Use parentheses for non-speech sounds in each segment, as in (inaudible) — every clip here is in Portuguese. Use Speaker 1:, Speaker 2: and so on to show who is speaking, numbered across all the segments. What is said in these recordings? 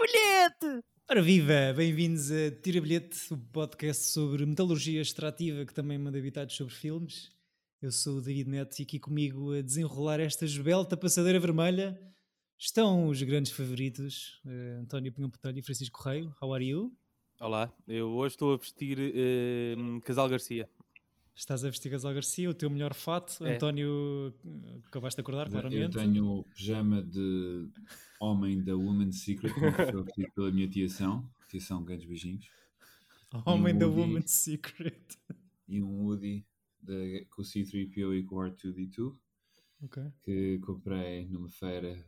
Speaker 1: bilhete!
Speaker 2: Ora viva, bem-vindos a Tira Bilhete, o podcast sobre metalurgia extrativa que também manda habitados sobre filmes. Eu sou o David Neto e aqui comigo a desenrolar esta esbelta passadeira vermelha estão os grandes favoritos, eh, António Pinhão Botelho e Francisco Correio. How are you?
Speaker 3: Olá, eu hoje estou a vestir eh, Casal Garcia.
Speaker 2: Estás a vestir Casal Garcia, o teu melhor fato.
Speaker 3: É.
Speaker 2: António, eh, acabaste de acordar,
Speaker 4: Eu
Speaker 2: claramente. (laughs)
Speaker 4: tenho o pijama de homem da Woman's Secret, como foi oferecido pela minha tiação. Tiação, grandes beijinhos.
Speaker 2: Homem da
Speaker 4: Woody.
Speaker 2: Woman's Secret.
Speaker 4: E um Woody da- com o C3PO e com o R2D2,
Speaker 2: Ok.
Speaker 4: que comprei numa feira.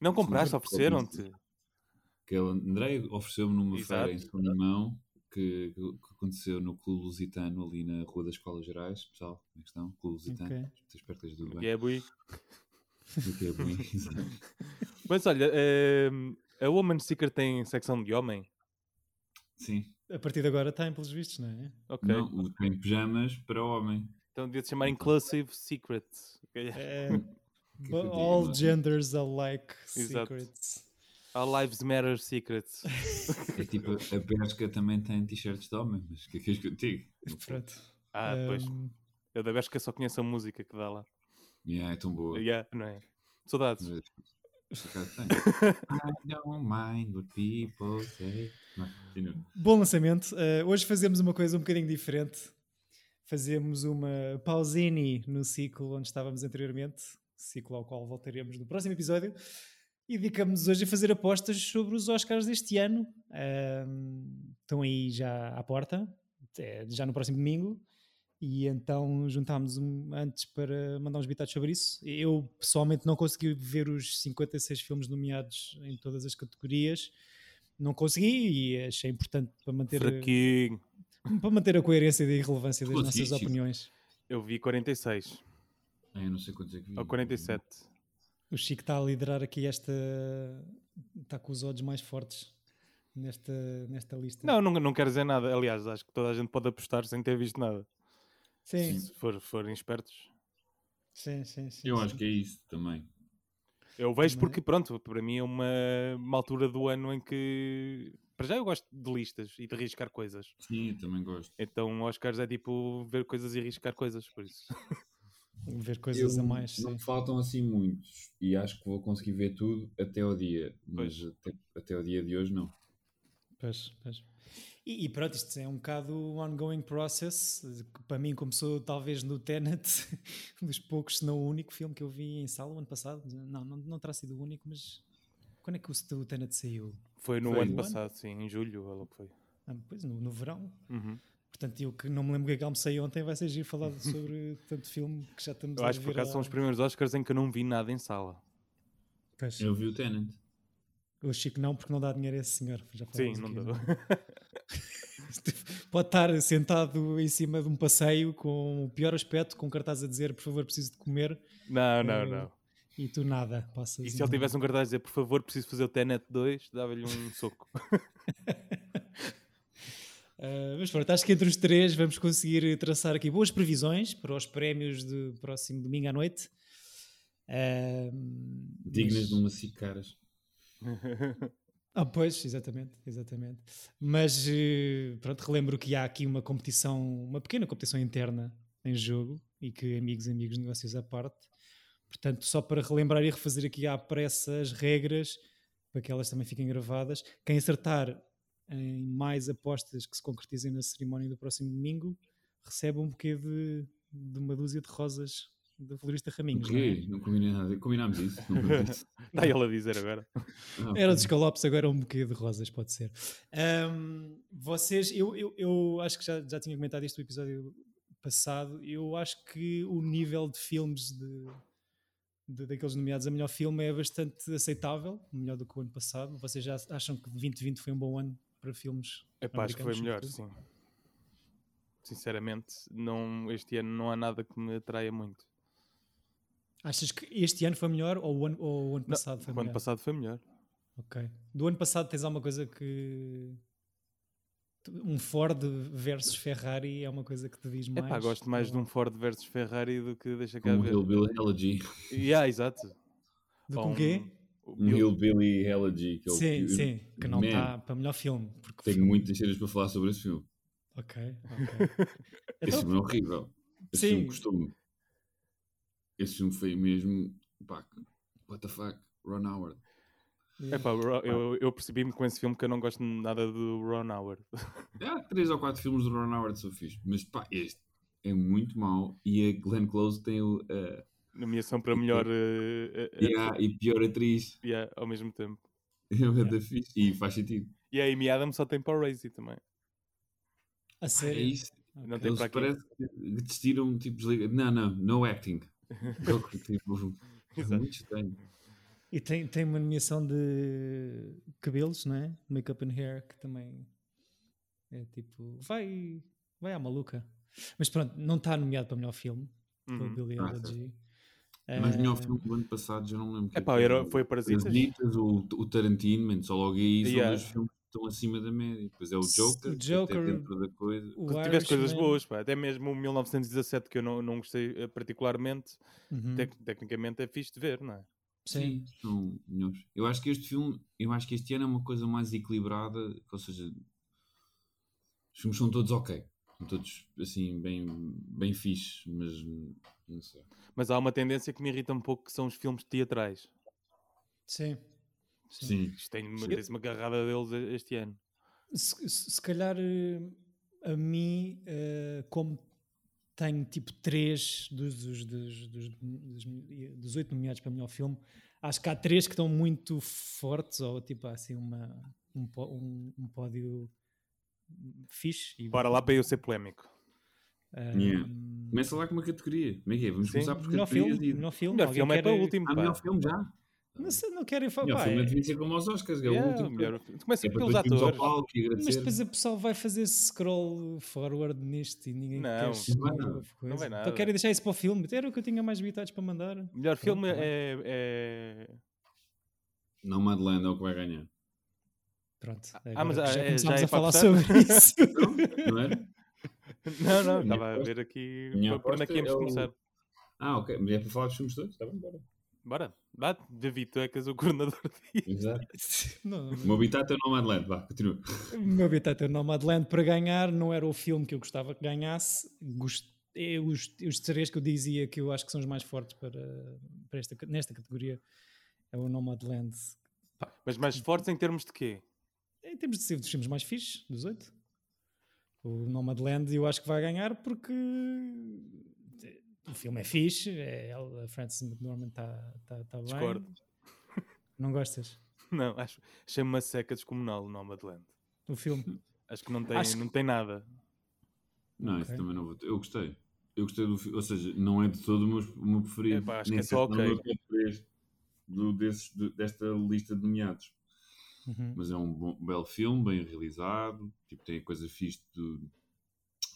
Speaker 3: Não compraste,
Speaker 4: Sim,
Speaker 3: ofereceram-te.
Speaker 4: Que ele, Andrei ofereceu-me numa
Speaker 3: Exato.
Speaker 4: feira em segunda mão, que, que aconteceu no Clube Lusitano, ali na Rua das Escolas Gerais. Pessoal, como é que estão? Clube Lusitano.
Speaker 2: Ok.
Speaker 4: Espero que estejas tudo
Speaker 3: Que
Speaker 4: bem.
Speaker 3: é bui.
Speaker 4: Que é bom. (laughs) exato.
Speaker 3: Mas olha, eh, a Woman Secret tem secção de homem?
Speaker 4: Sim.
Speaker 2: A partir de agora está em pelos vistos, não
Speaker 4: (laughs)
Speaker 2: é?
Speaker 3: Ok.
Speaker 4: Não, o- tem pijamas para homem.
Speaker 3: Então devia-se chamar Inclusive Secret. se calhar.
Speaker 2: É,
Speaker 4: que eu digo,
Speaker 2: all
Speaker 4: não é?
Speaker 2: genders alike
Speaker 3: Exato.
Speaker 2: secrets.
Speaker 3: (laughs) All Lives Matter Secret.
Speaker 4: É tipo, a pesca também tem t-shirts de homem, mas o que é que és que eu te digo?
Speaker 2: Pronto.
Speaker 3: Ah, pois.
Speaker 4: Ehm.
Speaker 2: Um,
Speaker 3: Eu da Besca só conheço a música que dá lá.
Speaker 4: Yeah, é tão boa.
Speaker 3: Yeah, não é? Saudades.
Speaker 4: Mas, por acaso
Speaker 2: (laughs)
Speaker 4: tem. I don't mind what people say. Não, continua.
Speaker 2: Bom lançamento. Uh, hoje fazemos uma coisa um bocadinho diferente. Fazemos uma pausini no ciclo onde estávamos anteriormente, ciclo ao qual voltaremos no próximo episódio, e dedicamos-nos hoje a fazer apostas sobre os Oscars deste ano. Um, estão aí já à porta, é, já no próximo domingo, e então juntámos um, antes para mandar uns bitados sobre isso. Eu pessoalmente não consegui ver os 56 filmes nomeados em todas as categorias. Não consegui e achei importante para manter
Speaker 4: eh,
Speaker 3: Fraquinho.
Speaker 2: para manter a coerência e a irrelevância das
Speaker 4: Pô, sim,
Speaker 2: nossas
Speaker 4: sim.
Speaker 2: opiniões,
Speaker 3: Eu vi 46.
Speaker 4: Ah, eu não sei quantos é que vi.
Speaker 3: Ou 47.
Speaker 4: Uhum.
Speaker 2: o Chico está a liderar aqui esta. está com os odds mais fortes nesta, nesta lista.
Speaker 3: Não, não, não quero dizer nada. Aliás, acho que toda a gente pode apostar sem ter visto nada.
Speaker 2: Sim,
Speaker 3: Se for, forem espertos.
Speaker 2: sim, sim. sim,
Speaker 4: Eu
Speaker 2: sim.
Speaker 4: acho que é isso também.
Speaker 3: Eu vejo
Speaker 2: Também.
Speaker 3: porque, pronto, para mim é uma, uma altura do ano em que. Para já eu gosto de listas e de arriscar coisas.
Speaker 4: Sim, eu também gosto.
Speaker 3: Então, Oscars é tipo ver coisas e arriscar coisas, por isso.
Speaker 2: Ver coisas
Speaker 4: Eu-
Speaker 2: a mais.
Speaker 4: Não
Speaker 2: sim.
Speaker 4: me faltam assim muitos e acho que vou conseguir ver tudo até ao dia. Mas até, até ao dia de hoje não.
Speaker 2: Pois, pois. E, e pronto, isto é um bocado um ongoing process. que Para mim começou talvez no Tenet, (laughs) um dos poucos, se não o único filme que eu vi em sala o ano passado. Não, não, não terá sido o único, mas quando é que o, o Tenet saiu?
Speaker 3: Foi no
Speaker 4: Foi
Speaker 3: ano
Speaker 2: no ano?
Speaker 3: passado, sim, em julho, ou logo foi.
Speaker 2: Ah, pois, no, no verão.
Speaker 3: Uhum.
Speaker 2: Portanto, eu que não me lembro o que é que almocei ontem, vai ser giro falar (laughs) sobre tanto filme que já estamos
Speaker 3: Eu
Speaker 2: a
Speaker 3: acho que por
Speaker 2: ver
Speaker 3: acaso
Speaker 2: há-
Speaker 3: são os primeiros Oscars em que eu não vi nada em sala.
Speaker 2: Pois.
Speaker 4: Eu vi o Tenant.
Speaker 2: O Chico não, porque não dá dinheiro a esse senhor. Já
Speaker 3: Sim,
Speaker 2: falámos
Speaker 3: não
Speaker 2: aqui,
Speaker 3: dou. (laughs)
Speaker 2: é? (laughs) Pode estar sentado em cima de um passeio com o pior aspecto, com um cartaz a dizer, por favor, preciso de comer,
Speaker 3: Não, não,
Speaker 2: Eh,
Speaker 3: não.
Speaker 2: e tu nada. Passas
Speaker 3: E se ele
Speaker 2: um-
Speaker 3: tivesse um cartaz a dizer, por favor, preciso fazer o Tenet 2, dava-lhe um soco.
Speaker 2: Ah, mas pronto, acho que entre os três vamos conseguir traçar aqui boas previsões para os prémios de próximo domingo à noite. Ah,
Speaker 4: Dignas
Speaker 2: mas-
Speaker 4: de um uma cinco caras.
Speaker 2: Ah, pois, exatamente, exatamente. Mas eh, pronto, relembro que há aqui uma competição, uma pequena competição interna em jogo e que amigos, amigos, negócios à parte. Portanto, só para relembrar e refazer aqui à pressa as regras, para que elas também fiquem gravadas. Quem acertar em mais apostas que se concretizem na cerimónia do próximo domingo recebe um buquê de, de uma dúzia de rosas da Florista
Speaker 4: O
Speaker 2: Raminhos. não é?
Speaker 4: quê? Não combinei nada. Combinámos isso? Não
Speaker 2: (laughs)
Speaker 4: combinei isso.
Speaker 3: Dá ele a dizer agora.
Speaker 4: Ah,
Speaker 2: Era dos calopes, agora é um buquê de rosas, pode ser. Ahm, vocês, eu, eu, eu acho que já, já tinha comentado isto no episódio passado. Eu acho que o nível de filmes de, de- daqueles nomeados a melhor filme é bastante aceitável, melhor do que o ano passado. Vocês já acham que 2020 foi um bom ano para filmes?
Speaker 3: Epá, acho que foi melhor,
Speaker 2: americanos,
Speaker 3: sim. Sinceramente, não, este ano não há nada que me atraia muito.
Speaker 2: Achas que este ano foi melhor ou o ano, ou o ano
Speaker 3: Não,
Speaker 2: passado foi
Speaker 3: o ano
Speaker 2: melhor?
Speaker 3: passado foi melhor.
Speaker 2: Ok. Do ano passado tens alguma coisa que. Um Ford versus Ferrari é uma coisa que te diz mais?
Speaker 3: Epá, gosto mais de
Speaker 2: Ou-
Speaker 3: um Ford versus Ferrari do que deixa cá
Speaker 4: Como o
Speaker 3: ver.
Speaker 4: Hillbilly Elegy.
Speaker 3: Yeah, exato.
Speaker 2: Do que
Speaker 3: Ou
Speaker 2: um quê?
Speaker 3: um-
Speaker 4: Um Hillbilly Elegy, que é o
Speaker 2: sim,
Speaker 4: que-
Speaker 2: sim, que não
Speaker 4: Man,
Speaker 2: está para melhor filme. Porque o
Speaker 4: Tenho
Speaker 2: filme-
Speaker 4: muitas cenas para falar sobre esse filme.
Speaker 2: Ok, ok.
Speaker 4: (laughs) Esse
Speaker 2: Então,
Speaker 4: filme é horrível. Esse
Speaker 2: Sim.
Speaker 4: filme custou-me. Esse filme foi mesmo. Pá, what the fuck? Ron Howard.
Speaker 3: Epá, o Ro- eu, eu percebi-me com esse filme que eu não gosto nada do Ron Howard. (laughs)
Speaker 4: Há três ou quatro filmes do Ron Howard são fixe, mas pá, este é muito mau. E a Glenn Close tem o. eh,
Speaker 3: Nomeação para melhor eh, eh,
Speaker 4: e a- e pior atriz. (laughs)
Speaker 3: yeah, ao mesmo tempo.
Speaker 4: É uma da fixe. E faz sentido.
Speaker 3: E a Amy Adams só tem para o Razy também.
Speaker 2: a
Speaker 4: É
Speaker 2: sério.
Speaker 4: isso.
Speaker 3: Não tem
Speaker 4: Eles
Speaker 3: para aqui.
Speaker 4: parece que desistiram, tipo, desliga. Não, não,
Speaker 3: (laughs)
Speaker 4: no acting. tipo, é
Speaker 3: Exato.
Speaker 4: muito estranho.
Speaker 2: E tem, tem uma nomeação de cabelos, não é? Makeup and hair, que também é tipo. Vai, vai à maluca. Mas pronto, não está nomeado para melhor filme, com o
Speaker 3: Uhum.
Speaker 2: Billy
Speaker 4: Ah,
Speaker 2: Elegy.
Speaker 4: Mas
Speaker 2: Ah,
Speaker 4: melhor filme do ano passado, já não me lembro. o que
Speaker 3: Epá,
Speaker 4: que
Speaker 3: era- foi Parasitas?
Speaker 4: Parasitas, o, o Tarantino, man, só logo aí
Speaker 3: Yeah.
Speaker 4: são dois filmes que estão acima da média. Depois é o
Speaker 2: S-
Speaker 4: Joker,
Speaker 2: o
Speaker 4: que até
Speaker 2: Joker-
Speaker 4: dentro da coisa.
Speaker 2: o
Speaker 3: Tu tiveste coisas
Speaker 2: Irishman.
Speaker 3: boas, pá. até mesmo o 1917 que eu não, não gostei eh, particularmente,
Speaker 2: Uhum,
Speaker 3: tec- tecnicamente é fixe de ver, não é?
Speaker 2: Sim.
Speaker 4: assim, são melhores. Eu acho que este filme, eu acho que este ano é uma coisa mais equilibrada, ou seja, os filmes são todos ok. São todos assim, bem, bem fixe, mas não sei.
Speaker 3: Mas há uma tendência que me irrita um pouco que são os filmes teatrais.
Speaker 2: Sim.
Speaker 4: Sim.
Speaker 3: Isto tem uma,
Speaker 4: Sim.
Speaker 3: tem-se uma carrada deles e- este ano.
Speaker 2: Se, se- se calhar eh, a mim, eh, como tenho tipo três dos, dos, dos, dos, dos- dos oito nomeados para melhor filme, acho que há três que estão muito fortes, ou tipo há, assim, uma, um, pó- um, um pódio fixe. E,
Speaker 3: Bora lá para eu ser polémico.
Speaker 2: eh,
Speaker 4: Yeah. Começa lá com uma categoria. Como é que é? Vamos
Speaker 3: Sim.
Speaker 4: começar por
Speaker 2: melhor
Speaker 4: categorias
Speaker 2: filme,
Speaker 4: e-
Speaker 2: melhor filme,
Speaker 3: O melhor
Speaker 2: alguém
Speaker 3: filme é
Speaker 2: quer-
Speaker 3: para o último.
Speaker 4: Ah,
Speaker 3: pá.
Speaker 4: melhor filme já.
Speaker 2: Não, sei, não querem falar.
Speaker 4: Melhor
Speaker 2: pá,
Speaker 4: filme
Speaker 2: é-
Speaker 4: devia ser como os Oscars, que é o
Speaker 3: Yeah,
Speaker 4: último.
Speaker 3: melhor filme. Começa
Speaker 4: É para
Speaker 3: pelos
Speaker 4: depois irmos ao
Speaker 3: atores.
Speaker 4: palco e
Speaker 2: mas
Speaker 4: agradecer.
Speaker 2: depois o pessoal vai fazer esse scroll forward nisto e ninguém
Speaker 3: Não,
Speaker 2: quer
Speaker 3: não
Speaker 2: chamar
Speaker 4: vai nada,
Speaker 2: coisa.
Speaker 3: não vai nada.
Speaker 2: Então querem deixar isso para o filme. Era o que eu tinha mais habitados para mandar.
Speaker 3: Melhor
Speaker 2: Pronto,
Speaker 3: filme
Speaker 2: tá bem.
Speaker 3: é, é- (laughs)
Speaker 4: Não, Madeleine é o que vai ganhar.
Speaker 2: Pronto.
Speaker 3: Ah, mas,
Speaker 2: agora
Speaker 3: ah,
Speaker 2: já
Speaker 3: é,
Speaker 2: começámos
Speaker 3: já é
Speaker 2: a falar
Speaker 3: para
Speaker 2: sobre isso.
Speaker 4: Não é? era?
Speaker 3: (laughs) Não, não,
Speaker 4: Minha
Speaker 3: estava a
Speaker 4: aposta-
Speaker 3: ver aqui
Speaker 4: minha
Speaker 3: por- por onde é
Speaker 4: aposta
Speaker 3: que íamos
Speaker 4: é o-
Speaker 3: começar.
Speaker 4: Ah, ok. Mas é para falar dos filmes todos? Está bem,
Speaker 3: (laughs)
Speaker 4: bora.
Speaker 3: Bora, vá, David, tu é que és o coordenador disso.
Speaker 4: Exato.
Speaker 3: (laughs)
Speaker 2: (laughs) não,
Speaker 4: O meu habitat é o Nomadland. Vá, continua.
Speaker 2: o meu habitat é o Nomadland para ganhar. Não era o filme que eu gostava que ganhasse. Gost- é Os, os três que eu dizia que eu acho que são os mais fortes para, para esta, nesta categoria é o Nomadland.
Speaker 3: Mas mais fortes em termos de quê? (laughs)
Speaker 2: Em termos de ser dos filmes mais fixes, dos oito, o Nomadland eu acho que vai ganhar porque o filme é fixe, é, ela- a Frances McDormand está tá, tá bem.
Speaker 3: Discordo.
Speaker 2: Não gostas
Speaker 3: Não, acho. Chama-me uma seca descomunal o Nomadland.
Speaker 2: do filme?
Speaker 3: Acho que não tem,
Speaker 2: Acho que-
Speaker 3: não tem nada.
Speaker 4: Não, isso
Speaker 2: Ok.
Speaker 4: também não vou. Eu gostei. Eu gostei do filme. Ou seja, não é de todo o meu, o meu preferido.
Speaker 3: Epá, acho
Speaker 4: Nem
Speaker 3: que é
Speaker 4: sei
Speaker 3: só
Speaker 4: se não é
Speaker 3: ok.
Speaker 4: o top três do- desses- de- desta lista de nomeados.
Speaker 2: Uhum.
Speaker 4: Mas é um bom- belo filme, bem realizado. Tipo, tem a coisa fixe do-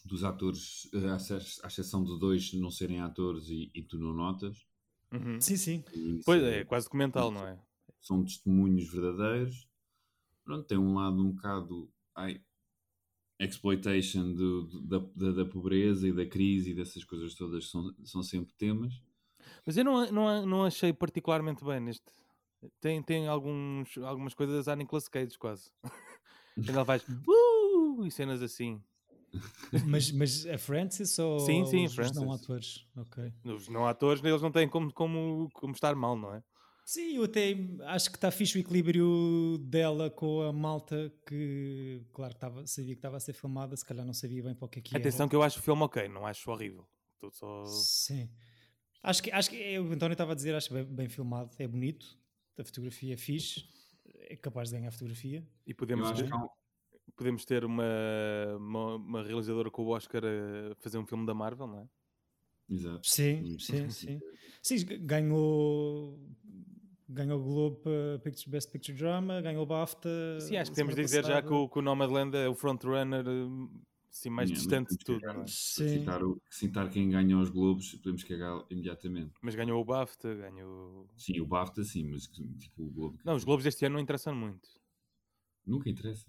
Speaker 4: dos atores, eh, à exce- à exceção de dois não serem atores e, e tu não notas.
Speaker 3: Uhum.
Speaker 2: Sim, sim.
Speaker 4: E isso
Speaker 3: Pois é, quase documental, não é?
Speaker 4: são testemunhos verdadeiros. Pronto, tem um lado um bocado ai, exploitation do- do- da, da, da pobreza e da crise e dessas coisas todas são, são sempre temas.
Speaker 3: Mas eu não, não, não achei particularmente bem neste. Tem, tem alguns, algumas coisas a Nicolas Cage quase. (laughs) Quando ela
Speaker 4: (laughs)
Speaker 3: faz uh, e cenas assim.
Speaker 2: Mas, mas a Frances ou
Speaker 3: Sim, sim,
Speaker 2: os, os não
Speaker 3: Frances.
Speaker 2: atores? Ok.
Speaker 3: Os não atores, eles não têm como, como, como estar mal, não é?
Speaker 2: Sim, eu até acho que está fixe o equilíbrio dela com a malta que, claro, que estava- sabia que estava a ser filmada, se calhar não sabia bem para o que é que era.
Speaker 3: Atenção que eu acho o filme ok, não acho horrível. Estou só.
Speaker 2: Sim. Acho que, acho que é, o António estava a dizer, acho bem, bem filmado, é bonito, a fotografia é fixe, é capaz de ganhar fotografia.
Speaker 3: E
Speaker 4: Eu
Speaker 3: podemos
Speaker 4: acho
Speaker 3: ter,
Speaker 4: que há um-
Speaker 3: podemos ter uma, uma, uma realizadora com o Oscar a fazer um filme da Marvel, não é?
Speaker 4: Exato.
Speaker 2: Sim,
Speaker 4: Hum.
Speaker 2: sim,
Speaker 4: (laughs)
Speaker 2: sim. Sim, g- ganhou, ganhou o Globo para Picture- Best Picture Drama, ganhou o
Speaker 4: Eh,
Speaker 2: BAFTA.
Speaker 3: Sim, acho que
Speaker 2: semana
Speaker 3: temos de dizer já
Speaker 2: passada.
Speaker 3: que o, que o Nomadland é o frontrunner hum, assim, mais
Speaker 4: Yeah, mas
Speaker 3: distante de
Speaker 4: temos
Speaker 3: tudo,
Speaker 4: que-
Speaker 3: não é?
Speaker 2: Sim,
Speaker 4: Citar, o- citar quem ganha os Globos, podemos cagar imediatamente.
Speaker 3: Mas ganhou o BAFTA, ganhou.
Speaker 4: Sim, o BAFTA, sim, mas tipo, o Globo
Speaker 3: Não, os Globos deste ano não interessam muito.
Speaker 4: nunca interessa.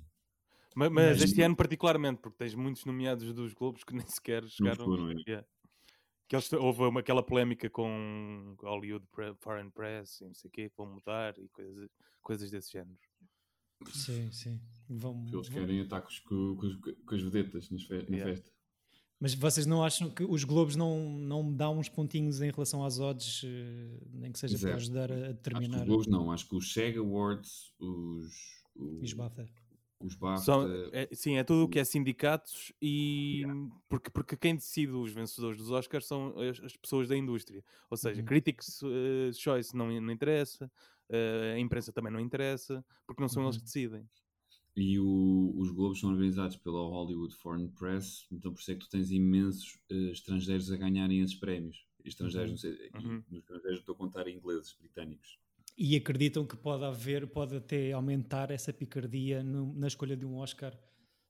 Speaker 3: Ma- Mas,
Speaker 2: Mas-
Speaker 3: (laughs) este ano particularmente, porque tens muitos nomeados dos Globos que nem sequer chegaram.
Speaker 4: foram, é.
Speaker 3: Yeah. Que eles, houve uma- aquela polémica com Hollywood Pre- Foreign Press e não sei o quê, que vão mudar e coisas, coisas desse género.
Speaker 2: Sim, sim. Vão,
Speaker 4: Porque eles
Speaker 2: vão-
Speaker 4: querem ataques co- co- co- com, as vedetas nas fe- na
Speaker 3: Yeah.
Speaker 4: festa.
Speaker 2: Mas vocês não acham que os Globos não, não me dão uns pontinhos em relação às odds, eh, nem que seja para
Speaker 4: Zero.
Speaker 2: ajudar a- a
Speaker 4: Acho que
Speaker 2: determinar
Speaker 4: os Globos não, acho que os SEG Awards, os, o-
Speaker 2: e esbata?
Speaker 4: os eh, BAFTA,
Speaker 3: São- é- sim, é tudo o que
Speaker 2: Hum.
Speaker 3: é sindicatos e porque, porque quem decide os vencedores dos Oscars são as, as pessoas da indústria. Ou seja,
Speaker 2: Uhum.
Speaker 3: Critics eh, Choice não, não interessa, eh, a imprensa também não interessa, porque não são eles
Speaker 2: Uhum.
Speaker 3: que decidem.
Speaker 4: e o- os Globos são organizados pela Hollywood Foreign Press, então por isso é que tu tens imensos eh, estrangeiros a ganharem esses prémios. Estrangeiros, não sei, e
Speaker 3: Uhum.
Speaker 4: nos estrangeiros estou a contar ingleses, britânicos.
Speaker 2: E acreditam que pode haver, pode até aumentar essa picardia no- na escolha de um Oscar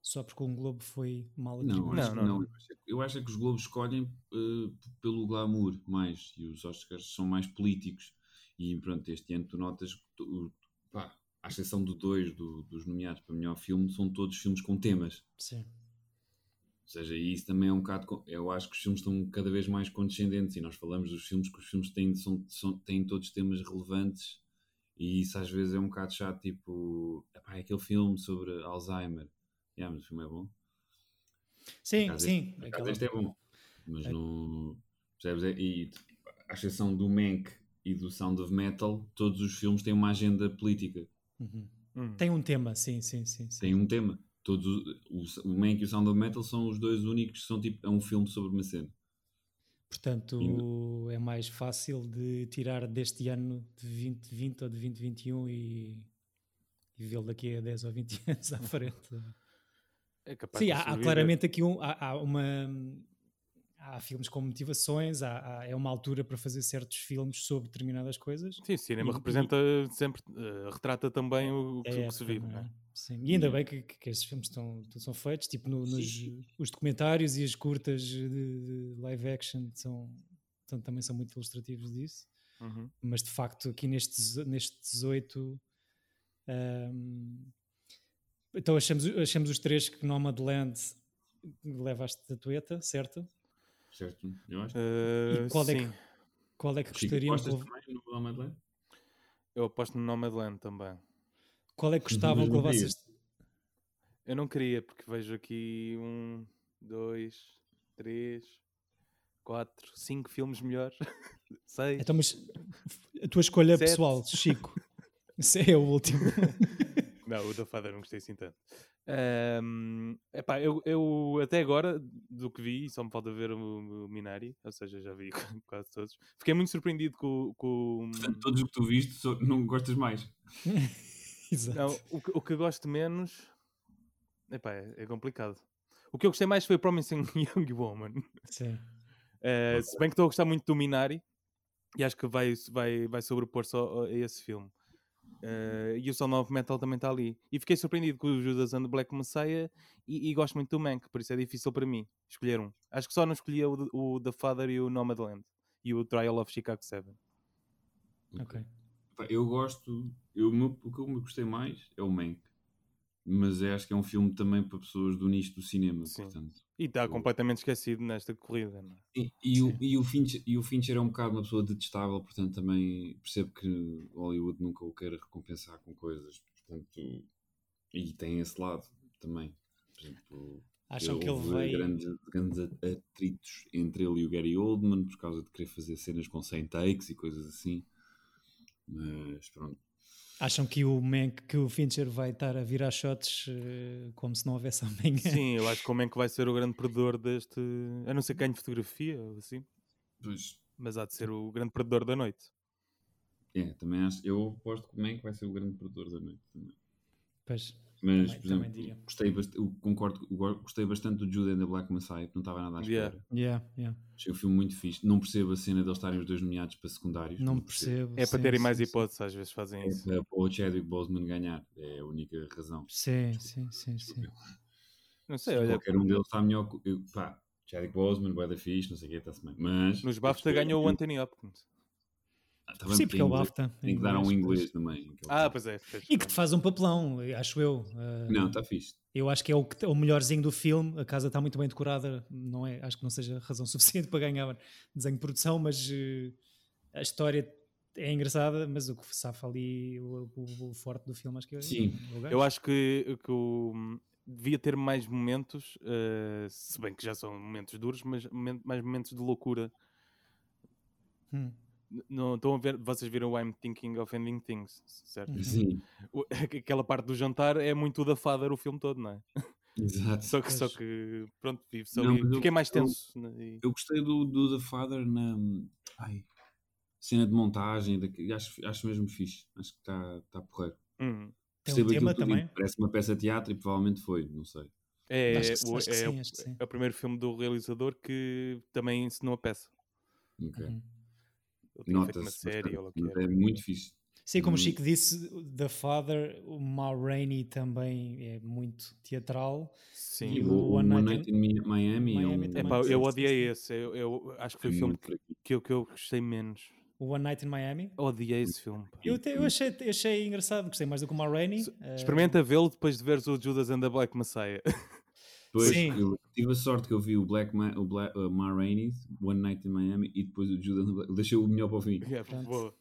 Speaker 2: só porque um Globo foi mal
Speaker 4: Não,
Speaker 2: atribuído?
Speaker 4: acho que
Speaker 3: tipo Não, não,
Speaker 4: não. Eu acho que- Eu acho é que os Globos escolhem eh, p- pelo glamour mais e os Oscars são mais políticos. E pronto, este ano tu notas, que tu- o- pá, à exceção do dois do- dos nomeados para melhor filme, são todos filmes com temas.
Speaker 2: Sim.
Speaker 4: Ou seja, e isso também é um bocado. con- Eu acho que os filmes estão cada vez mais condescendentes e nós falamos dos filmes que os filmes têm, são, são- têm todos temas relevantes e isso às vezes é um bocado chato. Tipo, "Epá, é aquele filme sobre Alzheimer. Yeah, mas o filme é bom.
Speaker 2: Sim,
Speaker 4: Por acaso
Speaker 2: sim.
Speaker 4: Por acaso
Speaker 2: aquela-
Speaker 4: este é bom, mas
Speaker 2: É.
Speaker 4: não. Percebes? É- E à exceção do Mank e do Sound of Metal, todos os filmes têm uma agenda política,
Speaker 2: Uhum.
Speaker 3: Hum.
Speaker 2: Tem um tema, sim, sim, sim. sim.
Speaker 4: têm um tema. Todos, os- o, o Mank e o Sound of Metal são os dois únicos que são tipo. É um filme sobre uma cena.
Speaker 2: Portanto, é mais fácil de tirar deste ano de 2020 ou de 2021 e, e vê-lo daqui a 10 ou 20 (laughs) anos à frente.
Speaker 3: É capaz
Speaker 2: Sim,
Speaker 3: de
Speaker 2: há, há
Speaker 3: sobreviver.
Speaker 2: claramente aqui um, há, há uma. Há filmes com motivações, há- há- é uma altura para fazer certos filmes sobre determinadas coisas.
Speaker 3: Sim, o cinema
Speaker 2: E- e-
Speaker 3: representa sempre, eh, retrata também o, o que,
Speaker 2: É,
Speaker 3: o que se vive.
Speaker 2: também,
Speaker 3: não é?
Speaker 2: Sim. E ainda
Speaker 4: Yeah.
Speaker 2: bem que, que- que esses filmes estão, são feitos, tipo no- nos os documentários e as curtas de, de live action são, são- também são muito ilustrativos disso.
Speaker 3: Uhum.
Speaker 2: Mas de facto, aqui nestes, nestes oito. ahm, então achamos, achamos os três que Nomadland leva a estatueta, certo?
Speaker 4: Certo? Eu acho.
Speaker 3: Eh,
Speaker 2: e qual é,
Speaker 3: sim,
Speaker 2: que, qual é que
Speaker 4: Chico,
Speaker 2: gostariam que,
Speaker 4: apostas
Speaker 2: lev-
Speaker 4: também no Nomadland?
Speaker 3: eu aposto no Nomadland também.
Speaker 2: qual é que gostavam
Speaker 4: Mas
Speaker 2: que
Speaker 4: não
Speaker 2: levasse
Speaker 4: querias.
Speaker 2: este-
Speaker 3: Eu não queria, porque vejo aqui um, dois, três, quatro, cinco filmes melhores. (laughs) Seis.
Speaker 2: Então, mas a tua escolha
Speaker 3: Sete.
Speaker 2: pessoal, Chico. (laughs) Esse é o último. Então
Speaker 3: Não, o da Fada não gostei assim tanto. Ahm, epá, eu, eu até agora, do que vi, só me falta ver o, o Minari, ou seja, já vi (laughs) quase todos. Fiquei muito surpreendido com, com
Speaker 4: Portanto, todos os que tu viste só- não gostas mais.
Speaker 2: (laughs) Exato.
Speaker 3: Não, o, que- o que eu gosto menos. Epá, é, é complicado. O que eu gostei mais foi Promising (laughs) Young Woman.
Speaker 2: Sim.
Speaker 3: Eh, se bem que estou a gostar muito do Minari e acho que vai, vai, vai sobrepor só a esse filme. Eh, e o Sound of Metal também está ali. E fiquei surpreendido com o Judas and the Black Messiah e, e gosto muito do Mank, por isso é difícil para mim escolher um. Acho que só não escolhia o, de- o The Father e o Nomadland e o Trial of Chicago 7.
Speaker 2: Ok.
Speaker 4: Pá, Eu gosto. Eu, o, meu- o que eu me gostei mais é o Mank. Mas eu acho que é um filme também para pessoas do nicho do cinema.
Speaker 3: Sim.
Speaker 4: Portanto.
Speaker 3: E está
Speaker 4: Boa.
Speaker 3: completamente esquecido nesta corrida. não é?
Speaker 4: E, e o, e, o Fincher, e o Fincher é um bocado uma pessoa detestável, portanto também percebo que Hollywood nunca o queira recompensar com coisas. Portanto, e tem esse lado também. Por exemplo,
Speaker 2: Acham que ele
Speaker 4: houve
Speaker 2: veio.
Speaker 4: grandes, grandes atritos entre ele e o Gary Oldman por causa de querer fazer cenas com 100 takes e coisas assim. Mas pronto.
Speaker 2: Acham que o Mank, que o Fincher vai estar a virar shots eh, como se não houvesse amanhã?
Speaker 3: Sim, eu acho é que o Mank vai ser o grande perdedor deste. A não ser que ganhe fotografia ou assim,
Speaker 4: Pois,
Speaker 3: mas há de ser o grande perdedor da noite.
Speaker 4: é, também acho. Eu aposto que o Mank vai ser o grande produtor da noite também.
Speaker 2: Pois.
Speaker 4: Mas,
Speaker 2: Também-
Speaker 4: por
Speaker 2: também diria.
Speaker 4: exemplo, gostei bast- eu concordo, eu gostei bastante do Jude and the Black Messiah, que não estava nada à espera.
Speaker 3: Yeah.
Speaker 2: Yeah, yeah.
Speaker 4: Achei o filme muito fixe. Não percebo a cena de eles estarem os dois nomeados para secundários.
Speaker 2: Não percebo.
Speaker 3: É para
Speaker 2: sim,
Speaker 3: terem mais
Speaker 2: sim,
Speaker 3: hipóteses, às vezes fazem
Speaker 4: É
Speaker 3: isso.
Speaker 4: para o Chadwick Boseman ganhar. É a única razão.
Speaker 2: Sim, sim, sim, sim.
Speaker 3: Não sei, olha,
Speaker 4: Qualquer um deles está melhor. que- eu- Pá, Chadwick Boseman, Boeda Fixe, não sei o que, está-se bem. Mas.
Speaker 3: nos BAFTA ganhou o Anthony Hopkins.
Speaker 4: Ah, tá bem,
Speaker 2: Sim, porque é o
Speaker 4: tem inglês.
Speaker 2: BAFTA.
Speaker 4: Tem que dar um
Speaker 2: pois.
Speaker 4: inglês também. que é o
Speaker 3: Ah,
Speaker 4: que-
Speaker 3: pois é. pois,
Speaker 2: E que te
Speaker 3: pronto.
Speaker 2: faz um papelão, acho eu. Ah,
Speaker 4: Não, está fixe.
Speaker 2: Eu acho que é o, que- o melhorzinho do filme. A casa está muito bem decorada, não é? Acho que não seja razão (laughs) suficiente para ganhar desenho de produção, mas eh, a história é engraçada. Mas o que safa ali, o, o- o forte do filme, acho que é
Speaker 4: Sim,
Speaker 2: é o gajo.
Speaker 3: Eu acho que, que o- devia ter mais momentos, eh, se bem que já são momentos duros, mas momen- mais momentos de loucura.
Speaker 2: Hum.
Speaker 3: N- Não, estão a ver, vocês viram o I'm Thinking of Ending Things, certo?
Speaker 2: Uhum.
Speaker 4: Sim,
Speaker 3: O- (laughs) Aquela parte do jantar é muito da Father o filme todo, não é?
Speaker 4: exato.
Speaker 3: Só que, só
Speaker 2: Pois.
Speaker 3: que pronto, vive. Só
Speaker 4: Não,
Speaker 3: ali.
Speaker 4: mas eu-
Speaker 3: Fiquei mais
Speaker 4: eu-
Speaker 3: tenso. né, e-
Speaker 4: Eu gostei do, do The Father na ai, cena de montagem, daqui- acho, acho mesmo fixe. Acho que está tá porreiro.
Speaker 3: Hum.
Speaker 2: Tem um
Speaker 4: Percebo
Speaker 2: tema
Speaker 4: aquilo tudo,
Speaker 2: também.
Speaker 4: Parece uma peça de teatro e provavelmente foi, não sei.
Speaker 3: É,
Speaker 2: acho que,
Speaker 3: o,
Speaker 2: acho que
Speaker 3: é
Speaker 2: sim,
Speaker 3: o-
Speaker 2: acho que sim.
Speaker 3: é o primeiro filme do realizador que também ensinou a peça.
Speaker 4: Ok.
Speaker 2: Uhum.
Speaker 3: Ele tinha feito
Speaker 4: é. Nota-se.
Speaker 3: uma série
Speaker 4: bastante,
Speaker 3: ou lá o que
Speaker 4: mas
Speaker 3: era.
Speaker 4: É muito fixe.
Speaker 2: Sim, como o
Speaker 4: Hum.
Speaker 2: Chico disse, The Father, o Ma Rainey também é muito teatral.
Speaker 3: Sim.
Speaker 2: E
Speaker 4: E
Speaker 2: o
Speaker 4: o o
Speaker 2: One
Speaker 4: One
Speaker 2: Night
Speaker 4: Night in Mi- Miami, um é um-
Speaker 2: Miami
Speaker 4: é
Speaker 2: também.
Speaker 3: Epá,
Speaker 2: sim,
Speaker 3: eu
Speaker 2: sim,
Speaker 3: odiei
Speaker 2: sim.
Speaker 3: esse. Eu, eu acho que foi o filme
Speaker 4: muito
Speaker 3: que,
Speaker 4: fraquinho.
Speaker 3: que eu, que eu gostei menos.
Speaker 2: O One Night in Miami.
Speaker 3: Odiei esse filme. pá.
Speaker 2: Eu, até- eu achei, eu achei engraçado, gostei mais do que o Ma Rainey. eh,
Speaker 3: Experimenta vê-lo depois de veres o Judas and the Black Messiah. (laughs)
Speaker 4: Depois
Speaker 2: Sim.
Speaker 4: eu tive a sorte que eu vi o Black Ma, o Bla- uh, Ma Rainey, One Night in Miami e depois o Judas. and the Black- Deixei o melhor para o fim.
Speaker 3: É,
Speaker 2: Pronto.
Speaker 3: boa.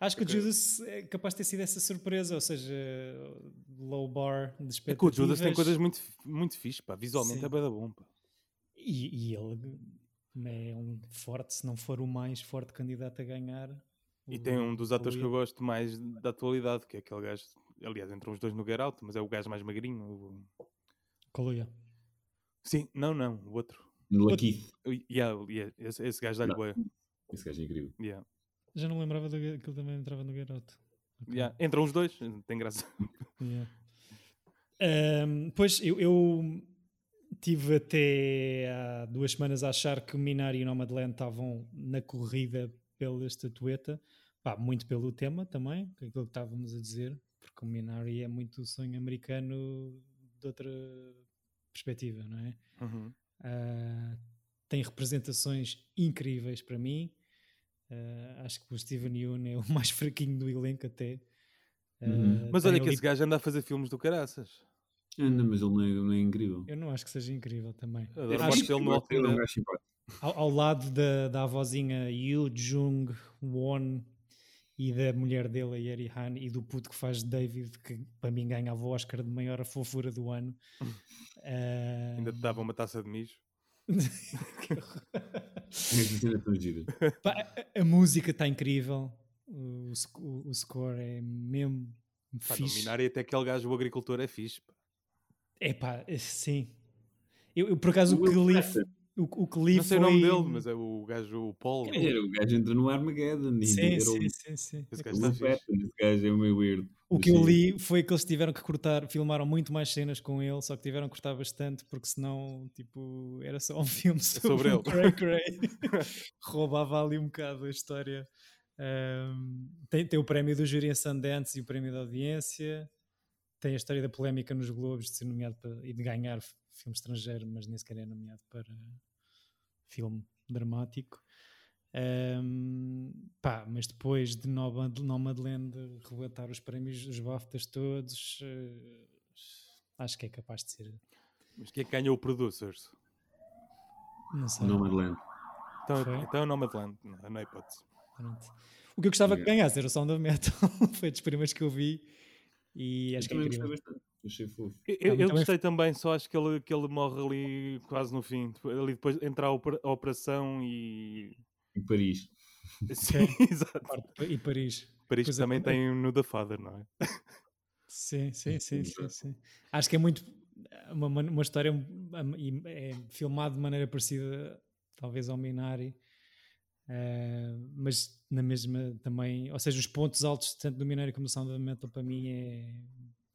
Speaker 2: Acho que
Speaker 3: Ok.
Speaker 2: o Judas é capaz de ter sido essa surpresa, ou seja, low bar de
Speaker 3: É que o Judas
Speaker 2: expectativas.
Speaker 3: tem coisas muito, muito fixe, pá. Visualmente
Speaker 2: Sim.
Speaker 3: é bem da bom, pá.
Speaker 2: E, e ele é um forte, se não for o mais forte candidato a ganhar.
Speaker 3: E
Speaker 2: o-
Speaker 3: tem um dos
Speaker 2: o
Speaker 3: atores que eu
Speaker 2: Ian.
Speaker 3: gosto mais da atualidade, que é aquele gajo. Aliás, entram os dois no Get Out, mas é o gajo mais magrinho. o-
Speaker 2: Kaluuya.
Speaker 3: Sim, não, não, o outro.
Speaker 4: Lakeith.
Speaker 3: O- Yeah, yeah, esse, esse gajo dá-lhe
Speaker 4: Não.
Speaker 3: boa.
Speaker 4: Esse gajo é incrível.
Speaker 3: Yeah.
Speaker 2: Já não lembrava do, que ele também entrava no garoto.
Speaker 3: Yeah. Entram os dois, eh, tem graça.
Speaker 2: Yeah. Ahm, pois eu, eu tive até há duas semanas a achar que o Minari e o Nomadland estavam na corrida pela estatueta, pá, muito pelo tema também, que é aquilo que estávamos a dizer, porque o Minari é muito o sonho americano de outra perspectiva, não é?
Speaker 3: Uhum.
Speaker 2: Ah, tem representações incríveis para mim. Ah, acho que o Steven Yeun é o (laughs) mais fraquinho do elenco até. Ah,
Speaker 4: Uhum.
Speaker 3: (laughs) Mas
Speaker 2: tem
Speaker 3: olha que
Speaker 2: ali
Speaker 3: esse gajo anda a fazer filmes do caraças.
Speaker 4: Anda, mas ele não é, não é incrível.
Speaker 2: Eu não acho que seja incrível também.
Speaker 3: Adoro
Speaker 2: Acho-
Speaker 3: Watchmen. ele no
Speaker 4: Eu acho que ele é um
Speaker 3: Walking
Speaker 4: gajo (laughs) simpático.
Speaker 2: ao, ao lado da, da avózinha Yu Jung Won e da mulher dele, a Yeri Han, e do puto que faz David, que para mim ganhava o Oscar de maior fofura do ano.
Speaker 3: (laughs)
Speaker 2: Ah,
Speaker 3: Ainda te dava uma taça de mijo.
Speaker 4: Essa cena é tão gira.
Speaker 2: pá, a, a música está incrível, o, sc- o- o score é mesmo
Speaker 3: Pá, no
Speaker 2: fixe.
Speaker 3: Minari até aquele gajo, o agricultor, é fixe. pá.
Speaker 2: É pá, sim. Eu, eu, por acaso o
Speaker 4: O Will
Speaker 2: Cliff,
Speaker 4: Patton.
Speaker 2: o, o Cliff
Speaker 3: Não sei o nome
Speaker 2: foi- é?
Speaker 3: dele, mas é o gajo, o Paul.
Speaker 4: Era, o gajo entra no Armageddon. e
Speaker 2: Sim,
Speaker 4: era o-
Speaker 2: sim, sim, sim.
Speaker 3: Esse
Speaker 2: É
Speaker 3: gajo está
Speaker 4: o Will
Speaker 3: fixe.
Speaker 4: Patton, Esse gajo é meio weird.
Speaker 2: O que eu
Speaker 4: Sim.
Speaker 2: li foi que eles tiveram que cortar, filmaram muito mais cenas com ele, só que tiveram que cortar bastante, porque senão, tipo, era só um (laughs) filme sobre,
Speaker 3: sobre
Speaker 2: o Cray Cray. (laughs) Roubava ali um bocado a história. Ahm, tem, tem o prémio do júri em Sundance e o prémio da audiência. Tem a história da polémica nos Globos de ser nomeado para- e de ganhar f- filme estrangeiro, mas nem sequer é nomeado para filme dramático. Ahm, pá, mas depois de Nomad- Nomadland relatar os prémios, os BAFTAs todos, eh, acho que é capaz de ser.
Speaker 3: Mas quem é que ganhou o Producers?
Speaker 2: Não sei.
Speaker 4: Nomadland.
Speaker 3: Então,
Speaker 2: Foi.
Speaker 3: então é o Nomadland, não, não é hipótese.
Speaker 2: Pronto. O que eu gostava que ganhasse era o Sound of Metal, (laughs) foi dos primeiros que eu vi e acho
Speaker 4: Eu
Speaker 2: que é
Speaker 4: também gostei
Speaker 2: incrível.
Speaker 4: bastante. Achei fofo.
Speaker 3: Eu, eu
Speaker 2: também-
Speaker 3: gostei também, só acho que ele, que ele morre ali quase no fim. tipo, Ali depois entra a, opera- a operação
Speaker 2: (laughs)
Speaker 3: e.
Speaker 4: Em Paris.
Speaker 3: Sim, (laughs) exato.
Speaker 2: Parte- E Paris.
Speaker 3: Para isto
Speaker 2: Pois é,
Speaker 3: também
Speaker 2: também.
Speaker 3: tem no The Father, não é?
Speaker 2: Sim, sim, sim, sim,
Speaker 4: Exato.
Speaker 2: sim. Acho que é muito uma, man- uma história um, e é filmado de maneira parecida, talvez ao Minari, eh, mas na mesma também, ou seja, os pontos altos tanto do Minari como do Sound of Metal para mim é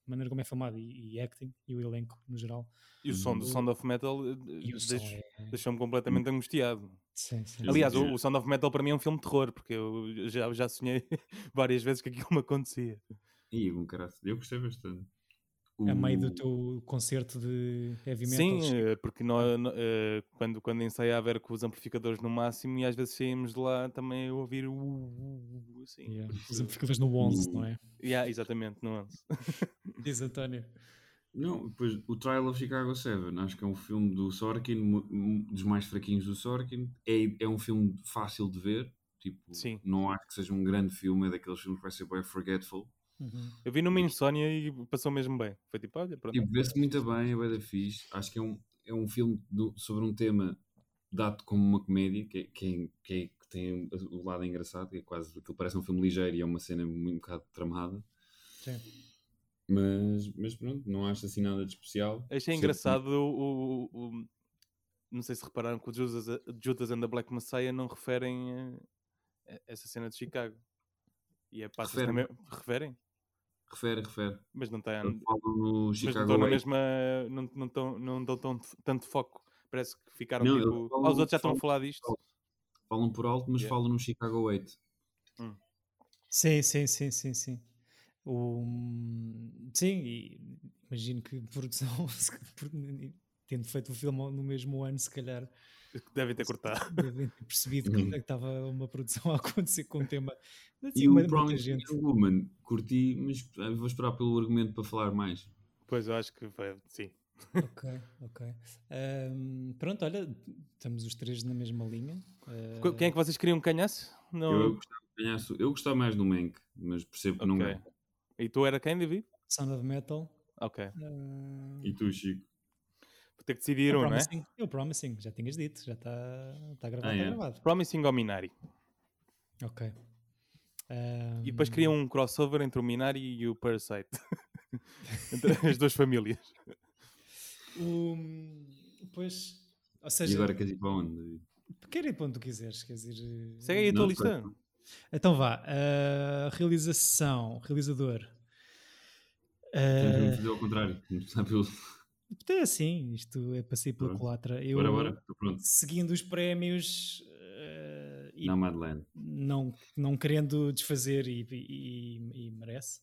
Speaker 2: a maneira como é filmado e, e acting e o elenco no geral.
Speaker 3: E o som do
Speaker 2: O-
Speaker 3: Sound of Metal eh,
Speaker 2: Hum. E o som
Speaker 3: deixa-
Speaker 2: é-
Speaker 3: deixou-me completamente angustiado.
Speaker 2: Sim, sim.
Speaker 4: Exato.
Speaker 3: Aliás, o, o Sound of Metal para mim é um filme de terror, porque eu já, (laughs) já sonhei várias vezes que aquilo me acontecia.
Speaker 4: é Ih, com caralho. Eu gostei bastante.
Speaker 2: É a meio do teu concerto de heavy metal.
Speaker 3: Sim, eh, porque nós, nó- eh, quando, quando ensaiava era com os amplificadores no máximo e às vezes saímos de lá também a ouvir o- o. o- assim.
Speaker 2: Yeah.
Speaker 3: por
Speaker 2: Os
Speaker 3: isso-
Speaker 2: amplificadores no 11, não
Speaker 3: (laughs)
Speaker 2: é?
Speaker 3: Yeah, exatamente, no 11.
Speaker 2: Diz António.
Speaker 4: Não, depois o Trial of Chicago 7, acho que é um filme do Sorkin, mu- mu- dos mais fraquinhos do Sorkin. É, é um filme fácil de ver, tipo,
Speaker 3: Sim.
Speaker 4: não acho que seja um grande filme, é daqueles filmes que vai ser bem forgetful.
Speaker 2: Uhum,
Speaker 3: Eu vi numa insónia e passou mesmo bem. Foi tipo, olha, pronto.
Speaker 4: Tipo, vê-se muito bem, é bem da fixe. Acho que é um, é um filme do- sobre um tema dado como uma comédia, que, é- que, é- que, é- que tem o lado engraçado, que é quase, aquilo parece um filme ligeiro e é uma cena muito um bocado tramada.
Speaker 2: Sim.
Speaker 4: Mas, mas pronto, não acho assim nada de especial.
Speaker 3: Achei
Speaker 4: Sim.
Speaker 3: é engraçado o, o- o- Não sei se repararam que o Judas, Judas and the Black Messiah não referem eh, a essa cena de Chicago. E é passa
Speaker 4: Referem.
Speaker 3: também. Referem?
Speaker 4: Refere, refere.
Speaker 3: Mas não tem.
Speaker 4: Eu falo
Speaker 3: Mas
Speaker 4: no
Speaker 3: não
Speaker 4: Chicago é
Speaker 3: estão na
Speaker 4: Way.
Speaker 3: mesma. Não, não, tão, não dão tão, tanto foco. Parece que ficaram
Speaker 4: Não,
Speaker 3: tipo.
Speaker 4: eles
Speaker 3: "Ah,
Speaker 4: falam-
Speaker 3: os outros já estão a
Speaker 4: falam-
Speaker 3: falar disto.
Speaker 4: Falam por alto, mas
Speaker 3: Yeah.
Speaker 4: falam no Chicago 8.
Speaker 2: Sim, sim, sim, sim, sim. O, sim, e imagino que produção se- (laughs) por- tendo feito o filme no mesmo ano, se calhar
Speaker 3: (laughs) Devem ter É cortado.
Speaker 2: (laughs)
Speaker 3: Uhum.
Speaker 2: devem ter percebido que estava uma produção (laughs) a acontecer com um tema assim, muita-
Speaker 4: E o
Speaker 2: muita
Speaker 4: Promising
Speaker 2: gente.
Speaker 4: Young Woman, curti, mas ah, vou esperar pelo argumento para falar mais.
Speaker 3: Pois eu acho que foi. Sim.
Speaker 2: Ok, ok. Ahm, pronto, olha, estamos os três na mesma linha.
Speaker 3: Qu- Quem é que vocês queriam que ganhasse?
Speaker 2: Então,
Speaker 4: Eu, Eh, eu
Speaker 3: Não.
Speaker 4: gostava de ganhar su- eu gostava mais do Mank, mas percebo que não
Speaker 3: Ok.
Speaker 4: ganho.
Speaker 3: E tu era quem, David?
Speaker 2: Ah, Sound of Metal. Ah,
Speaker 3: Ok.
Speaker 2: ahm,
Speaker 4: E tu, Chico?
Speaker 3: Vou ter que
Speaker 2: é
Speaker 3: decidir
Speaker 2: o
Speaker 3: um,
Speaker 4: Então,
Speaker 3: não é?
Speaker 2: promising, é o Promising, já tinhas dito, já está tá gravado,
Speaker 4: Ah,
Speaker 2: está
Speaker 4: é?
Speaker 2: gravado.
Speaker 3: Promising ou Minari?
Speaker 2: Ok.
Speaker 3: E depois
Speaker 2: Ahm,
Speaker 3: criam um crossover entre o Minari e o Parasite. (laughs) entre as duas famílias.
Speaker 2: O, pois, ou seja,
Speaker 4: E agora queres ir para onde? David?
Speaker 2: quer ir para onde tu quiseres, quer dizer. eh,
Speaker 3: Segue aí a tua
Speaker 4: Não sei.
Speaker 3: lista.
Speaker 2: Então vá, ah, realização, realizador.
Speaker 4: Temos mesmo de
Speaker 2: Ah,
Speaker 4: fazer ao contrário. Começar pelo...
Speaker 2: Então é assim, isto é passei pela
Speaker 4: Bora.
Speaker 2: culatra. Eu,
Speaker 4: um- Bora, bora. Estou pronto.
Speaker 2: seguindo os prémios ah, e
Speaker 4: Na
Speaker 2: não.
Speaker 4: Madeleine.
Speaker 2: Não, querendo desfazer e, e- e merece.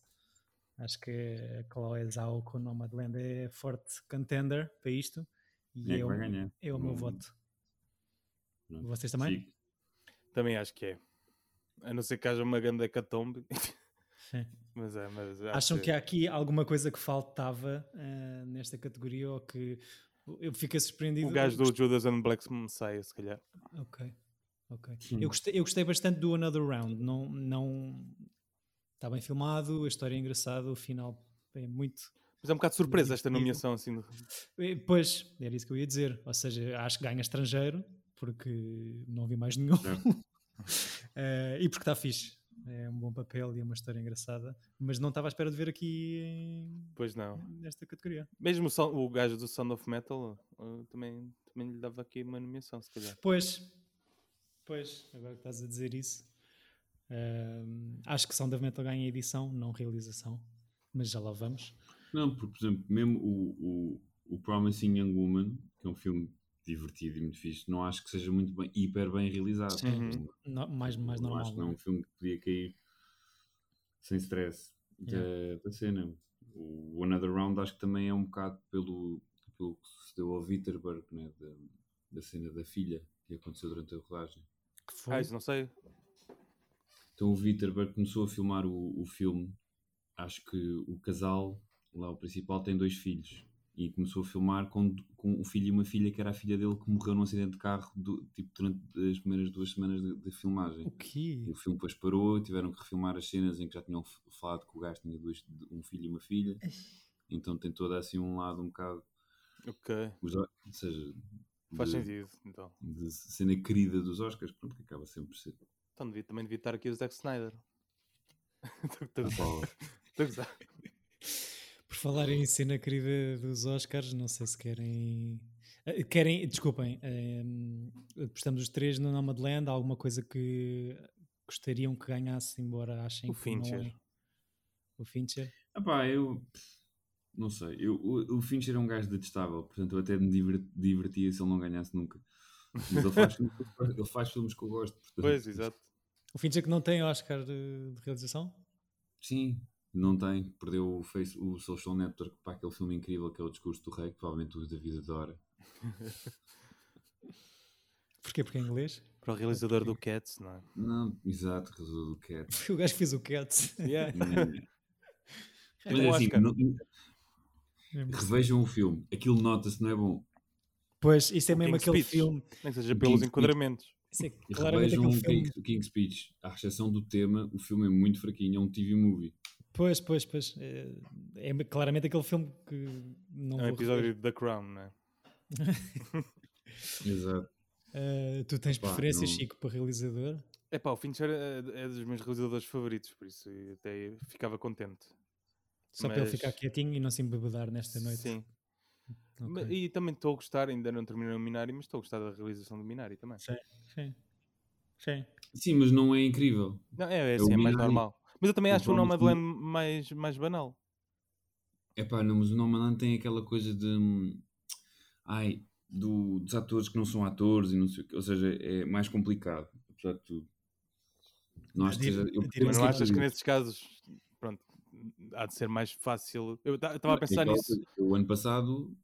Speaker 2: Acho que a Chloe Zhao com o Nomadland é forte contender para isto. E
Speaker 4: É
Speaker 2: é,
Speaker 4: que
Speaker 2: o,
Speaker 4: vai ganhar.
Speaker 2: é o meu
Speaker 4: Não-
Speaker 2: voto.
Speaker 4: não.
Speaker 2: Vocês também?
Speaker 4: Chico.
Speaker 3: Também acho que é. A não ser que haja uma grande hecatombe.
Speaker 2: Sim.
Speaker 3: mas é, mas acho
Speaker 2: Acham que há aqui alguma coisa que faltava eh, nesta categoria ou que eu fiquei surpreendido?
Speaker 3: O um gajo
Speaker 2: Eu
Speaker 3: do Judas and the Black Messiah, se calhar.
Speaker 2: gost- Ok, ok.
Speaker 4: Sim.
Speaker 2: Eu gostei, eu gostei bastante do Another Round. Não, não está bem filmado, a história é engraçada, o final é muito.
Speaker 3: Mas é um bocado de surpresa esta
Speaker 2: Sim.
Speaker 3: nomeação, assim. de-
Speaker 2: Eh, Pois, era isso que eu ia dizer. Ou seja, acho que ganha estrangeiro porque não vi mais nenhum (laughs) Eh, e porque está fixe. É um bom papel e é uma história engraçada, mas não estava à espera de ver aqui em-
Speaker 3: Pois não.
Speaker 2: nesta categoria.
Speaker 3: Mesmo o, son- o gajo do Sound of Metal eh, também, também lhe dava aqui uma nomeação, se calhar.
Speaker 2: Pois, pois, agora que estás a dizer isso. Ahm, acho que Sound of Metal ganha edição, não realização, mas já lá vamos.
Speaker 4: Não, porque, por exemplo, mesmo o, o, o Promising Young Woman, que é um filme divertido e muito fixe, não acho que seja muito bem, hiper bem realizado.
Speaker 2: Sim.
Speaker 3: Uhum.
Speaker 2: No- mais mais
Speaker 4: não
Speaker 2: normal.
Speaker 4: acho que não é
Speaker 2: não é?
Speaker 4: um filme que podia cair sem stress da, da cena. O Another Round acho que também é um bocado pelo, pelo que se deu ao Witterberg, né, da, da cena da filha que aconteceu durante a rodagem.
Speaker 2: Que foi?
Speaker 3: Ah, isso não sei.
Speaker 4: Então o Witterberg começou a filmar o, o filme. Acho que o casal, lá o principal, tem dois filhos. E começou a filmar com, com um filho e uma filha, que era a filha dele que morreu num acidente de carro do- tipo, durante as primeiras duas semanas de- de filmagem.
Speaker 2: O quê?
Speaker 4: E o filme depois parou, tiveram que refilmar as cenas em que já tinham f- falado que o gajo tinha dois, um filho e uma filha. Então tem todo assim um lado um bocado.
Speaker 3: Ok.
Speaker 4: Os, Os- ou seja,
Speaker 3: Faz
Speaker 2: Hum.
Speaker 4: de,
Speaker 3: sentido, então.
Speaker 4: de cena querida dos Oscars, pronto, que acaba sempre por ser.
Speaker 3: Então devia- também devia estar aqui o Zack Snyder. (laughs) Estou- estou a gozar,
Speaker 4: Ah,
Speaker 3: (laughs)
Speaker 4: pá,
Speaker 3: estou a gozar.
Speaker 2: Por falar em cena querida dos Oscars, não sei se querem. eh, Querem, desculpem, eh, apostamos os três no Nomadland. Há alguma coisa que gostariam que ganhasse, embora achem
Speaker 3: O
Speaker 2: que não é?
Speaker 3: Fincher.
Speaker 2: O Fincher.
Speaker 4: Ah pá, eu. Não sei. Eu, o, o Fincher é um gajo detestável, portanto eu até me diver- divertia se ele não ganhasse nunca. Mas ele faz, filmes (laughs) que eu gosto- ele faz filmes que eu gosto. portanto-
Speaker 3: Pois, exato.
Speaker 2: O Fincher que não tem Oscar de, de realização?
Speaker 4: Sim, Não tem, perdeu o, face, o Social Network para aquele filme incrível que é O Discurso do Rei, que provavelmente o David adora.
Speaker 2: Porquê? Porque é inglês? (laughs)
Speaker 3: Para o realizador do Cats, não é?
Speaker 4: Não, exato, resolveu do
Speaker 2: (laughs)
Speaker 4: Cat.
Speaker 2: O gajo fez o Cats.
Speaker 3: Yeah.
Speaker 4: Hum. Mas
Speaker 3: Um
Speaker 4: é assim,
Speaker 3: Oscar.
Speaker 4: não-
Speaker 2: assim.
Speaker 4: revejam o filme, aquilo nota-se, não é bom?
Speaker 2: (laughs) Pois, isso é mesmo
Speaker 3: King's
Speaker 2: aquele
Speaker 3: Speech.
Speaker 2: filme.
Speaker 3: Nem que seja
Speaker 4: O
Speaker 3: pelos um
Speaker 4: King's
Speaker 3: enquadramentos. (laughs)
Speaker 2: Isso é
Speaker 4: E
Speaker 2: claramente
Speaker 4: revejam
Speaker 3: um
Speaker 2: aquele
Speaker 4: o
Speaker 2: filme.
Speaker 4: King, o King's Speech, à exceção do tema, o filme é muito fraquinho, é um TV movie.
Speaker 2: Pois, pois, pois. eh, É claramente aquele filme que não
Speaker 3: É um
Speaker 2: vou
Speaker 3: episódio de The Crown, não é?
Speaker 4: Exato.
Speaker 2: referir. Eh, tu tens
Speaker 4: Pá,
Speaker 2: preferência,
Speaker 4: não-
Speaker 2: Chico, para realizador?
Speaker 3: É pá, o Fincher é, é dos meus realizadores favoritos, por isso eu até ficava contente.
Speaker 2: Só para ele
Speaker 3: Mas-
Speaker 2: ficar quietinho e não se embebedar nesta noite.
Speaker 3: Sim.
Speaker 2: Ok.
Speaker 3: Ma- E também estou a gostar, ainda não terminei o Minari, mas estou a gostar da realização do Minari também.
Speaker 2: Sim. Sim.
Speaker 4: Sim, mas não é incrível.
Speaker 3: Não, é, é,
Speaker 4: o
Speaker 3: assim, é mais
Speaker 4: Minari.
Speaker 3: normal. Mas eu também
Speaker 2: É
Speaker 4: Eu
Speaker 3: acho o
Speaker 4: falo
Speaker 3: Nomadland mais, mais banal.
Speaker 4: É pá, não, mas o Nomadland tem aquela coisa de. hum, Ai, do- dos atores que não são atores e não sei o quê. Ou seja, é mais complicado, apesar de tudo. Não
Speaker 2: Mas
Speaker 4: acho que seja.
Speaker 2: diz-
Speaker 4: eu
Speaker 2: diz-
Speaker 4: percebo
Speaker 3: Mas
Speaker 2: Sim,
Speaker 3: não
Speaker 4: o
Speaker 3: achas
Speaker 4: tu
Speaker 3: que
Speaker 4: dizes.
Speaker 3: nesses casos, pronto, há de ser mais fácil. Eu estava a
Speaker 4: É
Speaker 3: pensar
Speaker 4: aquela
Speaker 3: nisso.
Speaker 4: coisa, O ano passado,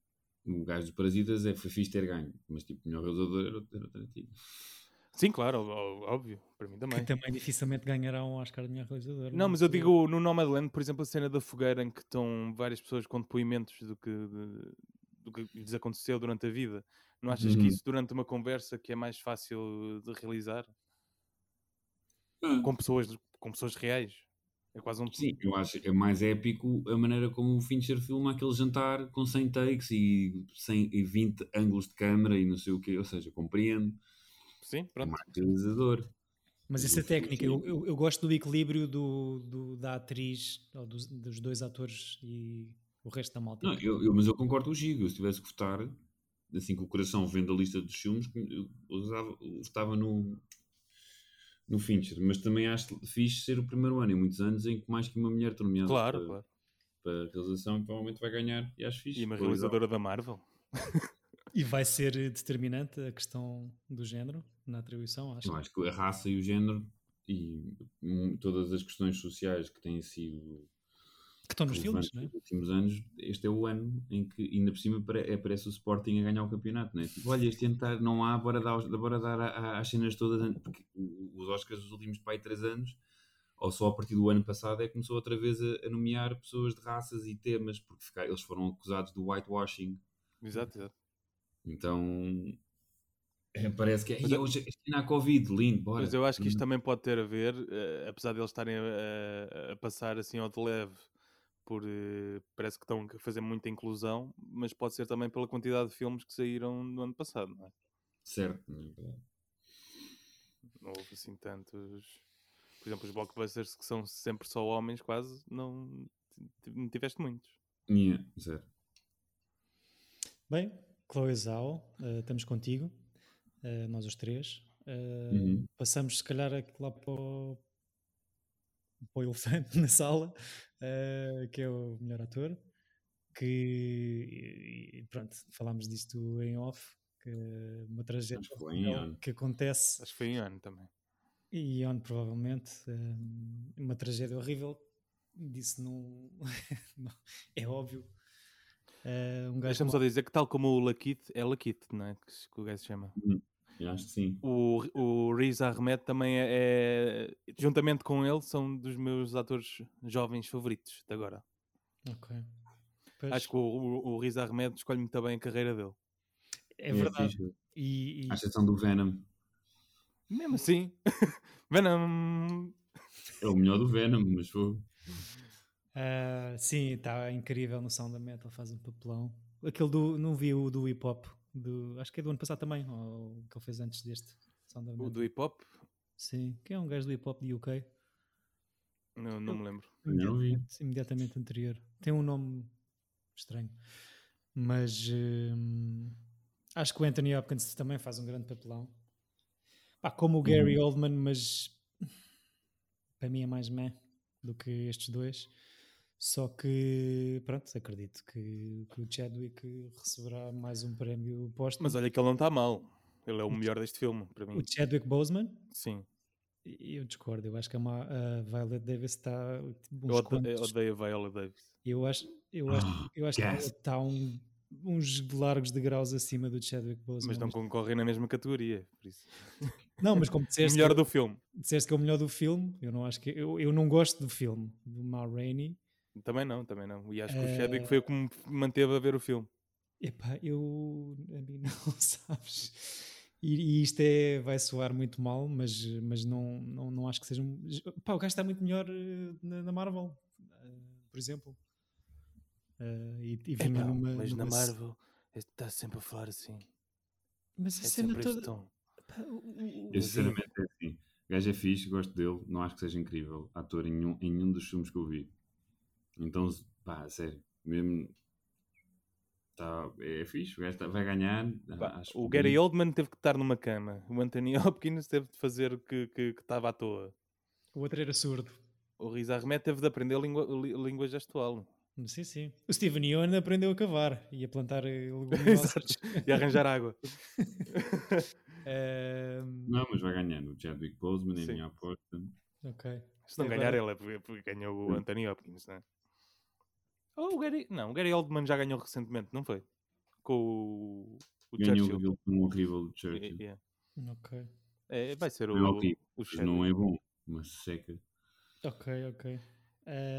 Speaker 4: o gajo dos Parasitas é, foi fixe ter ganho, mas tipo, o melhor realizador era, era o Tarantino.
Speaker 3: Sim, claro, ó- ó- óbvio, para mim também.
Speaker 2: Que também dificilmente ganhará um Oscar de melhor realizador. é?
Speaker 3: Não, mas eu digo no Nomadland, por exemplo, a cena da fogueira em que estão várias pessoas com depoimentos do que, de- do que lhes aconteceu durante a vida. Não achas que
Speaker 4: Uhum.
Speaker 3: isso durante uma conversa que é mais fácil de realizar?
Speaker 4: Ah.
Speaker 3: Com pessoas, com pessoas reais. É quase um...
Speaker 4: Sim, eu acho que é mais épico a maneira como o Fincher filma aquele jantar com 100 takes e, 100, e 20 ângulos de câmera e não sei o quê. Ou seja, compreendo.
Speaker 3: Sim,
Speaker 4: É
Speaker 3: pronto.
Speaker 4: mais realizador.
Speaker 2: Mas isso é técnica. Eu, eu, eu gosto do equilíbrio do, do- da atriz, ou dos, dos dois atores e o resto da malta.
Speaker 4: Não, eu, eu- mas eu concordo com o Gigo. Se tivesse que votar, assim que o coração vendo a lista dos filmes, eu usava- eu votava no, no Fincher. Mas também acho fixe ser o primeiro ano em muitos anos em que mais que uma mulher está nomeada
Speaker 3: Claro,
Speaker 4: para,
Speaker 3: claro.
Speaker 4: para a realização então, provavelmente vai ganhar. E acho fixe. é.
Speaker 3: E uma
Speaker 4: Valorizar.
Speaker 3: realizadora da Marvel?
Speaker 2: E vai ser determinante a questão do género na atribuição, acho.
Speaker 4: Não, acho que a raça e o género e hum, todas as questões sociais que têm sido
Speaker 2: Que estão nos filmes,
Speaker 4: relevantes
Speaker 2: não é?
Speaker 4: nos últimos anos, este é o ano em que ainda por cima pare- aparece o Sporting a ganhar o campeonato, não é? Tipo, olha, este ano tá- não há, bora dar, aos- bora dar a- a- às cenas todas, an- porque o- os Oscars dos últimos pai três anos, ou só a partir do ano passado, é que começou outra vez a, a nomear pessoas de raças e temas, porque fica- eles foram acusados do whitewashing,
Speaker 3: Exato, exato.
Speaker 4: então... eh, Parece que é.
Speaker 3: Mas
Speaker 4: "Ih,
Speaker 3: eu-
Speaker 4: hoje, este ano há Covid, lindo, bora.
Speaker 3: Mas eu acho que isto
Speaker 4: Hum.
Speaker 3: também pode ter a ver, eh, apesar de eles estarem a, a- a passar assim ao de leve, por, eh, parece que estão a fazer muita inclusão, mas pode ser também pela quantidade de filmes que saíram no ano passado, não é?
Speaker 4: Certo, não é verdade?
Speaker 3: Não houve assim tantos. Por exemplo, os blockbusters que são sempre só homens, quase, não, ti- não tiveste muitos.
Speaker 4: Yeah, certo.
Speaker 2: Bem, Chloe Zhao, eh, estamos contigo, eh, nós os três. Eh,
Speaker 4: Uhum.
Speaker 2: Passamos, se calhar, aqui lá para o, para o elefante (laughs) na sala, eh, que é o melhor ator. Que, e- e pronto, falámos disto em off, que é uma tragédia
Speaker 4: que foi em
Speaker 2: horrível
Speaker 4: on.
Speaker 2: que acontece
Speaker 3: Acho que foi em ano também.
Speaker 2: e Ion, provavelmente, hum, uma tragédia horrível. Disse num. não, (laughs) é óbvio. Eh, um gajo
Speaker 3: Deixa-me só dizer que, tal como o Lakit, é Lakit, não é? Que, se- que o gajo se chama. Eh,
Speaker 4: Eu acho que sim.
Speaker 3: O, o Riz Ahmed também é, é- Juntamente com ele, são dos meus atores jovens favoritos de agora.
Speaker 2: Ok. Pois,
Speaker 3: Acho que o, o, o Riz Ahmed escolhe muito bem a carreira dele.
Speaker 2: é verdade.
Speaker 4: fixe.
Speaker 2: E, e-
Speaker 4: À exceção do Venom.
Speaker 3: Mesmo (laughs) assim. Venom.
Speaker 4: É o melhor do Venom, mas foi.
Speaker 2: ah, sim, está incrível no Sound da Metal, faz um papelão. Aquele do. Não vi o do hip hop. Do, acho que é do ano passado também, ou o que ele fez antes deste. Sound of
Speaker 3: O
Speaker 2: Metal.
Speaker 3: do hip hop?
Speaker 2: Sim, que é um gajo do hip hop de UK.
Speaker 3: Não, não me lembro.
Speaker 4: Não vi.
Speaker 2: imediatamente, imediatamente anterior. Tem um nome estranho. Mas hum, acho que o Anthony Hopkins também faz um grande papelão. Pá, como o Gary
Speaker 3: Uhum.
Speaker 2: Oldman, mas para mim é mais meh do que estes dois. Só que, pronto, acredito que, que o Chadwick receberá mais um prémio póstumo.
Speaker 3: tá Mas olha que ele não está mal. Ele é o melhor deste filme, para mim.
Speaker 2: O Chadwick Boseman,
Speaker 3: Sim.
Speaker 2: Eu discordo, eu acho que a, Ma- a Violet Davis está tipo,
Speaker 3: Eu
Speaker 2: uns
Speaker 3: odeio, eu
Speaker 2: quantos-
Speaker 3: odeio a Viola Davis.
Speaker 2: Eu acho, eu acho,
Speaker 3: Ah,
Speaker 2: eu acho que ela
Speaker 4: gasp.
Speaker 2: está um, uns largos degraus acima do Chadwick Boseman.
Speaker 3: Mas não concorrem na mesma categoria. Por isso.
Speaker 2: Não, mas como
Speaker 3: O
Speaker 2: disseste,
Speaker 3: melhor do filme.
Speaker 2: disseste que é o melhor do filme, eu não acho que eu, eu não gosto do filme do Ma Rainey.
Speaker 3: Também não, também não. E acho que
Speaker 2: Eh,
Speaker 3: o Chadwick foi o que me manteve a ver o filme.
Speaker 2: Epá, eu a mim não (laughs) sabes. E, e isto é, vai soar muito mal, mas, mas não, não, não acho que seja. um- Pá, o gajo está muito melhor eh, na, na Marvel, eh, por exemplo. Eh, e, e vi-me
Speaker 3: Epá,
Speaker 2: numa,
Speaker 3: mas na
Speaker 2: numa ce-
Speaker 3: Marvel está sempre a falar assim.
Speaker 2: Mas
Speaker 3: É
Speaker 2: a cena
Speaker 3: sempre
Speaker 2: toda.
Speaker 3: este tom.
Speaker 2: pá, o- o-
Speaker 4: Eu sinceramente é assim. O gajo é fixe, gosto dele, não acho que seja incrível ator em nenhum, em nenhum dos filmes que eu vi. Então, pá, sério, mesmo. Tá, é fixe, o gajo tá- vai ganhar.
Speaker 3: Pá,
Speaker 4: acho
Speaker 3: o
Speaker 4: que-
Speaker 3: Gary Oldman teve que estar numa cama. O Anthony (laughs) Hopkins teve de fazer que que que estava à toa.
Speaker 2: O outro era surdo.
Speaker 3: O Riz Ahmed teve de aprender língua, li- língua gestual
Speaker 2: Sim, sim. O Steven Yeun aprendeu a cavar e a plantar eh,
Speaker 3: Exato.
Speaker 2: leguminosas.
Speaker 3: e arranjar água. (laughs)
Speaker 2: Ahm,
Speaker 4: Não, mas vai ganhar. O Chadwick Boseman é a
Speaker 3: Sim.
Speaker 4: minha aposta.
Speaker 2: ok.
Speaker 3: Se não
Speaker 2: E
Speaker 3: ganhar
Speaker 2: agora?
Speaker 3: ele é porque, porque ganhou
Speaker 4: Hum.
Speaker 3: o Anthony Hopkins, não é? Ou o Gary... Não, o Gary Oldman já ganhou recentemente, não foi? Com o, o
Speaker 4: Ganhou
Speaker 3: Churchill.
Speaker 4: aquele filme um horrível do
Speaker 3: É,
Speaker 4: Churchill.
Speaker 3: é.
Speaker 2: Ok.
Speaker 3: É, vai ser o,
Speaker 4: Não é horrível,
Speaker 3: o
Speaker 4: Mas não
Speaker 3: Chadwick.
Speaker 4: é bom, mas seca. (laughs)
Speaker 2: Ok, ok.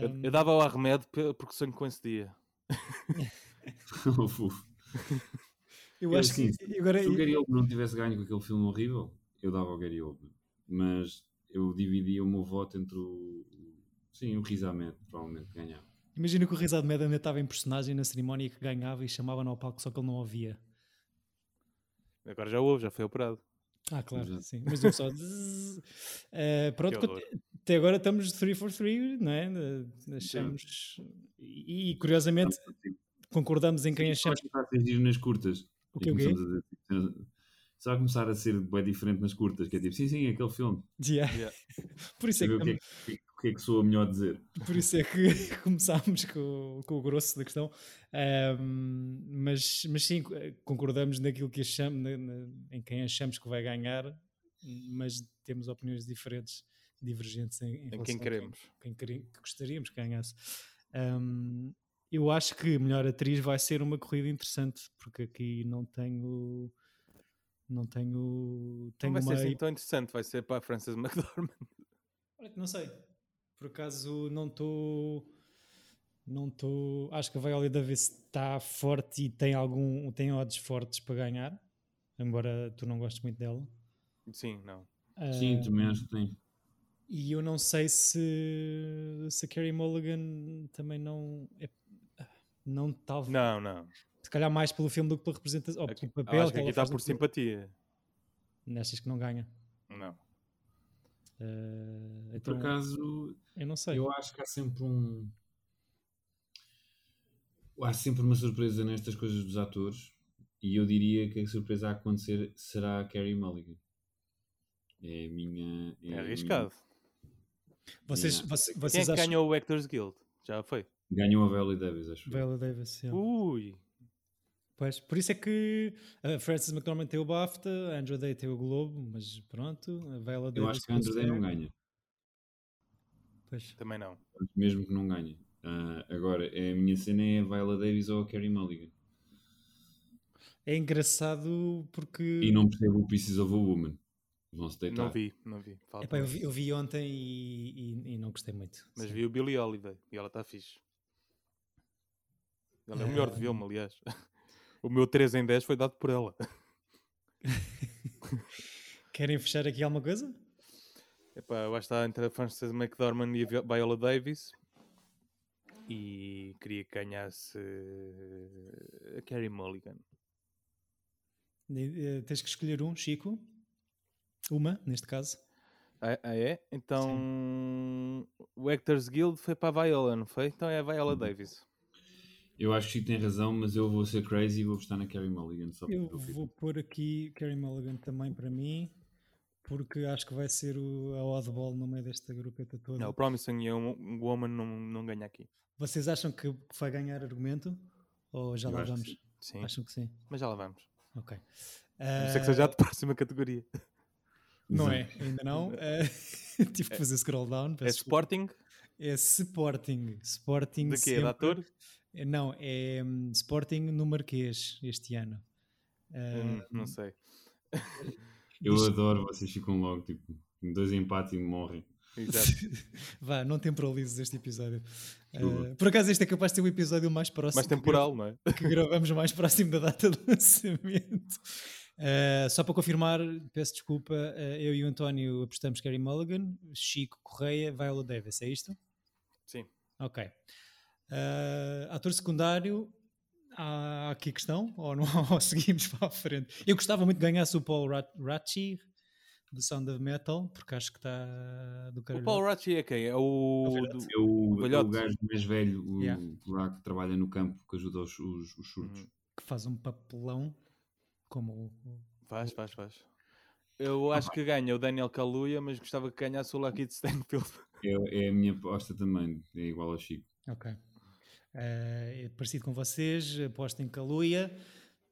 Speaker 3: Eu,
Speaker 2: Ahm,
Speaker 3: eu dava ao Arremedo pe- porque sonho com esse dia.
Speaker 4: Fofo.
Speaker 2: eu
Speaker 4: eu
Speaker 2: acho que.
Speaker 4: assim,
Speaker 2: Agora,
Speaker 4: Se o Gary Oldman não tivesse ganho com aquele filme horrível, eu dava ao Gary Oldman. Mas eu dividia o meu voto entre o. Sim, o Riz Ahmed, provavelmente ganhava.
Speaker 2: Imagina que o Risado Meda ainda estava em personagem na cerimónia que ganhava e chamava-no ao palco, só que ele não ouvia.
Speaker 3: Agora já houve, já foi operado.
Speaker 2: Ah, claro,
Speaker 4: Exato.
Speaker 2: sim. Mas eu só. Zzz. Eh, pronto,
Speaker 3: Que
Speaker 2: conte-
Speaker 3: horror.
Speaker 2: até agora estamos 3 for 3, não é? Eh, Achamos. E, e, curiosamente,
Speaker 4: tipo,
Speaker 2: concordamos em quem achamos.
Speaker 4: Começar a ser giro nas curtas.
Speaker 2: O
Speaker 4: E
Speaker 2: que é o quê?
Speaker 4: começamos a dizer, tipo, Só a começar a ser bem diferente nas curtas, que é tipo, sim, sim, aquele filme.
Speaker 2: (laughs) Yeah.
Speaker 3: Yeah.
Speaker 2: Por isso é
Speaker 4: Saber
Speaker 2: que
Speaker 4: o que é que, o que, é que soa melhor dizer.
Speaker 2: Por isso é que (laughs) começámos com, com o grosso da questão. Ahm, mas, mas sim, eh, concordamos naquilo que achamos, na- na- em quem achamos que vai ganhar, mas temos opiniões diferentes, divergentes em, em
Speaker 3: Em
Speaker 2: relação
Speaker 3: quem
Speaker 2: a
Speaker 3: queremos.
Speaker 2: Quem, queri- que gostaríamos que ganhasse. Ahm, eu acho que melhor atriz vai ser uma corrida interessante, porque aqui não tenho. Não tenho. Tenho
Speaker 3: Não vai
Speaker 2: uma.
Speaker 3: ser assim tão interessante, vai ser para a Frances (laughs) McDormand.
Speaker 2: Olha que Não sei. Por acaso não estou. Não estou. Acho que a Viola Davis está forte e tem algum. tem odds fortes para ganhar. Embora tu não gostes muito dela.
Speaker 3: Sim, não.
Speaker 2: Ah,
Speaker 4: Sim, também acho que tem.
Speaker 2: e eu não sei se. se a Carey Mulligan também não. é- não talvez.
Speaker 3: Não, não.
Speaker 2: Se calhar mais pelo filme do que pela representação. Ou
Speaker 3: Acho
Speaker 2: pelo
Speaker 3: que-
Speaker 2: papel.
Speaker 3: acho que
Speaker 2: ela
Speaker 3: aqui está
Speaker 2: faz assim. no
Speaker 3: por
Speaker 2: filme.
Speaker 3: simpatia.
Speaker 2: Nestas que não ganha.
Speaker 3: Não.
Speaker 2: Ah,
Speaker 4: Por
Speaker 2: então,
Speaker 4: acaso,
Speaker 2: eu não sei.
Speaker 4: Eu acho que há sempre um. Há sempre uma surpresa nestas coisas dos atores. E eu diria que a surpresa a acontecer será a Carrie Mulligan. É a minha.
Speaker 3: É
Speaker 4: a
Speaker 3: arriscado.
Speaker 2: Vocês,
Speaker 4: Yeah.
Speaker 2: vocês,
Speaker 3: Quem é
Speaker 2: vocês
Speaker 3: que
Speaker 2: acham.
Speaker 3: ganhou o Actors Guild? Já foi.
Speaker 4: minha- Ganhou a Viola Davis, acho. eu.
Speaker 2: Viola Davis, yeah.
Speaker 3: Ui.
Speaker 2: Pois, por isso é que a Frances McDormand tem o BAFTA, a Andrew Day tem o Globo, mas pronto, a Viola
Speaker 4: Eu acho que a Andrew Day é um não
Speaker 2: conseguiu.
Speaker 4: ganha.
Speaker 2: Pois.
Speaker 3: Também não.
Speaker 4: Mesmo que não ganhe. Ah, agora, é a minha cena é a Viola Davis ou a Carrie Mulligan.
Speaker 2: É engraçado porque...
Speaker 4: E não percebo o Pieces of a Woman. Vão-se deitar.
Speaker 3: Não vi, não vi. Falta
Speaker 2: Epá, eu,
Speaker 3: mais.
Speaker 2: vi, eu vi ontem e, e- e não gostei muito.
Speaker 3: Mas
Speaker 2: Sim.
Speaker 3: vi o Billy Holiday e ela está fixe. Ela é o melhor de filme, aliás. (laughs) O meu 3 em 10 foi dado por ela. (laughs)
Speaker 2: Querem fechar aqui alguma coisa?
Speaker 3: Epá, eu acho que está entre a Frances McDormand e a Vi- Viola Davis. E queria que ganhasse eh, a Carrie Mulligan.
Speaker 2: Eh, eh, Tens que escolher um, Chico. Uma, neste caso.
Speaker 3: Ah, ah, é? Então o Actors Guild foi para a Viola, não foi? Então é a Viola Davis.
Speaker 4: Eu acho que Chico tem razão, mas eu vou ser crazy e vou apostar na Carrie Mulligan. Só
Speaker 2: Eu
Speaker 4: porque eu
Speaker 2: vou pôr aqui Carey Mulligan também para mim, porque acho que vai ser o, a oddball no meio desta grupeta toda.
Speaker 3: Não, É o Promising Young Woman não, não ganha aqui.
Speaker 2: Vocês acham que que vai ganhar argumento? Ou já
Speaker 4: Eu
Speaker 2: lá
Speaker 4: acho que
Speaker 2: vamos?
Speaker 4: sim.
Speaker 3: Sim,
Speaker 2: Acham que sim.
Speaker 3: mas já lá vamos.
Speaker 2: Ok.
Speaker 3: A não ser que assim.
Speaker 2: Ah,
Speaker 3: seja a próxima categoria.
Speaker 2: Não
Speaker 4: Exato.
Speaker 2: é, ainda
Speaker 3: (laughs)
Speaker 2: não. Eh, (laughs) tive que fazer scroll down.
Speaker 3: É
Speaker 2: peço desculpa.
Speaker 3: Sporting?
Speaker 2: É Sporting. Sporting
Speaker 3: De quê? De
Speaker 2: sempre-
Speaker 3: ator?
Speaker 2: Não, é hum, Sporting no Marquês este ano. Eh,
Speaker 3: Hum, não (laughs) sei.
Speaker 4: Eu
Speaker 2: diz-
Speaker 4: adoro, vocês ficam logo tipo, dois empates e morrem.
Speaker 3: Exato.
Speaker 2: Vá, não temporalizes este episódio. Eh,
Speaker 4: Desculpa.
Speaker 2: por acaso, este é capaz de ser o episódio mais próximo.
Speaker 3: Mais
Speaker 2: que
Speaker 3: temporal, não é?
Speaker 2: (laughs) que gravamos mais próximo da data do (laughs) lançamento. Uh, só para confirmar, peço desculpa, uh, eu e o António apostamos Gary Mulligan, Chico Correia, Viola Davis, é isto?
Speaker 3: Sim.
Speaker 2: Ok. Uh, ator secundário, há aqui questão? Ou não (laughs) ou seguimos para a frente? Eu gostava muito de ganhar o Paul Rat- Ratchir do Sound of Metal, porque acho que está do
Speaker 3: O
Speaker 2: caralho.
Speaker 3: Paul Ratchi é quem? É o.
Speaker 2: Velhote.
Speaker 3: do-
Speaker 4: É o, é
Speaker 3: Velhote.
Speaker 4: o gajo mais velho o,
Speaker 2: Yeah.
Speaker 4: lá que trabalha no campo, que ajuda os, os, os surdos.
Speaker 3: Uhum.
Speaker 2: que faz um papelão como o- o
Speaker 3: Faz, faz, faz. Eu acho que ganha o Daniel Kaluuya, mas gostava que ganhasse o Lucky de Stanfield. (laughs)
Speaker 4: É, é a minha aposta também, é igual ao Chico.
Speaker 2: Ok. Eh, é parecido com vocês, aposto em Caluia,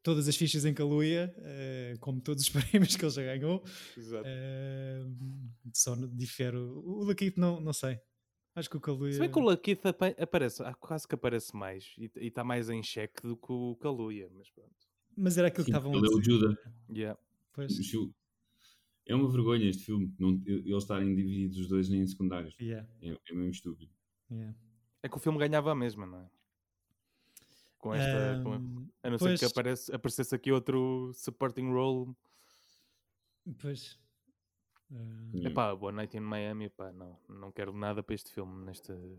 Speaker 2: todas as fichas em Caluia, como todos os (laughs) prémios que ele já ganhou.
Speaker 3: Exato.
Speaker 2: Eh, só no- difere. O o Lakito não, não sei. Acho que o Caluia.
Speaker 3: Se bem que o Lucky aparece, ah, quase que aparece mais e está mais em xeque do que o Kaluuya, mas pronto.
Speaker 2: Mas era aquilo
Speaker 4: Sim,
Speaker 2: que estavam assim, a
Speaker 4: ele é o
Speaker 2: dizer.
Speaker 4: Judas.
Speaker 3: Yeah.
Speaker 2: Pois.
Speaker 4: O Chico- É uma vergonha este filme, não, eles estarem divididos os dois nem em secundários.
Speaker 2: Yeah,
Speaker 4: É, é mesmo estúpido.
Speaker 2: yeah.
Speaker 3: É que o filme ganhava a mesma, não é? Com esta. com-
Speaker 2: Ahm,
Speaker 3: A não ser que
Speaker 2: pois.
Speaker 3: aparece, aparecesse aqui outro supporting role.
Speaker 2: pois. Eh,
Speaker 4: Yeah.
Speaker 3: Epá, Boa Night in Miami, pá, não, não quero nada para este filme. Neste... É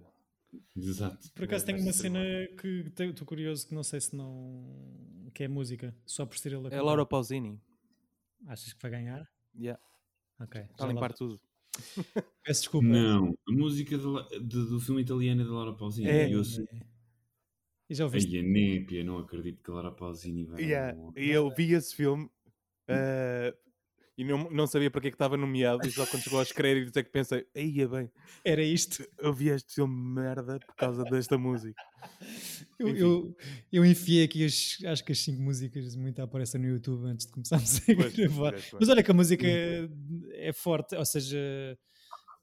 Speaker 4: Exato.
Speaker 2: por acaso
Speaker 3: Mas
Speaker 2: tenho
Speaker 3: vai
Speaker 2: uma
Speaker 3: ser
Speaker 2: cena que te- estou curioso que não sei se não. que é música, só por ser ele a
Speaker 3: É
Speaker 2: cantar.
Speaker 3: Laura Pausini.
Speaker 2: Achas que vai ganhar?
Speaker 3: Yeah.
Speaker 2: Ok.
Speaker 3: Está a
Speaker 2: já lá-
Speaker 3: limpar tudo.
Speaker 2: Peço desculpa.
Speaker 4: Não, a música de La- de- do filme italiano é da Laura Pausini.
Speaker 3: É.
Speaker 4: eu sei.
Speaker 2: E já ouviste?
Speaker 4: Ai, a népia, não acredito que Laura Pausini vai.
Speaker 3: Yeah,
Speaker 4: ao-
Speaker 3: e eu vi esse filme eh, e não, não sabia para que é que estava nomeado. E só quando (laughs) chegou aos créditos é que pensei: ia bem,
Speaker 2: Era isto.
Speaker 3: eu vi este filme merda por causa desta música.
Speaker 2: Eu,
Speaker 3: Enfim.
Speaker 2: eu, eu enfiei aqui as, acho que as cinco músicas muito aparecem no YouTube antes de começarmos (laughs) a
Speaker 3: Pois,
Speaker 2: gravar.
Speaker 3: pois, pois.
Speaker 2: Mas olha que a música é forte, ou seja,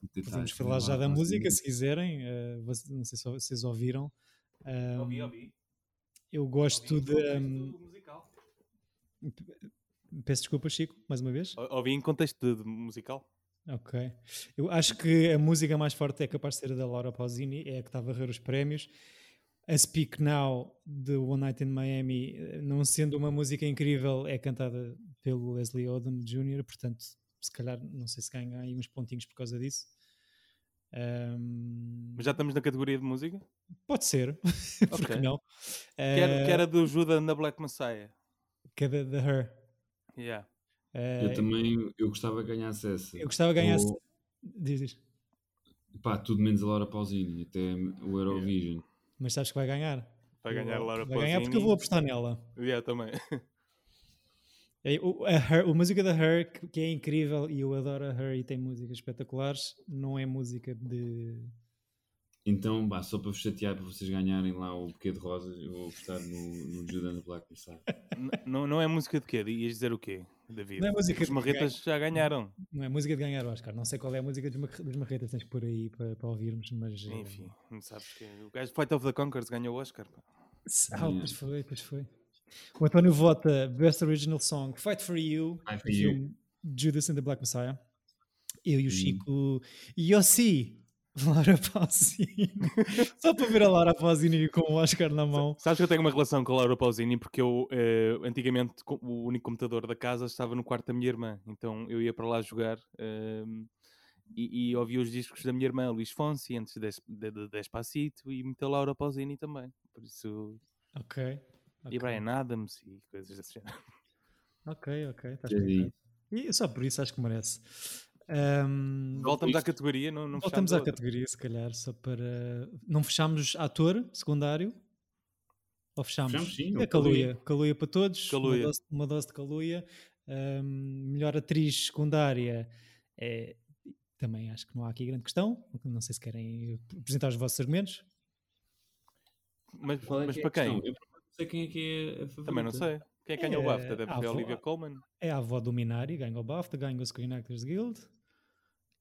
Speaker 2: podemos
Speaker 4: Detalhes,
Speaker 2: falar já da
Speaker 4: Laura
Speaker 2: música
Speaker 4: Pausini.
Speaker 2: se quiserem. eh, voce- não sei se vocês ouviram. Ah, eu gosto de. hum, peço desculpa, Chico, mais uma vez.
Speaker 3: Ou- Ouvi em contexto de- de musical.
Speaker 2: Ok. Eu acho que a música mais forte é capaz de ser a da Laura Pausini, é a que está a varrer os prémios. A Speak Now de One Night in Miami, eh, não sendo uma música incrível, é cantada pelo Leslie Odom Jr., portanto, se calhar, não sei se ganha aí uns pontinhos por causa disso. Ahm,
Speaker 3: Mas já estamos na categoria de música?
Speaker 2: pode ser, (laughs) porque
Speaker 3: Ok.
Speaker 2: não?
Speaker 3: Que era,
Speaker 2: Eh,
Speaker 3: que era do Judas na Black Messiah.
Speaker 2: que é da da Her.
Speaker 3: Yeah.
Speaker 2: Eh,
Speaker 4: Eu também eu gostava que ganhasse essa.
Speaker 2: eu gostava de ganhar.
Speaker 4: Ou-
Speaker 2: Diz, diz.
Speaker 4: Pá, tudo menos a Laura Pausini, até o Eurovision.
Speaker 2: Mas sabes que vai ganhar?
Speaker 3: Vai ganhar a Laura
Speaker 2: Vai ganhar porque eu
Speaker 3: Pausini.
Speaker 2: vou apostar nela.
Speaker 3: Yeah, também.
Speaker 2: É, o, a, Her, a música da Her, que, que é incrível e eu adoro a Her e tem músicas espetaculares, não é música de.
Speaker 4: Então, pá, só para vos chatear, para vocês ganharem lá o buquê de rosas, eu vou apostar no, no Judas Black Messiah.
Speaker 3: N- não, não é música de quê? Ias dizer o quê, David?
Speaker 2: Não é música
Speaker 3: Os
Speaker 2: de
Speaker 3: marretas já ganharam.
Speaker 2: Não é música de ganhar o Oscar. Não sei qual é a música dos, mar, dos Marretas, tens por aí para, para ouvirmos, mas. eh,
Speaker 3: Enfim, não sabes que o gajo Fight of the Conquerors ganhou o Oscar. pá.
Speaker 2: se- Ah, pois foi, pois foi. O António vota Best Original Song Fight for You,
Speaker 4: Fight for
Speaker 2: do
Speaker 4: You.
Speaker 2: filme Judas and the Black Messiah. Eu e o
Speaker 4: Hum.
Speaker 2: Chico. Yossi! (laughs) Laura Pausini. (laughs) Só para ver a Laura Pausini com o Oscar na mão.
Speaker 3: Sabes que eu tenho uma relação com a Laura Pausini porque eu eh, antigamente co- o único computador da casa estava no quarto da minha irmã, então eu ia para lá jogar ehm, e, e ouvia os discos da minha irmã Luís Fonsi antes de, de, de Despacito e muita Laura Pausini também. Por isso,
Speaker 2: Ok.
Speaker 3: e
Speaker 2: ok.
Speaker 3: Brian Adams e coisas desse género.
Speaker 2: Ok, ok. Tá
Speaker 4: É aí.
Speaker 2: explicado. e só por isso acho que merece. Ahm,
Speaker 3: Voltamos à
Speaker 4: isto-
Speaker 3: categoria, não, não
Speaker 2: Hum, voltamos
Speaker 3: fechamos a
Speaker 2: à
Speaker 3: outra.
Speaker 2: categoria, se calhar, só para. Não fechamos ator secundário? Ou fechamos?
Speaker 4: Fechamos, sim,
Speaker 2: É
Speaker 4: o
Speaker 2: Caluia. Caluia para todos.
Speaker 3: Kaluuya.
Speaker 2: Uma, dose, uma dose de Caluia. melhor atriz secundária. é, também acho que não há aqui grande questão. Não sei se querem apresentar os vossos argumentos.
Speaker 3: Mas,
Speaker 4: Qual é
Speaker 3: mas
Speaker 4: que é a
Speaker 3: para quem?
Speaker 4: questão? Eu não sei quem é que é a favorita.
Speaker 3: Também não sei. Quem é que ganhou o
Speaker 2: É,
Speaker 3: BAFTA? Deve
Speaker 2: ah,
Speaker 3: ser a
Speaker 2: vou-
Speaker 3: Olivia Colman.
Speaker 2: É a avó do Minari, ganha o BAFTA, ganha o Screen Actors Guild.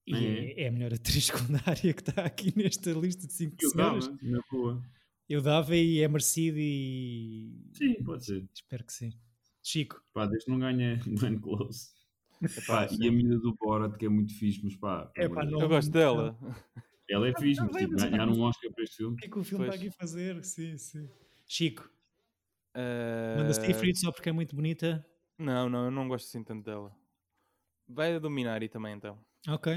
Speaker 2: E
Speaker 5: É.
Speaker 2: é a melhor atriz (laughs) secundária que está aqui nesta lista de cinco
Speaker 4: E o
Speaker 2: senhoras.
Speaker 4: Gama, na rua.
Speaker 2: Eu dava e é merecido e.
Speaker 4: Sim, pode ser.
Speaker 2: Espero que sim. Chico,
Speaker 4: Pá, desde que não ganha (laughs) Glenn Close.
Speaker 5: Pá, e a mina do Borat, que é muito fixe, mas pá,
Speaker 2: É,
Speaker 5: pelo
Speaker 2: pá,
Speaker 5: amor de
Speaker 2: não-
Speaker 5: Deus.
Speaker 3: Eu gosto dela.
Speaker 4: ela é fixe,
Speaker 2: não,
Speaker 4: mas tipo,
Speaker 2: lembra-se,
Speaker 4: ganhar
Speaker 2: mas-
Speaker 4: um Oscar para este filme.
Speaker 2: o que é que o filme
Speaker 3: Pois.
Speaker 2: está aqui a fazer? Sim, sim. Chico,
Speaker 3: Eh,
Speaker 2: manda Seafried só porque é muito bonita.
Speaker 3: Não, não, eu não gosto assim tanto dela. Vai a Dominari também, então.
Speaker 2: Ok,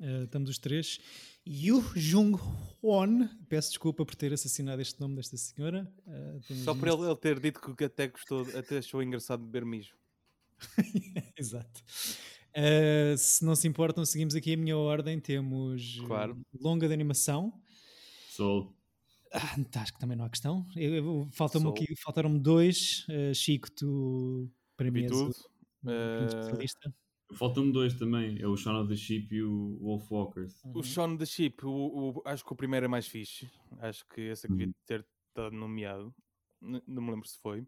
Speaker 2: eh, estamos os três. Yu Jung Won, peço desculpa por ter assassinado este nome desta senhora. Eh, temos
Speaker 3: Só por
Speaker 2: nisto-
Speaker 3: ele, ele ter dito que até gostou, até achou engraçado beber mijo.
Speaker 2: (laughs) Exato. Eh, se não se importam, seguimos aqui a minha ordem. Temos eh,
Speaker 3: Claro.
Speaker 2: longa de animação.
Speaker 4: Sol.
Speaker 2: Ah, acho que também não há questão. Eu- eu- Faltam-me
Speaker 3: Sou.
Speaker 2: aqui, faltaram-me dois. Eh, Chico, tu para mim é
Speaker 3: Vi
Speaker 2: és o-
Speaker 3: tudo.
Speaker 2: o grande
Speaker 3: ah,
Speaker 2: especialista.
Speaker 4: Faltam-me dois também. É o Shaun of the Sheep e o Wolf Walkers.
Speaker 2: Uhum.
Speaker 3: O Shaun the Sheep, o, o- acho que o primeiro é mais fixe. Acho que esse é que devia ter estado nomeado. N- Não me lembro se foi.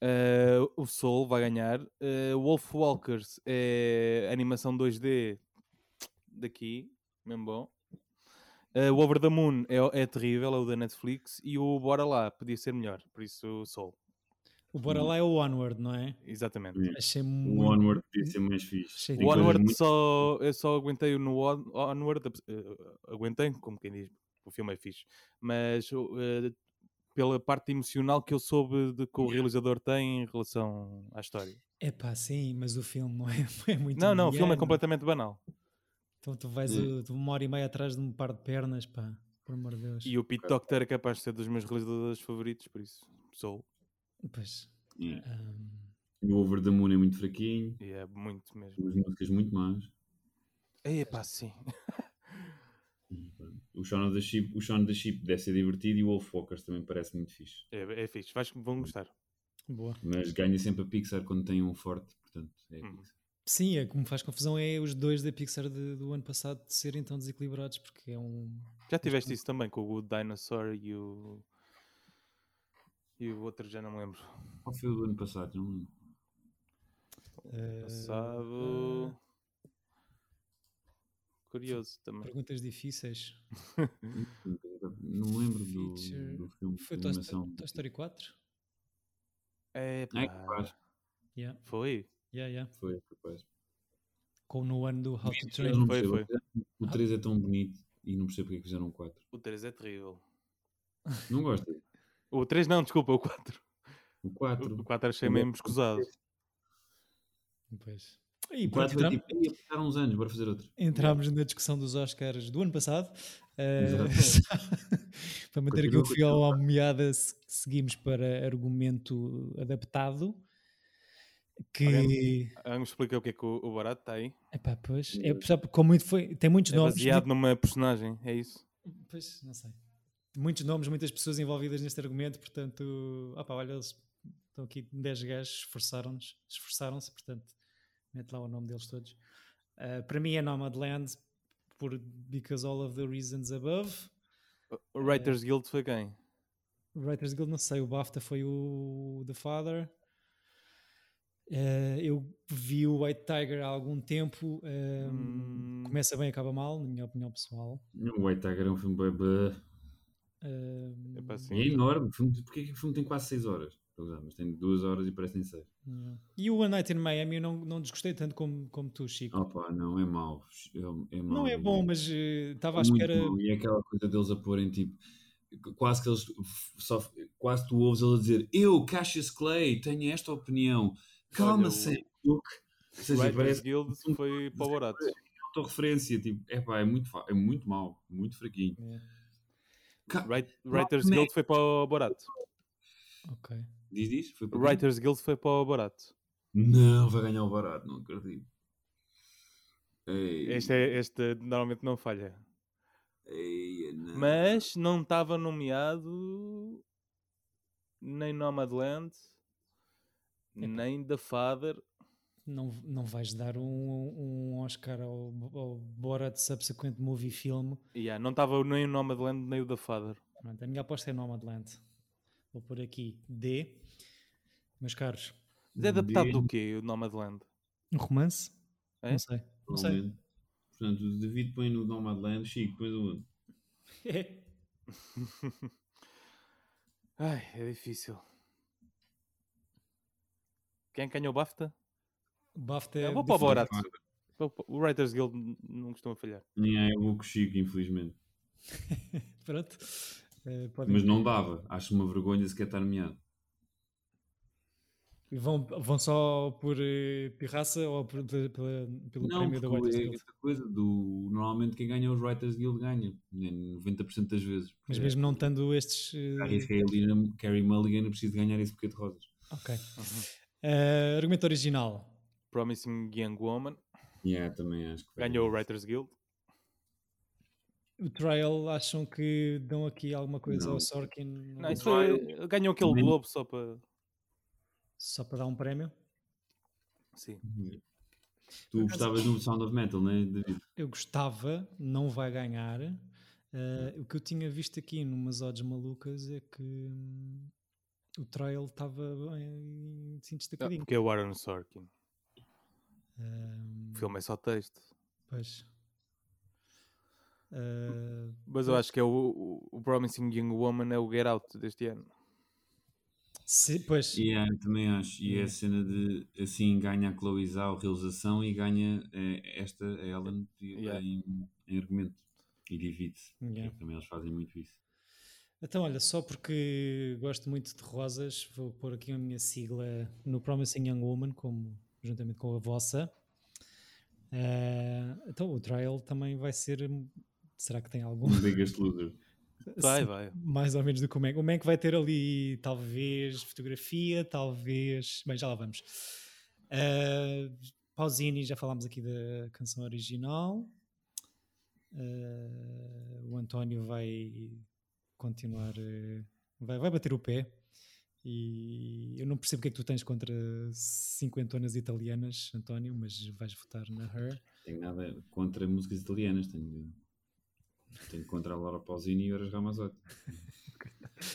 Speaker 3: Eh, o Soul vai ganhar. Eh, Wolf Walkers é animação 2D daqui, mesmo bom. Eh, o Over the Moon é, é terrível, é o da Netflix. E o Bora Lá podia ser melhor, por isso Soul.
Speaker 2: O Bora Lá é o Onward, não é?
Speaker 3: Exatamente.
Speaker 4: Yeah.
Speaker 2: Achei
Speaker 4: O
Speaker 2: muito.
Speaker 4: Onward devia ser mais fixe.
Speaker 2: Sim.
Speaker 4: Tem
Speaker 3: O
Speaker 4: coisas
Speaker 3: Onward
Speaker 4: muito-
Speaker 3: só, eu só aguentei no On- Onward, apes- eh, aguentei, como quem diz, o filme é fixe, mas eh, pela parte emocional que eu soube de que o realizador tem em relação à história.
Speaker 2: É pá, sim, mas o filme não é, (laughs) é muito.
Speaker 3: não, não, o filme é
Speaker 2: mediano.
Speaker 3: completamente banal.
Speaker 2: Então tu vais
Speaker 5: Hum.
Speaker 2: uh, de uma hora e meia atrás de um par de pernas, pá, por amor de Deus.
Speaker 3: E o Pete Docter é capaz de ser dos meus realizadores favoritos, por isso sou.
Speaker 2: Pois,
Speaker 4: Yeah.
Speaker 2: ahm,
Speaker 4: O Over the Moon é muito fraquinho.
Speaker 3: E é muito mesmo.
Speaker 4: As músicas muito más.
Speaker 3: É pá, sim.
Speaker 4: O Shaun of the Sheep, o Shaun of the Sheep deve ser divertido e o Wolf Walkers também parece muito fixe.
Speaker 3: É, é fixe. Vais, vão gostar.
Speaker 2: boa.
Speaker 4: Mas ganha sempre a Pixar quando tem um forte, portanto, é a
Speaker 3: Hum.
Speaker 4: Pixar.
Speaker 2: Sim, é como faz confusão é os dois da Pixar de- do ano passado de serem tão desequilibrados, porque é um.
Speaker 3: Já tiveste isso também com o Good Dinosaur e o. E o outro já não me lembro.
Speaker 4: Qual foi o do ano passado? Não me lembro.
Speaker 2: eh,
Speaker 3: Passado. eh, Curioso também.
Speaker 2: ah, perguntas difíceis.
Speaker 4: Não me lembro do,
Speaker 2: Feature.
Speaker 4: do filme
Speaker 2: Foi
Speaker 4: de
Speaker 2: Toy Story,
Speaker 4: animação.
Speaker 2: Toy Story 4?
Speaker 3: É,
Speaker 4: É capaz,
Speaker 2: Yeah,
Speaker 3: Foi?
Speaker 2: yeah, yeah.
Speaker 4: foi capaz.
Speaker 2: Com no ano do How to
Speaker 4: Eu não
Speaker 2: Train.
Speaker 3: Foi,
Speaker 4: percebo. O 3 é tão bonito e não percebo porque é que fizeram o 4.
Speaker 3: O 3 é terrível.
Speaker 4: Não gosto.
Speaker 3: O 3 não, desculpa, o 4.
Speaker 4: O é 4.
Speaker 3: O 4 achei
Speaker 4: Eu
Speaker 3: mesmo
Speaker 4: gosto do
Speaker 3: escusado.
Speaker 2: Pois. E
Speaker 4: O
Speaker 2: pronto,
Speaker 4: 4 é
Speaker 2: entramos-
Speaker 4: tipo, ia passar uns anos, bora fazer outro.
Speaker 2: Entrámos na discussão dos Oscars do ano passado. Eh,
Speaker 4: Exato.
Speaker 2: (laughs) para manter aqui
Speaker 4: Continua
Speaker 2: o
Speaker 4: com
Speaker 2: fiel à meada, se- seguimos para argumento adaptado. Que.
Speaker 3: Alguém me explica o que é que o, o barato está aí.
Speaker 2: Epá, pois, é, só porque com muito foi, tem muitos
Speaker 3: eh, É
Speaker 2: nomes.
Speaker 3: baseado numa personagem, é isso?
Speaker 2: muito- Pois, não sei. Muitos nomes, muitas pessoas envolvidas neste argumento, portanto. Opá, olha, eles estão aqui 10 gajos, esforçaram-nos, esforçaram-se, portanto, mete lá o nome deles todos. Eh, para mim é Nomadland, por because all of the reasons above.
Speaker 3: O Writers Guild foi quem?
Speaker 2: Writers Guild, não sei, o BAFTA foi o The Father. Eh, eu vi o White Tiger há algum tempo. eh,
Speaker 3: Hum.
Speaker 2: Começa bem, acaba mal, na minha opinião pessoal.
Speaker 4: O White Tiger é um filme bué- bué.
Speaker 2: Eh,
Speaker 3: É pá, assim.
Speaker 4: É enorme. O filme- Porquê que o filme tem quase 6 horas? Pois é, Mas tem 2 horas e parece que tem 6.
Speaker 2: yeah. Hum. E o A Night in Miami eu não, não desgostei tanto como, como tu, Chico.
Speaker 4: Opa, não, é mau. É, é mau.
Speaker 2: não é bom, mas eh, estava à
Speaker 4: Muito
Speaker 2: espera.
Speaker 4: bom, E é aquela coisa deles a porem tipo. qu- Quase que eles. f- Só, f- quase tu ouves eles a dizer: Eu, Cassius Clay, tenho esta opinião.
Speaker 3: o-
Speaker 4: Calma, Sam Cooke. Ou seja,
Speaker 3: Writers
Speaker 4: parece um é
Speaker 3: Guild foi para o barato.
Speaker 4: autorreferência. Tipo, epá, é muito, fa- é muito mau, muito fraquinho.
Speaker 2: Yeah,
Speaker 4: Ca-
Speaker 3: Write- Writers
Speaker 4: Rockman.
Speaker 3: Guild foi para o barato.
Speaker 2: ok.
Speaker 4: Diz, diz? Foi para quem?
Speaker 3: Writers Guild foi para o barato.
Speaker 4: Não, vai ganhar o barato, não acredito. Ei,
Speaker 3: Este, é, este normalmente não falha.
Speaker 4: ei, não.
Speaker 3: Mas não estava nomeado nem Nomadland, nem The Father.
Speaker 2: Não, não vais dar um, um Oscar ao, ao Borat Subsequent Movie Film
Speaker 3: Yeah, não estava nem o Nomadland nem o The Father.
Speaker 2: Pronto, a minha aposta é Nomadland. Vou pôr aqui D. meus caros.
Speaker 3: Mas é adaptado do quê, o Nomadland?
Speaker 2: Um romance?
Speaker 3: É?
Speaker 2: Não sei. (laughs) Não sei.
Speaker 4: provavelmente. Portanto, o David põe no Nomadland, Chico, põe no outro.
Speaker 2: É.
Speaker 3: Ai, é difícil. Quem ganhou o BAFTA?
Speaker 2: BAFTA é
Speaker 3: Eu vou para o
Speaker 2: diferente.
Speaker 3: Borat. Vou para- O Writers Guild n- não costuma falhar.
Speaker 4: Yeah, eu vou com o Chico, infelizmente.
Speaker 2: Pronto. Eh, podem-
Speaker 4: Mas não dava. Acho uma vergonha sequer estar nomeado.
Speaker 2: Vão, vão só por eh, pirraça ou por- pela- pela- pelo
Speaker 4: Não,
Speaker 2: prémio da White
Speaker 4: porque é
Speaker 2: Guild?
Speaker 4: essa coisa do... Normalmente quem ganha é os Writers Guild ganha. né, 90% das vezes.
Speaker 2: Mas mesmo não tendo estes. eh,
Speaker 4: Arrisquei ali na Carrie Mulligan, eu preciso ganhar esse buquê de rosas.
Speaker 2: ok.
Speaker 3: Uhum.
Speaker 2: Eh, argumento original.
Speaker 3: Promising Young Woman
Speaker 4: Yeah, também acho que vai.
Speaker 3: ganhou o Writers Guild.
Speaker 2: O Trial acham que dão aqui alguma coisa
Speaker 4: Não.
Speaker 2: ao Sorkin
Speaker 3: Não,
Speaker 2: eh,
Speaker 3: isso foi- ganhou aquele
Speaker 4: Nem-
Speaker 3: Globo só para.
Speaker 2: só para dar um prémio?
Speaker 3: Sim.
Speaker 4: Tu gostavas no Sound of Metal, não é, David?
Speaker 2: Eu gostava, não vai ganhar. Eh, o que eu tinha visto aqui numas odds malucas é que hum, o Trial estava bem assim,
Speaker 3: Ah,
Speaker 2: destacadinho.
Speaker 3: porque é o Aaron Sorkin.
Speaker 2: Ahm,
Speaker 3: O filme é só texto.
Speaker 2: Eh, pois. Ah,
Speaker 3: Mas eu acho que é o, o- o Promising Young Woman é o Get Out deste ano.
Speaker 2: se- pois,
Speaker 4: Yeah, também acho. E é a cena de assim ganha a Chloe Zhao realização e ganha eh, esta a Ellen de-
Speaker 3: Yeah.
Speaker 4: em, em argumento. E divide-se.
Speaker 2: Yeah.
Speaker 4: Também eles fazem muito isso.
Speaker 2: Então, olha, só porque gosto muito de rosas, vou pôr aqui a minha sigla no Promising Young Woman, como, juntamente com a vossa. Eh, então, o trial também vai ser. Será que tem algum?
Speaker 4: Um biggest loser.
Speaker 3: Vai, vai.
Speaker 2: Mais ou menos do que o Mank. O Mank vai ter ali, talvez, fotografia, talvez. Bem, já lá vamos. Eh, Pausini, já falámos aqui da canção original. Eh, o António vai continuar. eh, vai, vai bater o pé. E eu não percebo o que é que tu tens contra cinquentonas italianas, António, mas vais votar na Her.
Speaker 4: Tenho nada contra músicas italianas. Tenho, tenho contra a Laura Pausini e o Eros Ramazzotti.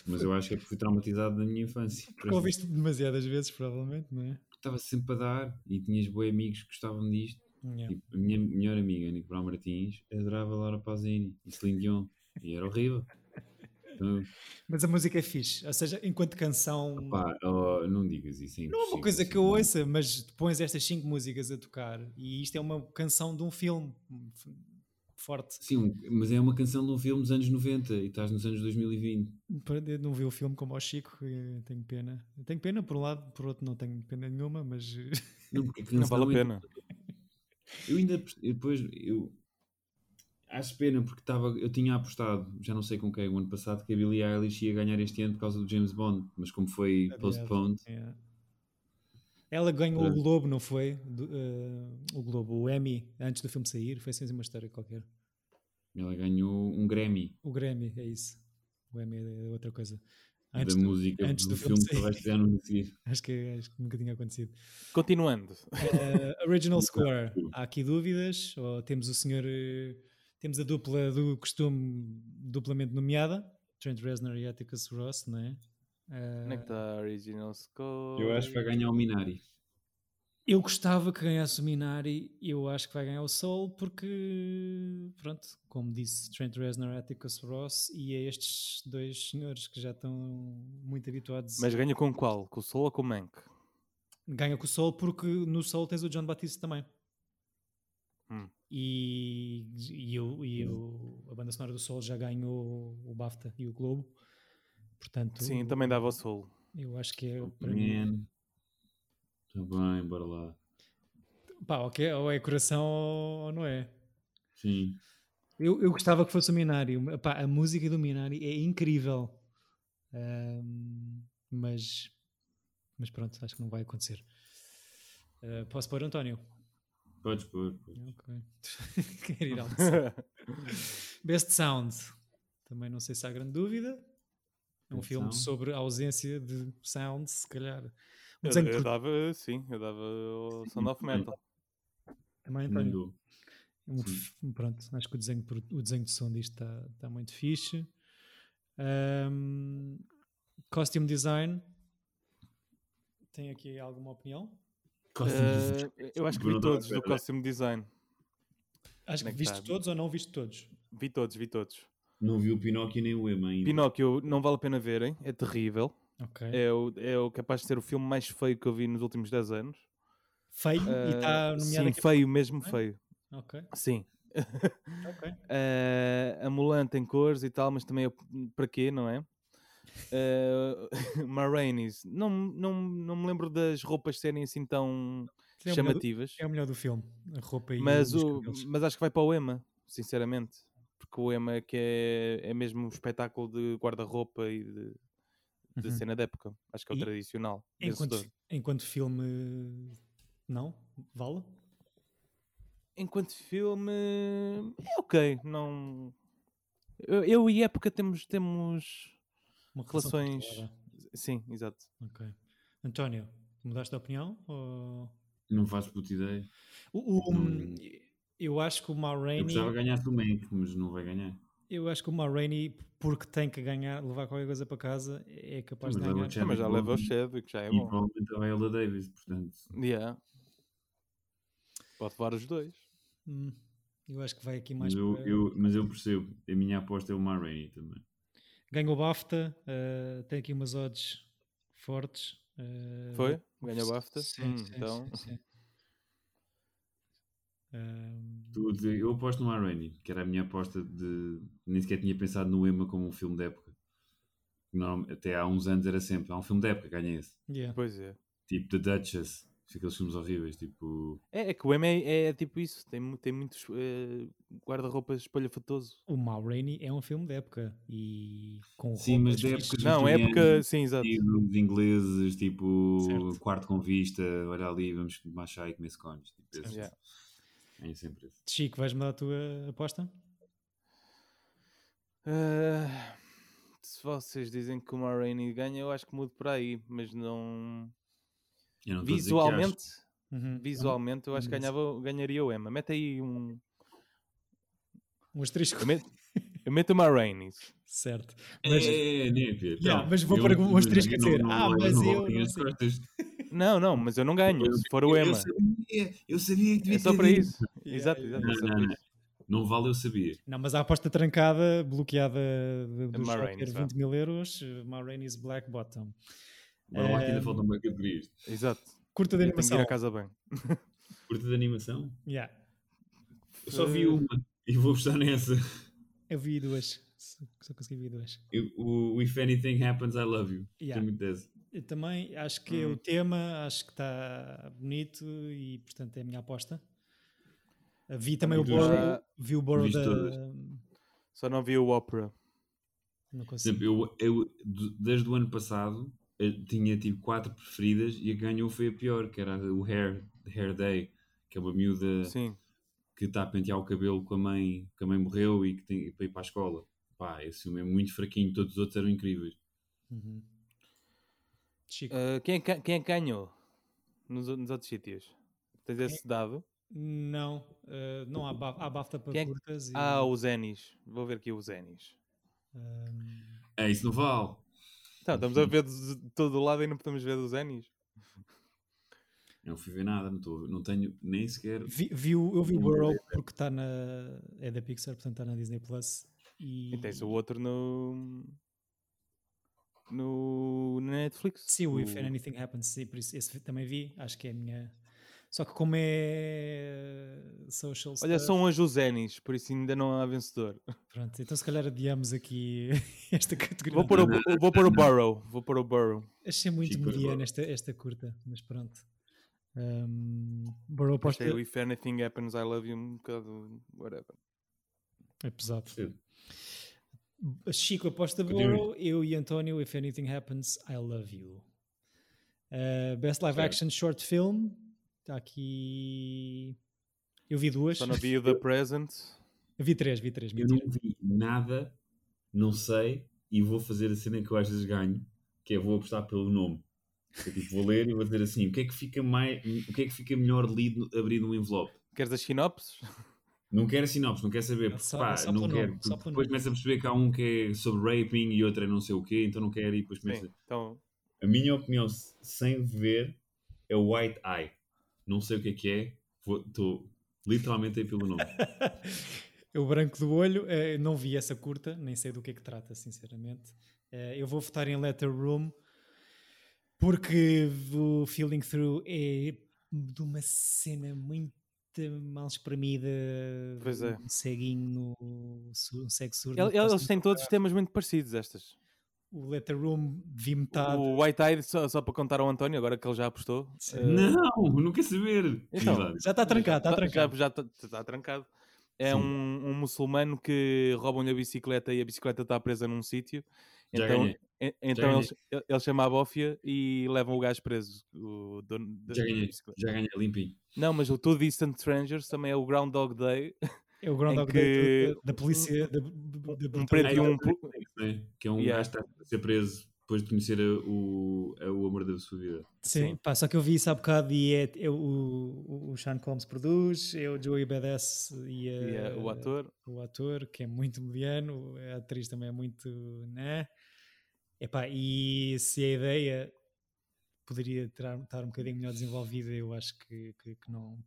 Speaker 4: Mas eu acho que é porque fui traumatizado na minha infância.
Speaker 2: Porque ouviste demasiadas vezes, provavelmente, não é?
Speaker 4: Estava sempre a dar e tinhas boi amigos que gostavam disto.
Speaker 2: Yeah.
Speaker 4: Tipo, a minha melhor amiga, Nicolau Martins, adorava Laura Pausini e Celine Dion. E era horrível. Então,
Speaker 2: Mas a música é fixe, ou seja, enquanto canção.
Speaker 4: pá, oh, não digas isso. É
Speaker 2: Hum. Não é uma
Speaker 4: impossível,
Speaker 2: coisa
Speaker 4: assim,
Speaker 2: que eu
Speaker 4: não.
Speaker 2: ouça, mas pões estas cinco músicas a tocar e isto é uma canção de um filme f- forte.
Speaker 4: Sim, mas é uma canção de um filme dos anos 90 e estás nos anos 2020.
Speaker 2: Eu não vi o filme como ao Chico, eh, tenho pena. Tenho pena por um lado, por outro não tenho pena nenhuma, mas (laughs) eh,
Speaker 4: Não, porque a
Speaker 3: Não
Speaker 4: canção
Speaker 3: vale a
Speaker 4: ainda-
Speaker 3: pena.
Speaker 4: Eu ainda eu depois eu acho pena porque estava eu tinha apostado, já não sei com quem, o ano passado que a Billie Eilish ia ganhar este ano por causa do James Bond, mas como foi
Speaker 2: Adiado.
Speaker 4: postponed,
Speaker 2: é. ela ganhou o
Speaker 4: Pronto.
Speaker 2: Globo, não foi? Do- eh, o Globo, o Emmy, antes do filme sair, foi assim uma história qualquer.
Speaker 4: ela ganhou um Grammy
Speaker 2: O Grammy, é isso. O Emmy é outra coisa. Antes
Speaker 4: da
Speaker 2: do-
Speaker 4: música
Speaker 2: antes
Speaker 4: do,
Speaker 2: do filme
Speaker 4: filme que
Speaker 2: sair.
Speaker 4: ela vai
Speaker 2: (laughs)
Speaker 4: estrear no ano a seguir.
Speaker 2: acho, que, acho que nunca tinha acontecido.
Speaker 3: Continuando.
Speaker 4: É.
Speaker 2: Uh, original score, há aqui dúvidas? Ou temos o senhor. eh, Temos a dupla do costume duplamente nomeada? Trent Reznor e Atticus Ross, não é? Eh,
Speaker 3: Onde é que está a Original Score?
Speaker 4: Eu acho que vai ganhar o Minari.
Speaker 2: eu gostava que ganhasse o Minari, eu acho que vai ganhar o Soul, porque, pronto, como disse Trent Reznor, Atticus Ross, e é estes dois senhores que já estão muito habituados.
Speaker 3: Mas ganha com qual? Com o Soul ou com o Mank?
Speaker 2: Ganha com o Sol porque no Sol tens o John Batista também.
Speaker 3: Hum.
Speaker 2: E, e, eu, e eu- a banda sonora do Sol já ganhou o BAFTA e o Globo. Portanto,
Speaker 3: Sim, também dava o Soul.
Speaker 2: eu acho que é o prémio.
Speaker 4: Man. Tá bem, bora lá.
Speaker 2: Pá, ok, ou é coração ou não é.
Speaker 4: Sim.
Speaker 2: Eu, eu gostava que fosse o Minari. Pá, a música do Minari é incrível. Ahm, mas, mas pronto, acho que não vai acontecer. Ah, posso pôr
Speaker 3: (laughs)
Speaker 2: António?
Speaker 4: Podes pôr. pôr.
Speaker 2: Ok. (laughs) Quer ir almoçar. Best Sound. Também não sei se há grande dúvida. É um
Speaker 4: Best
Speaker 2: filme
Speaker 4: Sound.
Speaker 2: sobre a ausência de sound, se calhar. Um
Speaker 3: eu, (laughs)
Speaker 4: é
Speaker 2: desenho
Speaker 3: eu
Speaker 2: por-
Speaker 3: dava, sim, eu dava o Sound of
Speaker 4: (laughs)
Speaker 3: Metal.
Speaker 2: também, António.
Speaker 4: Mandou.
Speaker 2: Um f- pronto, acho que o desenho, por- o desenho de som disto está está muito fixe. Ahm, costume Design. Tem aqui alguma opinião?
Speaker 4: Costume-
Speaker 3: Eh, eu acho que
Speaker 4: Bruno
Speaker 3: vi todos
Speaker 4: Dora
Speaker 3: do
Speaker 4: Pera.
Speaker 3: costume design.
Speaker 2: Acho que
Speaker 3: Como é que
Speaker 2: viste
Speaker 3: tá?
Speaker 2: todos ou não viste todos?
Speaker 3: Vi todos, vi todos.
Speaker 4: Não vi o Pinóquio nem o Emma ainda.
Speaker 3: Pinóquio não vale a pena verem, é terrível.
Speaker 2: Ok.
Speaker 3: É o, é o capaz de ser o filme mais feio que eu vi nos últimos 10 anos.
Speaker 2: Feio e tá está
Speaker 4: tá
Speaker 3: Eh,
Speaker 2: nomeado
Speaker 3: sim,
Speaker 2: aqui.
Speaker 3: feio, mesmo
Speaker 2: também?
Speaker 4: é?
Speaker 3: feio.
Speaker 2: Ok,
Speaker 3: Sim.
Speaker 2: ok.
Speaker 3: (laughs) Eh, amulante em cores e tal, mas também eu- para quê, não é? Eh, (laughs) Marainis, não, não, não me lembro das roupas serem assim tão
Speaker 2: É o melhor do-
Speaker 3: chamativas,
Speaker 2: É o melhor do filme. A roupa e
Speaker 3: mas,
Speaker 2: os
Speaker 3: o,
Speaker 2: cabelos.
Speaker 3: mas acho que vai para o Ema, sinceramente, porque o Ema que é, é mesmo um espetáculo de guarda-roupa e de, de
Speaker 2: Uhum.
Speaker 3: cena da época, acho que é o
Speaker 2: E-
Speaker 3: tradicional.
Speaker 2: Enquanto,
Speaker 3: vencedor.
Speaker 2: fi- enquanto filme, não? Vale?
Speaker 3: Enquanto filme, é ok, não. Eu, eu e época temos, temos
Speaker 2: Uma
Speaker 3: Relações-
Speaker 2: controlada.
Speaker 3: sim, exato.
Speaker 2: Ok. António, mudaste de opinião? ou-
Speaker 4: Não faço puta ideia.
Speaker 2: O- o-
Speaker 4: Hum.
Speaker 2: eu acho que o Ma
Speaker 4: Eu
Speaker 2: Rainey,
Speaker 4: gostava de ganhar do Mank, mas não vai ganhar.
Speaker 2: eu acho que o Ma Rainey, porque tem que ganhar, levar qualquer coisa para casa, é capaz de
Speaker 4: Mas leva
Speaker 2: ganhar.
Speaker 4: o
Speaker 3: Ah, mas já
Speaker 4: Chadwick
Speaker 3: leva o
Speaker 4: Boseman.
Speaker 3: Chadwick, já é
Speaker 4: e
Speaker 3: bom.
Speaker 4: provavelmente a Viola Davis, portanto.
Speaker 3: Yeah. Pode levar os dois.
Speaker 2: Hum, eu acho que vai aqui mais
Speaker 4: Mas eu,
Speaker 2: para-
Speaker 4: eu- mas eu percebo. A minha aposta é o Ma Rainey também.
Speaker 2: Ganhou o BAFTA, eh, tem aqui umas odds fortes. eh,
Speaker 3: Foi? Ganhou o
Speaker 2: sim,
Speaker 3: BAFTA?
Speaker 2: sim,
Speaker 3: Hum,
Speaker 2: sim,
Speaker 3: então,
Speaker 2: sim, sim. Ahm,
Speaker 4: Tu- tu- Eu aposto no Ma Rainey, que era a minha aposta de. Nem sequer tinha pensado no Emma como um filme de época. Normal- até há uns anos era sempre. Há um filme de época, ganha esse.
Speaker 2: yeah.
Speaker 3: pois é.
Speaker 4: Tipo The Duchess. Aqueles filmes horríveis, tipo.
Speaker 3: É, é que o M é, é tipo isso. Tem, mu- tem muitos eh, guarda-roupas espalhafatoso.
Speaker 2: O Ma Rainey é um filme da época e com
Speaker 4: Sim,
Speaker 2: roupas
Speaker 4: mas da
Speaker 2: fixes.
Speaker 4: época Os
Speaker 3: Não, é época.
Speaker 4: italianos,
Speaker 3: Sim, exato.
Speaker 4: E nomes ingleses, tipo.
Speaker 2: Certo.
Speaker 4: Quarto com vista, olha ali, vamos tomar chá e comer scones. Tipo, esse-
Speaker 3: Yeah.
Speaker 4: É sempre esse.
Speaker 2: Chico, vais mudar a tua aposta?
Speaker 3: Ah, se vocês dizem que o Ma Rainey ganha, eu acho que mudo para aí, mas não.
Speaker 4: Eu não tô a dizer que acho.
Speaker 3: Visualmente,
Speaker 2: Uhum.
Speaker 3: visualmente, eu acho que
Speaker 2: Mas-
Speaker 3: ganhava, ganharia o Emma. Mete aí um.
Speaker 2: Um asterisco. (laughs)
Speaker 3: Eu meto, eu meto o Ma Rainey.
Speaker 2: Certo. Mas,
Speaker 4: É, né, Pedro?
Speaker 2: Yeah,
Speaker 4: Não,
Speaker 2: mas vou
Speaker 4: eu-
Speaker 2: para algumas três que
Speaker 4: eu
Speaker 2: dizer,
Speaker 4: não-
Speaker 2: ah,
Speaker 4: não-
Speaker 2: mas
Speaker 4: não
Speaker 2: eu
Speaker 4: vou pegar
Speaker 2: não
Speaker 4: as
Speaker 2: sei.
Speaker 4: costas.
Speaker 3: Não, não, mas eu não ganho. Se for o
Speaker 4: Eu
Speaker 3: Emma.
Speaker 4: sabia, eu sabia que devia
Speaker 3: É só
Speaker 4: ter
Speaker 3: para
Speaker 4: dito.
Speaker 3: isso. Exato,
Speaker 2: yeah,
Speaker 3: exato. é só
Speaker 4: Não,
Speaker 3: para
Speaker 4: não,
Speaker 3: isso.
Speaker 4: Não vale, eu sabia.
Speaker 2: Não, mas a aposta trancada, bloqueada de, do
Speaker 3: Ma
Speaker 2: joker,
Speaker 3: Rainey's,
Speaker 2: 20
Speaker 3: vá.
Speaker 2: mil euros, eh, Ma Rainey's Black Bottom.
Speaker 4: Bora lá que ainda
Speaker 2: Eh,
Speaker 4: faltam bem categorias.
Speaker 3: Exato.
Speaker 2: Curta de
Speaker 3: Eu tenho que ir
Speaker 2: animação.
Speaker 3: à casa bem.
Speaker 4: Curta de animação?
Speaker 2: Yeah.
Speaker 4: Eu só vi uma e vou gostar nessa. (laughs)
Speaker 2: Eu vi duas. Só só consegui ver duas.
Speaker 4: Eu- o o If Anything Happens, I Love You.
Speaker 2: Yeah.
Speaker 4: Tem muito dessa.
Speaker 2: Eu também acho que é o
Speaker 3: Hum.
Speaker 2: tema, acho que está bonito e portanto é a minha aposta. Uh, Vi também o
Speaker 4: tu já
Speaker 2: Borrow, vi o Borrow
Speaker 4: viste
Speaker 2: da.
Speaker 4: todas?
Speaker 3: Só não vi o Opera.
Speaker 2: Não
Speaker 4: Por
Speaker 2: consigo.
Speaker 4: exemplo, eu, eu, do- desde o ano passado, eu tinha tipo quatro preferidas e a que ganhou foi a pior, que era o Hair, Hair Day, que é uma miúda
Speaker 3: Sim.
Speaker 4: que está a pentear o cabelo com a mãe, que a mãe morreu e que tem para ir para a escola. Pá, esse filme é muito fraquinho, todos os outros eram incríveis.
Speaker 2: Uhum. Chico.
Speaker 3: Ah, quem, é que- quem é que ganhou nos, nos outros sítios? Tens esse dado?
Speaker 2: Não, uh, não há, ba- há BAFTA para
Speaker 3: Quem é que-
Speaker 2: curtas. E,
Speaker 3: Ah, o Zenis. Vou ver aqui o Zenis.
Speaker 2: um,
Speaker 4: É, isso não vale.
Speaker 3: Tá, estamos a ver de de todo o lado e não podemos ver do Zenis.
Speaker 4: Eu não fui ver nada, não, estou a ver- não tenho nem sequer.
Speaker 2: vi, vi o- eu vi o
Speaker 4: Não
Speaker 2: Borrow porque está na. É da Pixar, portanto está na Disney Plus. E,
Speaker 3: E tens o outro no. No na Netflix.
Speaker 2: Sim, o If
Speaker 3: O-
Speaker 2: Anything Happens, sim, por isso esse também vi, acho que é a minha. Só que como é social
Speaker 3: Olha,
Speaker 2: stuff,
Speaker 3: são hoje o Zenis, por isso ainda não há vencedor.
Speaker 2: pronto, então se calhar adiamos aqui (laughs) esta categoria.
Speaker 3: Vou pôr o, vou pôr o Burrow. Vou pôr o Burrow.
Speaker 2: Achei muito
Speaker 4: Chico,
Speaker 2: mediana
Speaker 4: agora.
Speaker 2: esta, esta curta, mas pronto. Um, Burrow aposta
Speaker 3: Achei o If Anything Happens, I Love You um bocado. Whatever.
Speaker 2: é pesado.
Speaker 4: Sim.
Speaker 2: Chico aposta
Speaker 4: Continue.
Speaker 2: Burrow, eu e António, If Anything Happens, I Love You. Uh, best Live
Speaker 4: Certo.
Speaker 2: Action Short Film, está aqui. Eu vi duas.
Speaker 3: (laughs) Só não
Speaker 2: (laughs)
Speaker 3: vi o The Present.
Speaker 2: Vi três, vi três.
Speaker 4: Eu
Speaker 2: mentira.
Speaker 4: não vi nada, não sei, e vou fazer a cena que eu às vezes ganho, que é vou apostar pelo nome. Eu, tipo, vou ler e vou dizer assim: o que é que fica, mais, o que é que fica melhor lido abrindo um envelope?
Speaker 3: Queres as sinopses?
Speaker 4: Não quero sinopse, não quero saber,
Speaker 2: É
Speaker 4: porque
Speaker 2: só-
Speaker 4: pá,
Speaker 2: é só
Speaker 4: não
Speaker 2: pelo
Speaker 4: quero.
Speaker 2: nome, só
Speaker 4: porque
Speaker 2: pelo nome.
Speaker 4: depois começa a perceber que há um que é sobre raping e outro é não sei o quê, então não quero e depois começa.
Speaker 3: Sim, então,
Speaker 4: A minha opinião, s- sem ver, é o White Eye. Não sei o que é que é, estou literalmente aí pelo
Speaker 2: (laughs)
Speaker 4: nome.
Speaker 2: O branco do olho, eh, não vi essa curta, nem sei do que é que trata, sinceramente. Eh, eu vou votar em Letter Room porque o Feeling Through é de uma cena muito mal espremida.
Speaker 3: Pois é.
Speaker 2: Um ceguinho, no- su- um cego surdo.
Speaker 3: El-
Speaker 2: no
Speaker 3: el- Eles
Speaker 2: próximo-
Speaker 3: têm todos temas muito parecidos, estas. Tá.
Speaker 2: O Letter Room vi metade.
Speaker 3: O White Eye, só, só para contar ao António, agora que ele já apostou.
Speaker 2: Sim.
Speaker 3: eh,
Speaker 4: Não, não quer saber.
Speaker 3: Então,
Speaker 4: Exato.
Speaker 2: Já está trancado, está
Speaker 3: Já,
Speaker 2: trancado.
Speaker 3: já está, está trancado. É
Speaker 4: Sim.
Speaker 3: um, um muçulmano que roubam-lhe a bicicleta e a bicicleta está presa num sítio.
Speaker 4: Já
Speaker 3: Então,
Speaker 4: ganhei.
Speaker 3: en- então
Speaker 4: ganhei.
Speaker 3: eles- ele, ele chama a bófia e levam o gajo preso. O dono da,
Speaker 4: Já
Speaker 3: da
Speaker 4: ganhei.
Speaker 3: bicicleta.
Speaker 4: Já ganhei limpinho.
Speaker 3: Não, mas o Two Distant Strangers também é o Groundhog Day.
Speaker 2: É o Groundhog
Speaker 3: que
Speaker 2: Day da- da polícia. Da, da,
Speaker 3: Um
Speaker 2: brutalidade.
Speaker 3: preto e
Speaker 4: Ah,
Speaker 3: um.
Speaker 4: é.
Speaker 3: pol-
Speaker 4: né? que é um
Speaker 3: Yeah.
Speaker 4: gajo que está a ser preso depois de conhecer a- o, a- o amor da sua vida.
Speaker 2: Sim, pá, só que eu vi isso há bocado e é, é o, o- o Sean Combs produz, é o Joey Badass e, eh,
Speaker 4: é
Speaker 3: e, eh, o ator.
Speaker 2: o ator, que é muito mediano, a atriz também é muito, né? Epá, e se a ideia poderia ter- estar um bocadinho melhor desenvolvida, eu acho que, que, que não.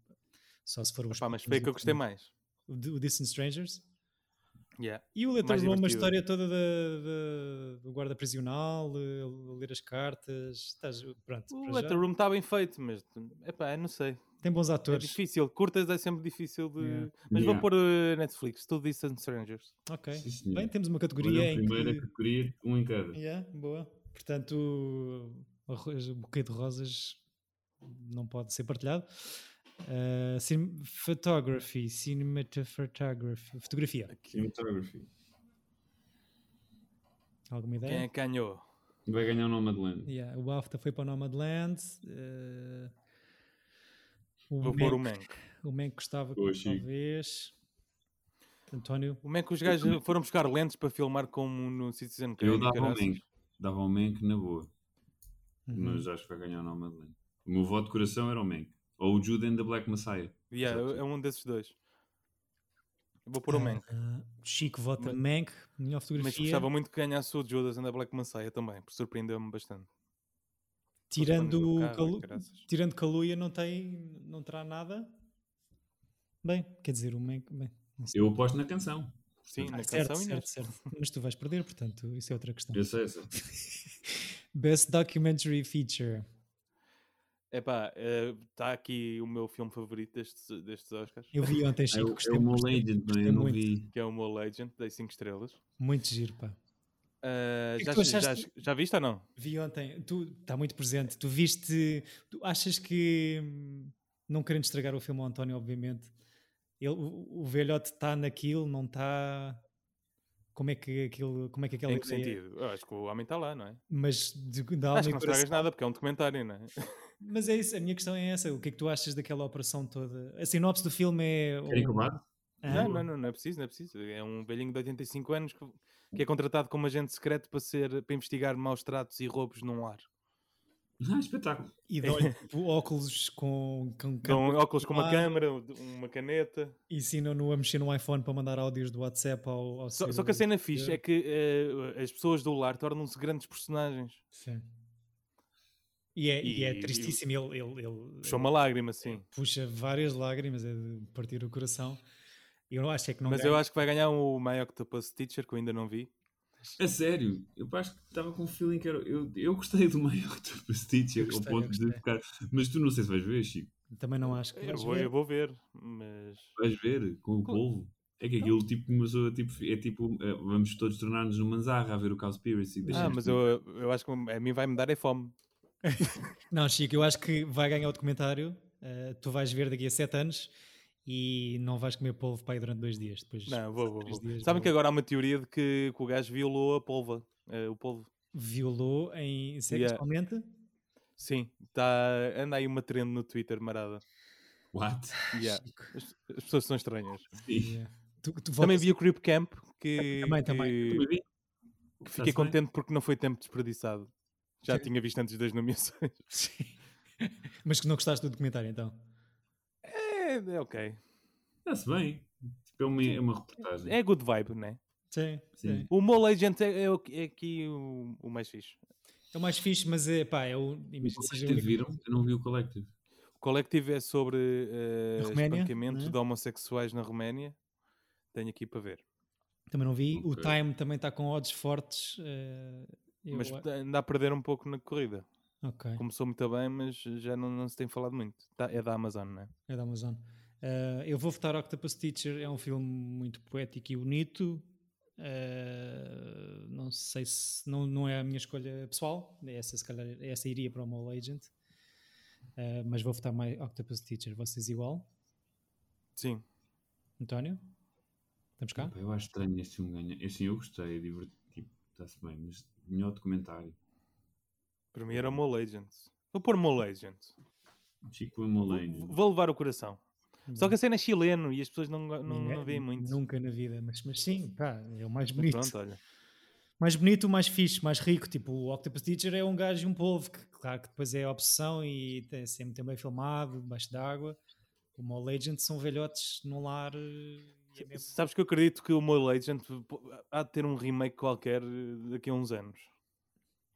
Speaker 2: Só se for os.
Speaker 3: Pá, mas foi o que eu gostei mais.
Speaker 2: O, D- o Distant Strangers.
Speaker 3: Yeah.
Speaker 2: E o
Speaker 3: Mais
Speaker 2: Letter Room, uma
Speaker 3: divertido.
Speaker 2: história toda da- da- do guarda prisional, eh, ler as cartas. Estás, pronto,
Speaker 3: O
Speaker 2: para já.
Speaker 3: Letter Room está bem feito, mas epá, eu não sei.
Speaker 2: tem bons
Speaker 3: É
Speaker 2: atores.
Speaker 3: difícil. Curtas é sempre difícil de.
Speaker 2: Yeah.
Speaker 3: Mas vou
Speaker 4: Yeah.
Speaker 3: pôr eh, Netflix, Two Distant Strangers.
Speaker 2: Ok.
Speaker 4: Sim, senhor.
Speaker 2: Bem, temos uma
Speaker 4: Olha,
Speaker 2: categoria
Speaker 4: a
Speaker 2: em
Speaker 4: primeira
Speaker 2: que...
Speaker 4: categoria, um em cada.
Speaker 2: Yeah, boa. Portanto, o arroz- o buquê de rosas não pode ser partilhado. Ah, cin- photography, cinematography, fotografia.
Speaker 4: é um Cinematography.
Speaker 2: Alguma
Speaker 3: Quem é
Speaker 2: ideia?
Speaker 3: que ganhou?
Speaker 4: Vai ganhar o nome Madeleine.
Speaker 2: Yeah, o BAFTA foi para o Nomadland. ah, o
Speaker 3: Vou pôr o
Speaker 2: Mank-
Speaker 3: Mank.
Speaker 2: O Mank gostava
Speaker 4: Boa,
Speaker 2: que
Speaker 4: Chico.
Speaker 2: talvez. António,
Speaker 3: O Mank, os
Speaker 2: (coughs)
Speaker 3: gajos foram buscar lentes para filmar como no Citizen Kane.
Speaker 4: Eu dava ao
Speaker 3: caraças.
Speaker 4: Mank. Dava ao Mank na boa.
Speaker 2: Uhum.
Speaker 4: Mas acho que vai ganhar o nome Madeleine. O meu voto de coração era o Mank. Ou o Jude and the Black Messiah.
Speaker 3: Yeah,
Speaker 4: Exato.
Speaker 3: é um desses dois. Eu vou pôr o Mank.
Speaker 2: ah, Chico vota
Speaker 3: Mas-
Speaker 2: Mank, melhor
Speaker 3: Mas
Speaker 2: fotografia.
Speaker 3: gostava muito que ganhasse o Judas and a Black Messiah também, porque surpreendeu-me bastante. Quando
Speaker 2: Tirando,
Speaker 3: no
Speaker 2: o
Speaker 3: carro,
Speaker 2: Calu...
Speaker 3: caraças.
Speaker 2: Tirando Caluia, não tem. não terá nada. Bem, quer dizer, o Mank. Bem, não sei.
Speaker 4: Eu aposto na canção.
Speaker 3: Sim,
Speaker 2: Ah,
Speaker 3: na canção
Speaker 2: certo,
Speaker 3: e
Speaker 2: certo,
Speaker 3: nesta.
Speaker 2: certo. Mas tu vais perder, portanto, isso é outra questão.
Speaker 4: Eu sei, eu sei.
Speaker 2: Best Documentary Feature.
Speaker 3: Epá, está aqui o meu filme favorito destes, destes Oscars,
Speaker 2: Eu vi ontem,
Speaker 4: É
Speaker 2: Chico,
Speaker 4: o,
Speaker 2: gostei,
Speaker 4: é o meu
Speaker 2: gostei
Speaker 4: Legend, não é?
Speaker 2: gostei
Speaker 4: Eu não
Speaker 2: muito.
Speaker 4: vi.
Speaker 3: que é o meu Legend, dei 5 estrelas.
Speaker 2: muito giro, pá.
Speaker 3: Ah,
Speaker 2: que
Speaker 3: já,
Speaker 2: tu
Speaker 3: já-
Speaker 2: achaste?
Speaker 3: já viste ou não?
Speaker 2: Vi ontem, tu está muito presente, tu viste, tu achas que, hum, não querendo estragar o filme ao António, obviamente, ele, o, o velhote está naquilo, não está, como é que aquilo, como é que aquela
Speaker 3: em que
Speaker 2: ideia-
Speaker 3: sentido? Eu acho que o homem está lá, não é?
Speaker 2: mas de, da alma
Speaker 3: acho
Speaker 2: e
Speaker 3: que
Speaker 2: coração.
Speaker 3: não estragas nada, porque é um documentário, não é? (laughs)
Speaker 2: Mas é isso, a minha questão é essa. O que é que tu achas daquela operação toda? A sinopse do filme é.
Speaker 4: Querem que eu
Speaker 2: o-
Speaker 4: vá?
Speaker 2: Hã?
Speaker 3: Não, não, não, não é preciso, não é preciso. É um velhinho de 85 anos que, que é contratado como agente secreto para, ser, para investigar maus tratos e roubos num ar.
Speaker 4: Ah, espetáculo.
Speaker 2: E dão-lhe tipo, óculos com, com câmera
Speaker 3: Com óculos com uma
Speaker 2: ar.
Speaker 3: câmera, uma caneta.
Speaker 2: e ensinam-no a mexer no iPhone para mandar áudios do WhatsApp ao, ao
Speaker 3: Só,
Speaker 2: seu-
Speaker 3: só que a cena fixe é que eh, as pessoas do lar tornam-se grandes personagens.
Speaker 2: Sim. E é, e é
Speaker 3: E-
Speaker 2: tristíssimo. Ele, ele, ele-
Speaker 3: Puxou uma lágrima, sim.
Speaker 2: puxa várias lágrimas, é de partir o coração. Eu não acho é que não.
Speaker 3: Mas eu acho que vai ganhar um, o My Octopus Teacher, que eu ainda não vi.
Speaker 4: A sério, eu acho que estava com o feeling que era. Eu, eu gostei do meio Octopus Teacher, ao
Speaker 2: gostei, eu
Speaker 4: ponto de
Speaker 2: gostei.
Speaker 4: ficar. Mas tu não sei se vais ver, Chico.
Speaker 2: Também não acho que.
Speaker 3: Eu
Speaker 2: vais
Speaker 3: vou,
Speaker 2: ver.
Speaker 3: eu vou ver, mas.
Speaker 4: Vais ver com o povo. É
Speaker 2: Então.
Speaker 4: que aquilo tipo começou a tipo. É tipo. eh, Vamos todos tornar-nos no Manzarra a ver o Cowspiracy.
Speaker 3: Ah,
Speaker 4: Deixa-me-
Speaker 3: mas eu, eu acho que a mim vai-me dar é fome.
Speaker 2: Não, Chico, eu acho que vai ganhar o documentário. eh, tu vais ver daqui a sete anos e não vais comer polvo pai durante dois dias. Depois,
Speaker 3: Não, vou,
Speaker 2: passado
Speaker 3: vou.
Speaker 2: três
Speaker 3: vou.
Speaker 2: dias,
Speaker 3: Sabem
Speaker 2: vou-
Speaker 3: que agora há uma teoria de que, que o gajo violou a polva. eh, o polvo.
Speaker 2: Violou em sexualmente?
Speaker 3: Sim, tá, anda aí uma trend no Twitter, marada.
Speaker 2: (laughs)
Speaker 4: What?
Speaker 3: Yeah.
Speaker 2: Chico,
Speaker 3: As, as pessoas são estranhas.
Speaker 2: yeah. Tu, tu
Speaker 3: Também
Speaker 2: voltas- (laughs)
Speaker 3: vi o Creep Camp, que,
Speaker 2: Também, também.
Speaker 3: que-
Speaker 4: Também vi.
Speaker 3: que
Speaker 4: Está-se
Speaker 3: fiquei
Speaker 4: bem?
Speaker 3: contente porque não foi tempo desperdiçado. Já
Speaker 2: Sim.
Speaker 3: tinha visto antes das nomeações.
Speaker 2: Mas que não gostaste do documentário então?
Speaker 3: É, é ok.
Speaker 4: Está-se bem. Tipo, é uma, é uma reportagem.
Speaker 3: É good vibe, né?
Speaker 2: Sim,
Speaker 4: Sim.
Speaker 2: sim.
Speaker 3: O Mole Agent é, é, o- é aqui o, o mais fixe.
Speaker 2: É o mais fixe, mas é pá, é o. imagina,
Speaker 4: Vocês
Speaker 2: seja o único-
Speaker 4: viram? Eu não vi o Collective.
Speaker 3: O Collective é sobre eh,
Speaker 2: Na Roménia,
Speaker 3: espancamento
Speaker 2: né?
Speaker 3: de homossexuais na Roménia. Tenho aqui para ver.
Speaker 2: Também não vi. O
Speaker 4: Ok.
Speaker 2: Time também está com odds fortes. eh, eu
Speaker 3: Mas
Speaker 2: a- É.
Speaker 3: anda a perder um pouco na corrida.
Speaker 2: Ok,
Speaker 3: Começou muito bem, mas já não, não se tem falado muito. Tá- é da Amazon, não é?
Speaker 2: é da Amazon. Eh, eu vou votar Octopus Teacher, é um filme muito poético e bonito. Eh, não sei se. Não, não é a minha escolha pessoal. Essa, se calhar, essa iria para o Mole Agent. Eh, mas vou votar mais Octopus Teacher. Vocês igual?
Speaker 3: Sim.
Speaker 2: António? Estamos cá?
Speaker 4: Pá, Eu acho estranho este filme ganhar. Este sim, eu gostei, é divertido. tipo, Está-se bem, mas melhor documentário.
Speaker 3: Para mim era Mole Agent. Vou pôr Mole Agent.
Speaker 4: Chico Amolane.
Speaker 3: Vou, vou levar o coração.
Speaker 2: Hum.
Speaker 3: Só que a cena é chileno e as pessoas não, go- não,
Speaker 2: Ninguém-
Speaker 3: não veem muito.
Speaker 2: Nunca na vida, mas, mas sim, pá, é o mais
Speaker 3: Mas
Speaker 2: bonito.
Speaker 3: pronto, olha.
Speaker 2: Mais bonito, mais fixe, mais rico. Tipo, o Octopus Teacher é um gajo e um povo, que claro que depois é a obsessão e tem- é sempre também bem filmado, debaixo d'água. O Mole Agent são velhotes num lar. eh, E é mesmo...
Speaker 3: Sabes que eu acredito que o Mole Agent pô, há de ter um remake qualquer eh, daqui a uns anos.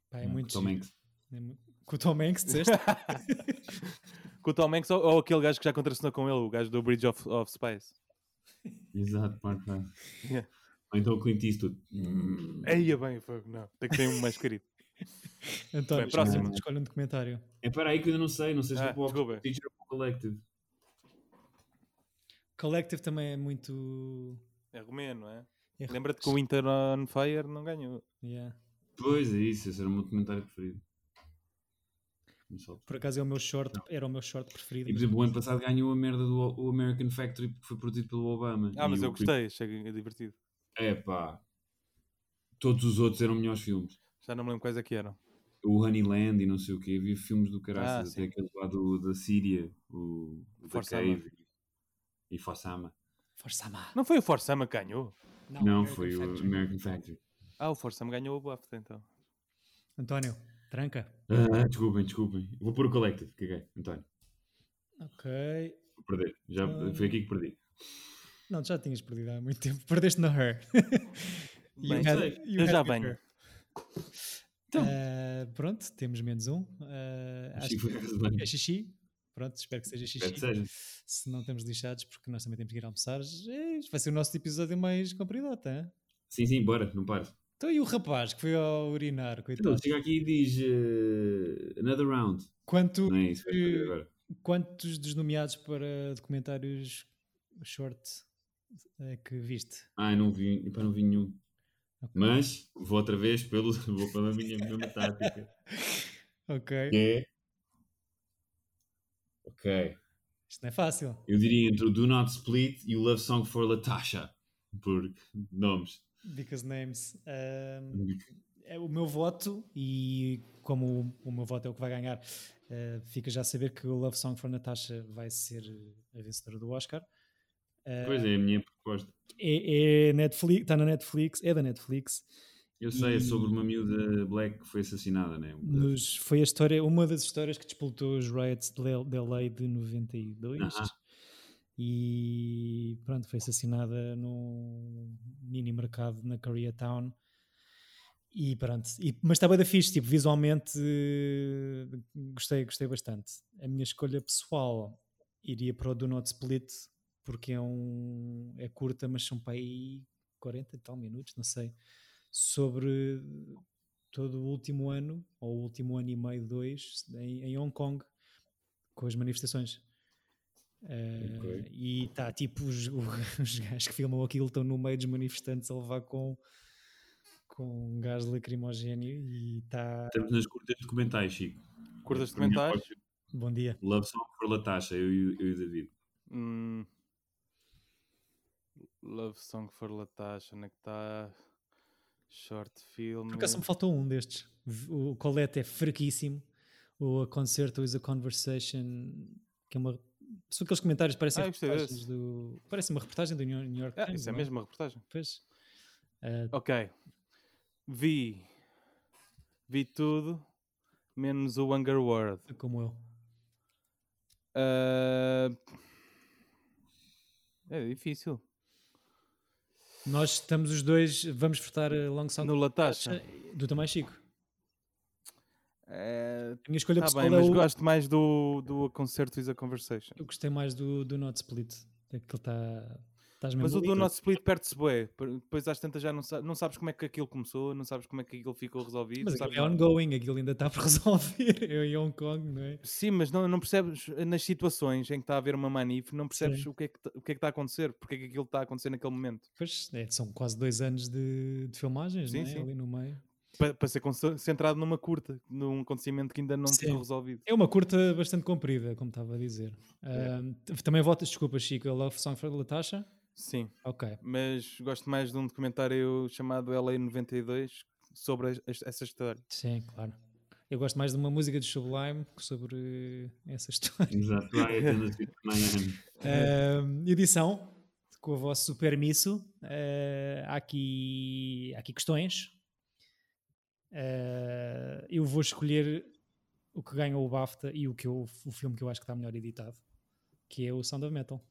Speaker 2: pá, é muito
Speaker 4: Tom
Speaker 2: giro.
Speaker 4: Hanks.
Speaker 2: É mu- Com o Tom Hanks,
Speaker 4: (laughs)
Speaker 2: disseste?
Speaker 3: Com o Tom Hanks ou, ou aquele gajo que já contracenou com ele, o gajo do Bridge of, of Spice.
Speaker 4: Exato, Mark Rylance.
Speaker 3: Yeah. É.
Speaker 4: Ou então o Clint Eastwood. Hum.
Speaker 3: Eia bem, fogo, não. Tem que ter um mais querido.
Speaker 2: António,
Speaker 3: Bem, próximo.
Speaker 2: escolhe- escolhe um documentário.
Speaker 4: É para aí que eu ainda não sei, não sei se
Speaker 3: Ah,
Speaker 4: vou para o
Speaker 3: desculpa.
Speaker 4: Octopus Teacher ou para o Collective.
Speaker 2: Collective também é muito.
Speaker 3: (laughs) É romeno, é?
Speaker 2: é-
Speaker 3: Lembra-te que o Inter on Fire não ganhou.
Speaker 2: Yeah.
Speaker 4: Pois é isso, esse era o meu documentário preferido. Não sei.
Speaker 2: Por acaso é o meu short, era o meu short preferido.
Speaker 4: E por exemplo, o ano passado ganhou a merda do o American Factory porque foi produzido pelo Obama.
Speaker 3: Ah,
Speaker 4: E
Speaker 3: mas
Speaker 4: o
Speaker 3: eu gostei, achei é divertido.
Speaker 4: É pá. Todos os outros eram melhores filmes.
Speaker 3: Já não me lembro quais é que eram.
Speaker 4: O Honeyland e não sei o quê. Havia filmes do
Speaker 3: Ah,
Speaker 4: caraças,
Speaker 3: sim.
Speaker 4: até aquele lá do, da Síria, o o The
Speaker 3: Forçama.
Speaker 4: Cave e Fossama.
Speaker 2: Força má.
Speaker 3: Não foi o Forsama que ganhou?
Speaker 2: Não,
Speaker 4: Não, foi o
Speaker 2: Factory.
Speaker 4: American Factory.
Speaker 3: Ah, o Forsama ganhou o BAFTA então.
Speaker 2: António, tranca.
Speaker 4: Ah, desculpem, desculpem. Eu Vou pôr o Collective, caguei, António.
Speaker 2: Ok.
Speaker 4: Vou perder. Já,
Speaker 2: Ah.
Speaker 4: Foi aqui que perdi.
Speaker 2: Não, já tinhas perdido há muito tempo. Perdeste na Her. (laughs) You
Speaker 3: Bem,
Speaker 2: had-
Speaker 3: sei.
Speaker 2: you
Speaker 3: Eu
Speaker 2: had
Speaker 3: já
Speaker 2: your
Speaker 3: venho. Então.
Speaker 2: Her. Ah, pronto, temos menos um. Ah, acho
Speaker 4: Achei que foi
Speaker 2: que
Speaker 4: razão.
Speaker 2: é xixi. Pronto, espero que seja
Speaker 4: Espero
Speaker 2: xixi.
Speaker 4: que seja.
Speaker 2: Se não estamos lixados, porque nós também temos que ir almoçar. Eh, Vai ser o nosso episódio mais comprido, tá?
Speaker 4: Sim, sim, bora, não pares.
Speaker 2: Então, e o rapaz que foi ao urinar,
Speaker 4: Então,
Speaker 2: coitado?
Speaker 4: chega aqui e diz eh, Another Round.
Speaker 2: Quanto,
Speaker 4: Não é isso, vai perder agora.
Speaker 2: quantos dos nomeados para documentários short é que viste?
Speaker 4: Ah, eu não vi, epá, não vi nenhum. Mas vou outra vez pelo, (laughs) vou pela minha mesma tática.
Speaker 2: Ok.
Speaker 4: que é- Ok.
Speaker 2: Isto não é fácil.
Speaker 4: Eu diria entre o Do Not Split e o Love Song for Latasha. Por nomes.
Speaker 2: Because names. Ahm,
Speaker 4: Uhum.
Speaker 2: é o meu voto, e como o, o meu voto é o que vai ganhar, eh, fica já a saber que o Love Song for Natasha vai ser eh, a vencedora do Oscar. Ah,
Speaker 4: Pois é, a minha proposta.
Speaker 2: é, é Netflix, está na Netflix, é da Netflix.
Speaker 4: Eu sei, é sobre
Speaker 2: E-
Speaker 4: uma miúda black que foi assassinada, né?
Speaker 2: Nos- foi a história, uma das histórias que disputou os riots de L- de LA de 92.
Speaker 4: Aham.
Speaker 2: E pronto, foi assassinada num mini mercado na Koreatown. E pronto, e- mas estava da fixe, tipo, visualmente eh, gostei, gostei bastante. A minha escolha pessoal iria para o Do Not Split, porque é um é curta, mas são para aí 40 e tal minutos, não sei, sobre todo o último ano, ou o último ano e meio, dois, em, em Hong Kong, com as manifestações. Eh,
Speaker 4: Ok.
Speaker 2: E tá tipo, os, (laughs) os gajos que filmam aquilo estão no meio dos manifestantes a levar com, com gás lacrimogéneo e tá, está.
Speaker 4: Estamos nas curtas de comentários, Chico.
Speaker 3: Curtas de
Speaker 4: Por minha
Speaker 3: comentários?
Speaker 4: parte,
Speaker 2: Bom dia.
Speaker 4: Love Song for Latasha, eu, e o- eu e o David.
Speaker 3: Hum. Love Song for Latasha, onde é que está? Short film. Ah,
Speaker 2: Por acaso me faltou um destes. V- O Colette é fraquíssimo. O A Concerto is a Conversation, que é uma. São aqueles comentários, parecem
Speaker 3: Ah, eu gostei
Speaker 2: reportagens
Speaker 3: desse.
Speaker 2: do. Parece uma reportagem do New New York
Speaker 3: Ah,
Speaker 2: Times.
Speaker 3: isso é
Speaker 2: não
Speaker 3: mesmo uma reportagem.
Speaker 2: Pois. Ah,
Speaker 3: Ok. Vi. Vi tudo, menos o Hunger World.
Speaker 2: como eu.
Speaker 3: Ah, É difícil.
Speaker 2: Nós eh, Então, estamos os dois, vamos votar a Long Song
Speaker 3: No Latasha.
Speaker 2: do Tomás Chico.
Speaker 3: Eh,
Speaker 2: A minha escolha
Speaker 3: tá
Speaker 2: pessoal
Speaker 3: bem,
Speaker 2: é
Speaker 3: mas
Speaker 2: o-
Speaker 3: gosto mais do, do A Concert is a Conversation.
Speaker 2: Eu gostei mais do, do Not Split. É Aquilo está. Estás mesmo
Speaker 3: Mas o
Speaker 2: ali.
Speaker 3: do nosso split perde-se bué. Per- Depois às tantas já não, sa- não sabes como é que aquilo começou, não sabes como é que aquilo ficou resolvido.
Speaker 2: Mas
Speaker 3: não
Speaker 2: aquilo
Speaker 3: sabes
Speaker 2: é
Speaker 3: nada.
Speaker 2: ongoing, aquilo ainda (laughs) está para resolver. Eu em Hong Kong, não é?
Speaker 3: Sim, mas não, não percebes nas situações em que está a haver uma manif, não percebes
Speaker 2: Sim.
Speaker 3: o que, é que, tá- o que é que está a acontecer, porque é que aquilo está a acontecer naquele momento.
Speaker 2: Pois, é, são quase dois anos de, de filmagens, não
Speaker 3: Sim,
Speaker 2: é?
Speaker 3: sim.
Speaker 2: Ali no meio.
Speaker 3: Para, para ser concentrado numa curta, num acontecimento que ainda não
Speaker 2: Sim.
Speaker 3: ficou resolvido.
Speaker 2: É uma curta bastante comprida, como estava a dizer. Ahm, t- também votas, desculpa, Chico, a Love Song for Latasha?
Speaker 3: Sim,
Speaker 2: Ok.
Speaker 3: mas gosto mais de um documentário chamado LA 92 sobre as- as- essa história.
Speaker 2: Sim, claro. Eu gosto mais de uma música de Sublime sobre essa (laughs) história.
Speaker 4: (laughs) Exato. Vai, apenas isso, Miami.
Speaker 2: Ahm, edição, com o vosso permisso, ah, há, aqui, há aqui questões. Ah, eu vou escolher o que ganhou o BAFTA e o, que eu, o filme que eu acho que está melhor editado, que é o Sound of Metal.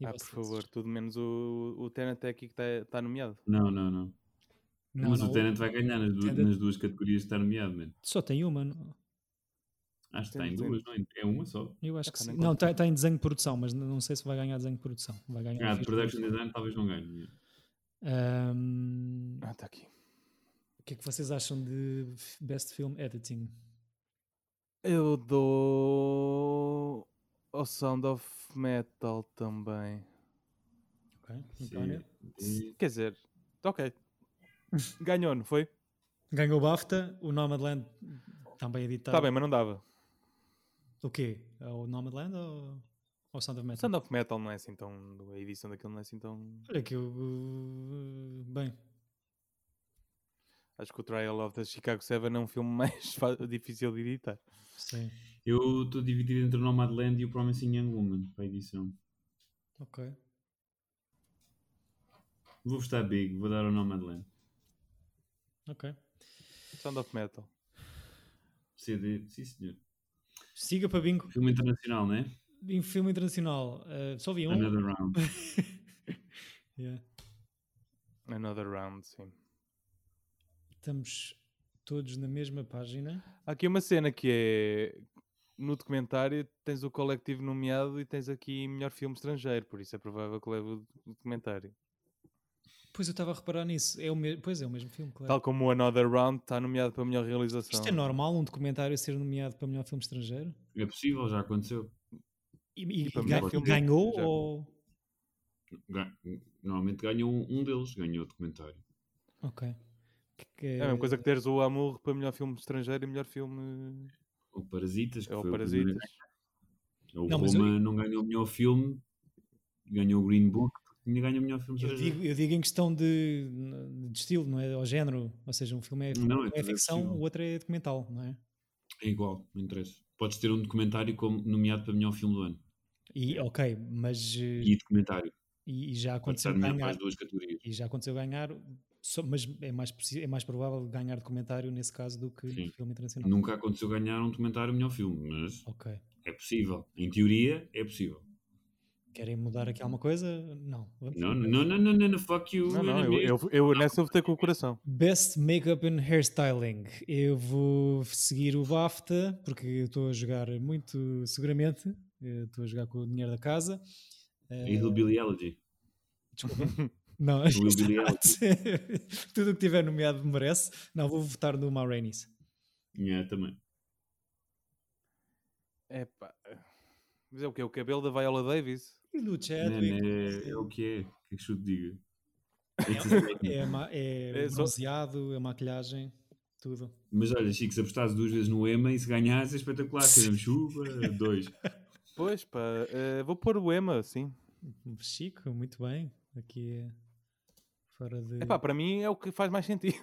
Speaker 2: E
Speaker 3: Ah, por
Speaker 2: vocês?
Speaker 3: favor, tudo menos o, o Tenet é aqui que está tá nomeado.
Speaker 4: Não, não, não.
Speaker 2: Não,
Speaker 4: Mas
Speaker 2: não,
Speaker 4: o Tenant vai ganhar nas, du-
Speaker 2: Tenet-
Speaker 4: nas duas categorias que está nomeado, mano.
Speaker 2: Só tem uma, não-
Speaker 4: Acho que está em
Speaker 3: Tenet,
Speaker 4: duas, não é? É uma só.
Speaker 2: eu acho que
Speaker 3: Epá,
Speaker 2: sim.
Speaker 3: nem
Speaker 2: Não, está em desenho de produção, mas n- não sei se vai ganhar desenho de produção. Vai ganhar
Speaker 4: Ah, de
Speaker 2: fixe
Speaker 4: production
Speaker 2: produção.
Speaker 4: design talvez não ganhe.
Speaker 2: Ahm,
Speaker 3: Ah, está aqui.
Speaker 2: O que é que vocês acham de f- Best Film Editing?
Speaker 3: Eu dou ao Sound of Metal também.
Speaker 2: Ok,
Speaker 4: Sim. E-
Speaker 3: Quer dizer, tá ok. Ganhou, não foi?
Speaker 2: Ganhou o BAFTA, o Nomadland também editado.
Speaker 3: Está Tá bem, mas não dava.
Speaker 2: O quê? É O Nomadland ou, ou Sound of
Speaker 3: O
Speaker 2: Metal?
Speaker 3: Sound of Metal não é assim tão. A edição daquilo não é assim tão.
Speaker 2: Olha que eu... uh, Bem,
Speaker 3: Acho que o Trial of the Chicago 7 é um filme (laughs) mais fa- difícil de editar.
Speaker 2: sim,
Speaker 4: Eu estou dividido entre o Nomadland e o Promising Young Woman para a edição.
Speaker 2: ok.
Speaker 4: Vou votar big, vou dar o Nomadland.
Speaker 2: Ok.
Speaker 3: Sound of Metal.
Speaker 4: CD, sim senhor.
Speaker 2: Siga para bingo.
Speaker 4: Filme internacional, não é?
Speaker 2: Em filme internacional, uh, só vi um.
Speaker 4: Another Round.
Speaker 2: Yeah.
Speaker 3: Another Round, sim.
Speaker 2: Estamos todos na mesma página.
Speaker 3: Há aqui uma cena que é. No documentário tens o coletivo nomeado e tens aqui melhor filme estrangeiro, por isso é provável que leve o documentário.
Speaker 2: Pois eu estava a reparar nisso. É o me... Pois é, o mesmo filme, claro.
Speaker 3: Tal como o Another Round está nomeado para melhor realização.
Speaker 2: Isto é normal, um documentário ser nomeado para melhor filme estrangeiro?
Speaker 4: É possível, já aconteceu.
Speaker 2: E, e-
Speaker 3: E para
Speaker 2: e
Speaker 3: melhor
Speaker 2: ga-
Speaker 3: filme
Speaker 2: ganhou
Speaker 3: estrangeiro.
Speaker 2: ou...
Speaker 4: Ga- Normalmente ganhou um um deles, ganhou o documentário.
Speaker 2: Ok. Que- que-
Speaker 3: É a mesma coisa que teres o Amor para melhor filme estrangeiro e melhor filme
Speaker 4: O Parasitas, que
Speaker 3: é o
Speaker 4: foi primeiro
Speaker 3: Parasitas.
Speaker 4: a ganhar. O
Speaker 2: Não, mas
Speaker 4: Roma não ganhou o melhor filme, ganhou o Green Book, porque tinha ganho o melhor filme.
Speaker 2: Eu
Speaker 4: estrangeiro.
Speaker 2: digo, eu digo em questão de, de estilo, não é? Ou género. Ou seja, um filme é,
Speaker 4: Não,
Speaker 2: um
Speaker 4: é
Speaker 2: é
Speaker 4: tudo é
Speaker 2: ficção,
Speaker 4: possível.
Speaker 2: o outro é documental, não é?
Speaker 4: É igual, não interessa. Podes ter um documentário como nomeado para melhor filme do ano.
Speaker 2: E ok, mas eh,
Speaker 4: É. E documentário.
Speaker 2: e, e já
Speaker 4: Pode
Speaker 2: aconteceu
Speaker 4: estar nomeado para
Speaker 2: ganhar.
Speaker 4: as duas categorias.
Speaker 2: E já aconteceu ganhar, só- mas é mais, possi- é mais provável ganhar documentário nesse caso do que
Speaker 4: Sim.
Speaker 2: filme internacional.
Speaker 4: Nunca aconteceu ganhar um documentário melhor filme, mas
Speaker 2: Ok.
Speaker 4: é possível. Em teoria, é possível.
Speaker 2: Querem mudar aqui alguma coisa? Não. Vamos
Speaker 4: Não, não, não, não, não, não fuck you.
Speaker 3: Não, não, eu,
Speaker 4: enemy.
Speaker 3: eu, eu nessa eu votei com o coração.
Speaker 2: Best Makeup and Hairstyling. Eu vou seguir o BAFTA, porque eu estou a jogar muito seguramente. Eu Estou a jogar com o dinheiro da casa. Eh,
Speaker 4: A Hillbilly Elegy.
Speaker 2: Desculpa. Não, acho
Speaker 4: Will
Speaker 2: que
Speaker 4: Billy
Speaker 2: está- (laughs) tudo o que tiver nomeado merece. Não, vou votar no Ma Rainey's.
Speaker 4: Yeah, também.
Speaker 3: É pá. Mas é o quê? O cabelo da Viola Davis?
Speaker 2: E do
Speaker 4: Man,
Speaker 2: Chadwick.
Speaker 4: é, é o que é. O que é que eu te diga?
Speaker 2: É, a ma- é
Speaker 3: É só-
Speaker 2: bronzeado, a maquilhagem, tudo.
Speaker 4: Mas olha, Chico, se apostares duas vezes no EMA e se ganhares
Speaker 2: (laughs)
Speaker 4: é espetacular. Teremos chuva, dois.
Speaker 3: Pois pá, eh, vou pôr o Emma, sim.
Speaker 2: Chico, muito bem. Aqui é fora de.
Speaker 3: É pá, para mim é o que faz mais sentido.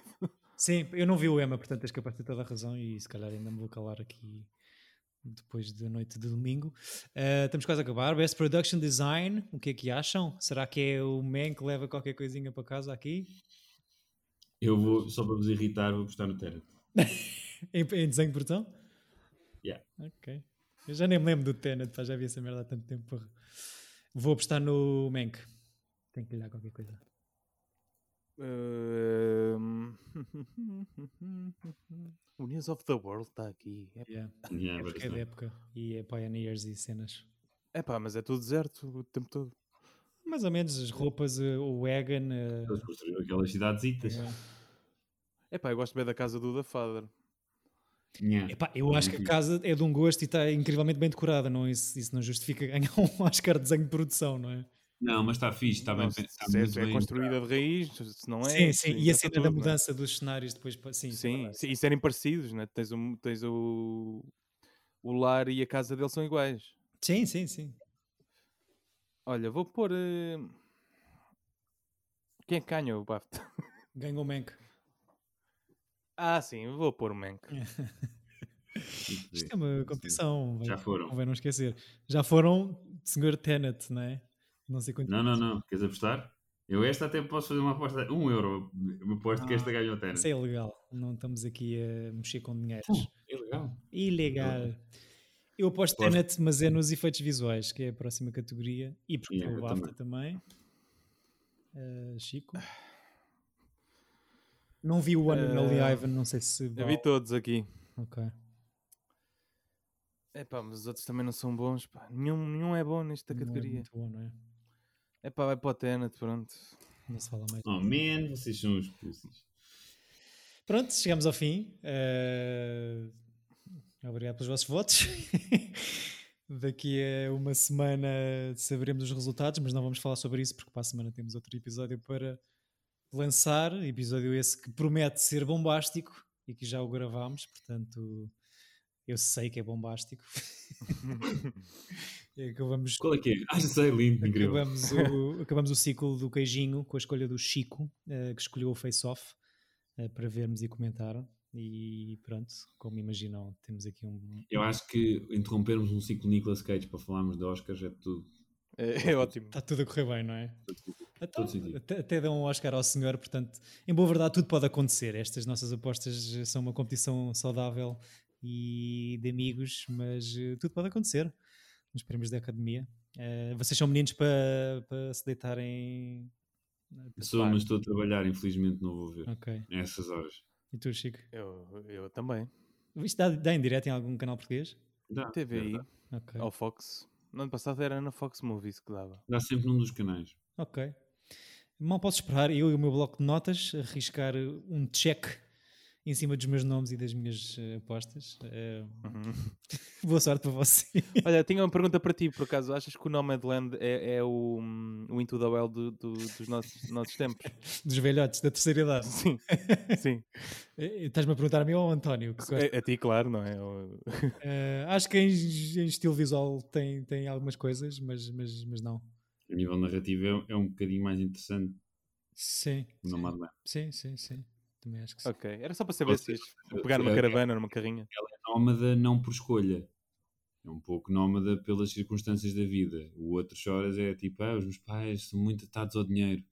Speaker 2: Sim, eu não vi o Emma, portanto tens capaz de ter toda a razão e se calhar ainda me vou calar aqui depois da noite de domingo. Eh, estamos quase a acabar. Best Production Design, o que é que acham? Será que é o Man que leva qualquer coisinha para casa aqui?
Speaker 4: Eu vou, só para vos irritar, vou apostar no Tenet.
Speaker 2: Em, em desenho de produção?
Speaker 4: Yeah.
Speaker 2: Ok. Eu já nem me lembro do Tenet, pá, já vi essa merda há tanto tempo. porra. Vou apostar no Mank. Tem que lhe dar qualquer coisa.
Speaker 3: Ehm, (laughs) o News of the World está aqui. É-
Speaker 2: Yeah.
Speaker 4: Yeah,
Speaker 2: É porque é da época. E é Pioneers e cenas.
Speaker 3: É pá, mas é tudo deserto o tempo todo.
Speaker 2: Mais ou menos as roupas, eh, o wagon. eh,
Speaker 4: Eles construíram aquelas cidadezitas.
Speaker 2: yeah.
Speaker 3: É pá, eu gosto bem da casa do The Father.
Speaker 2: É.
Speaker 4: Yeah.
Speaker 2: Epá, eu acho que a casa é de um gosto e está incrivelmente bem decorada, não? é? Isso, isso não justifica (laughs) ganhar um Oscar de desenho de produção, não é?
Speaker 4: Não, mas está fixe, está bem
Speaker 3: Não, se-
Speaker 4: está
Speaker 3: se é,
Speaker 4: muito
Speaker 3: se é
Speaker 4: bem.
Speaker 3: construída de raiz, se não é.
Speaker 2: sim, sim. E a
Speaker 3: está
Speaker 2: cena da
Speaker 3: tudo, não é?
Speaker 2: mudança dos cenários depois, pa- sim.
Speaker 3: Sim,
Speaker 2: verdade.
Speaker 3: sim, e serem parecidos, né? Tens, o, tens o, o lar e a casa dele são iguais.
Speaker 2: sim, sim, sim.
Speaker 3: Olha, vou pôr. eh, Quem é que ganhou o BAFTA? (laughs)
Speaker 2: Ganhou o Mank.
Speaker 3: Ah, sim, vou pôr
Speaker 2: (laughs)
Speaker 3: o Mank.
Speaker 4: Muito
Speaker 2: Isto
Speaker 4: bem.
Speaker 2: é uma competição,
Speaker 4: Já
Speaker 2: vai-
Speaker 4: foram.
Speaker 2: convém não esquecer. Já foram Sr. Tenet, não é? Não sei quanto.
Speaker 4: Não, não, não. Queres apostar? Eu esta até posso fazer uma aposta. Um euro. Eu aposto que esta ganhou até.
Speaker 2: Isso é ilegal. Não estamos aqui a mexer com dinheiros.
Speaker 4: É legal.
Speaker 2: Ilegal. Eu aposto
Speaker 4: Aposto.
Speaker 2: Tenet, mas é nos efeitos visuais, que é a próxima categoria. E porque
Speaker 4: Yeah,
Speaker 2: o
Speaker 4: eu
Speaker 2: BAFTA também. Ah, Chico. Não vi o One and Only
Speaker 3: Ah,
Speaker 2: Ivan, não sei se.
Speaker 3: Eu
Speaker 2: vale.
Speaker 3: vi todos aqui.
Speaker 2: Ok.
Speaker 3: É pá, mas os outros também não são bons. pá. Nenhum, nenhum é bom nesta
Speaker 2: Não é
Speaker 3: categoria.
Speaker 2: muito bom, não é?
Speaker 3: É pá, vai para o Tenet, pronto.
Speaker 2: Não se fala mais.
Speaker 4: Oh man, vocês são os pussies.
Speaker 2: Pronto, chegamos ao fim. Eh, Obrigado pelos vossos votos. (laughs) Daqui a uma semana saberemos os resultados, mas não vamos falar sobre isso porque para a semana temos outro episódio para lançar. Episódio esse que promete ser bombástico e que já o gravámos, portanto eu sei que é bombástico. é que vamos
Speaker 4: Qual é que é? (laughs) Ah, já sei, lindo, incrível.
Speaker 2: Acabamos o, acabamos o ciclo do queijinho com a escolha do Chico, eh, que escolheu o Face Off eh, para vermos e comentar. E pronto, como imaginam, temos aqui um.
Speaker 4: Eu acho que interrompermos um ciclo Nicolas Cage para falarmos de Oscars é tudo.
Speaker 3: É, é ótimo.
Speaker 2: Está tudo a correr bem, não é? Então,
Speaker 4: Todo sentido.
Speaker 2: até, até dão um Oscar ao senhor, portanto, em boa verdade, tudo pode acontecer. Estas nossas apostas eh, são uma competição saudável e de amigos, mas eh, tudo pode acontecer nos prémios da academia. Eh, vocês são meninos para, para se deitarem. eh,
Speaker 4: Eu sou, mas estou a trabalhar, infelizmente não vou ver.
Speaker 2: Ok.
Speaker 4: A essas horas.
Speaker 2: E tu, Chico?
Speaker 3: Eu, eu também.
Speaker 2: Isto dá, dá em direto em algum canal português?
Speaker 4: Dá,
Speaker 3: TVI,
Speaker 4: dá,
Speaker 2: Ok.
Speaker 3: ao Fox. No ano passado era na Fox Movies que (laughs) dava.
Speaker 4: dá sempre num dos canais.
Speaker 2: Ok. Mal posso esperar, eu e o meu bloco de notas, arriscar uh, um check em cima dos meus nomes e das minhas uh, apostas. Eh,
Speaker 3: Uhum.
Speaker 2: boa sorte para você. (laughs)
Speaker 3: Olha, tinha uma pergunta para ti, por acaso. Achas que o Nomadland é, é o, hum, o Into the Well do- do- dos nossos, nossos tempos?
Speaker 2: dos velhotes da terceira idade.
Speaker 3: (laughs) Sim, sim.
Speaker 2: Eh, Estás-me a perguntar a mim ou ao António? que gosta?
Speaker 3: A, a ti, claro, não (laughs) é? O-
Speaker 2: Eh, acho que em, em estilo visual tem, tem algumas coisas, mas, mas, mas não.
Speaker 4: A nível narrativo é, é um bocadinho mais interessante.
Speaker 2: Sim,
Speaker 4: Não me lembro.
Speaker 2: sim, sim, sim. Também acho que sim.
Speaker 3: Ok, era só para saber se
Speaker 4: Vocês-
Speaker 3: ias pegar numa
Speaker 4: É-
Speaker 3: caravana, numa carrinha.
Speaker 4: nómada não por escolha. É um pouco nómada pelas circunstâncias da vida. O outro choras é tipo, ah, os meus pais são muito atados ao
Speaker 2: (laughs)
Speaker 4: dinheiro.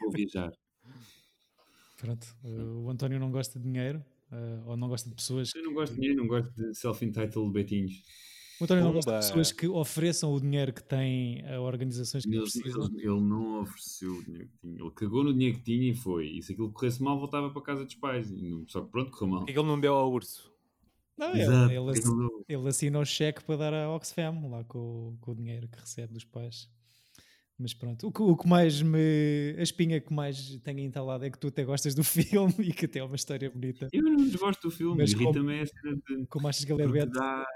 Speaker 4: Vou viajar.
Speaker 2: Pronto. eh, o António não gosta de dinheiro eh, ou não gosta de pessoas
Speaker 4: Eu não gosto de dinheiro, não gosto de self-entitled betinhos.
Speaker 2: O António não gosta de
Speaker 3: Pumba.
Speaker 2: pessoas que ofereçam o dinheiro que têm a organizações que
Speaker 4: Ele,
Speaker 2: precisam.
Speaker 4: ele- ele não ofereceu o dinheiro que tinha. Ele cagou no dinheiro que tinha e foi. E se aquilo corresse mal, voltava para a casa dos pais. E não- Só que pronto, correu mal.
Speaker 3: Por que que ele não deu ao urso?
Speaker 2: Não, ele,
Speaker 4: Exato.
Speaker 2: É, ele
Speaker 4: porque
Speaker 2: assi-
Speaker 4: não deu.
Speaker 2: ele assina o cheque para dar à Oxfam, lá com, o- com o dinheiro que recebe dos pais. Mas pronto, o que, o que mais me. A espinha que mais tenho entalada é que tu até gostas do (laughs) filme e que até é uma história bonita.
Speaker 4: Eu não desgosto do filme.
Speaker 2: Mas como-
Speaker 4: Irrita-me essa de...
Speaker 2: Como achas que ele é
Speaker 4: Porque,
Speaker 2: beto?
Speaker 4: dá...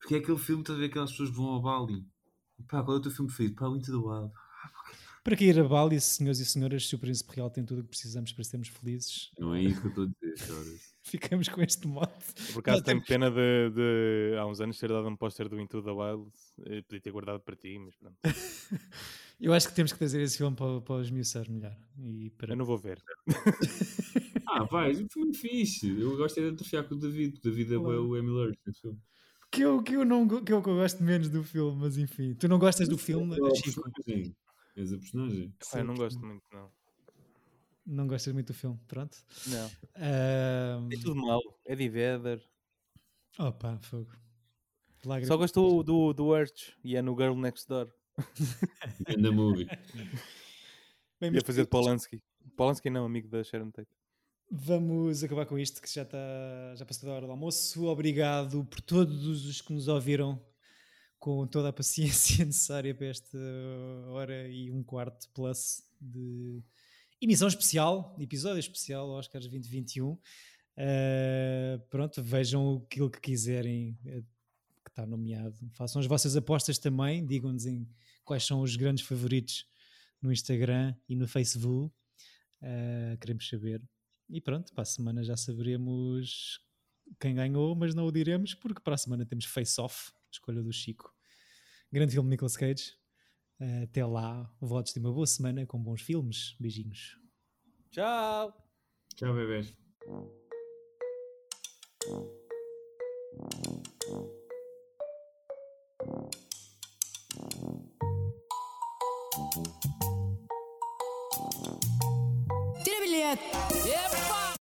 Speaker 4: porque é aquele filme, estás a ver aquelas pessoas que vão ao Bali. Pá, qual é o teu filme preferido? Pá, o Into the Wild.
Speaker 2: Para que ir a Bali, senhores e senhoras, se o Príncipe Real tem tudo o que precisamos para sermos felizes, (laughs)
Speaker 4: Não é isso que eu estou a dizer, Joras.
Speaker 2: ficamos com este mote.
Speaker 3: Por acaso
Speaker 2: Não,
Speaker 3: tenho pena de, de há uns anos ter dado um póster do Into the Wild. Eh, Podia ter guardado para ti, mas pronto.
Speaker 2: Eu acho que temos que trazer esse filme para, para esmiuçar melhor. E para...
Speaker 3: Eu não vou ver.
Speaker 4: (laughs) Ah, vai, o filme é fixe. Eu gosto é de atrofiar com o David. O David é bué
Speaker 2: Claro.
Speaker 4: o Emil Hirsch.
Speaker 2: Que eu, que, eu não, go- que eu que eu gosto menos do filme, mas enfim. Tu não gostas do filme, Chico?
Speaker 4: É personagem. És a personagem.
Speaker 3: Pá, eu não gosto muito, não.
Speaker 2: Não gostas muito do filme, pronto.
Speaker 3: Não.
Speaker 2: Ahm,
Speaker 3: É tudo mau. É de Vedder.
Speaker 2: Opa, fogo. Lágrimas.
Speaker 3: Só gosto do, do Urge e é no Girl Next Door.
Speaker 2: (laughs)
Speaker 4: And the movie.
Speaker 2: Bem,
Speaker 3: Ia
Speaker 2: mas
Speaker 3: fazer de Polanski. Polanski não, amigo da Sharon Tate.
Speaker 2: Vamos acabar com isto, que já, está, já passou da hora do almoço. Obrigado por todos os que nos ouviram com toda a paciência (laughs) necessária para esta hora e um quarto plus de emissão especial, episódio especial Oscars 2021. Ah, pronto, vejam aquilo que quiserem eh, que está nomeado. Façam as vossas apostas também, digam-nos em quais são os grandes favoritos no Instagram e no Facebook. Ah, queremos saber. E pronto, para a semana já saberemos quem ganhou, mas não o diremos, porque para a semana temos Face Off, escolha do Chico. Grande filme de Nicolas Cage. Eh, Até lá, votos de uma boa semana com bons filmes. Beijinhos.
Speaker 3: Tchau!
Speaker 1: Tchau, bebês.
Speaker 6: Tira bilhete! Epá!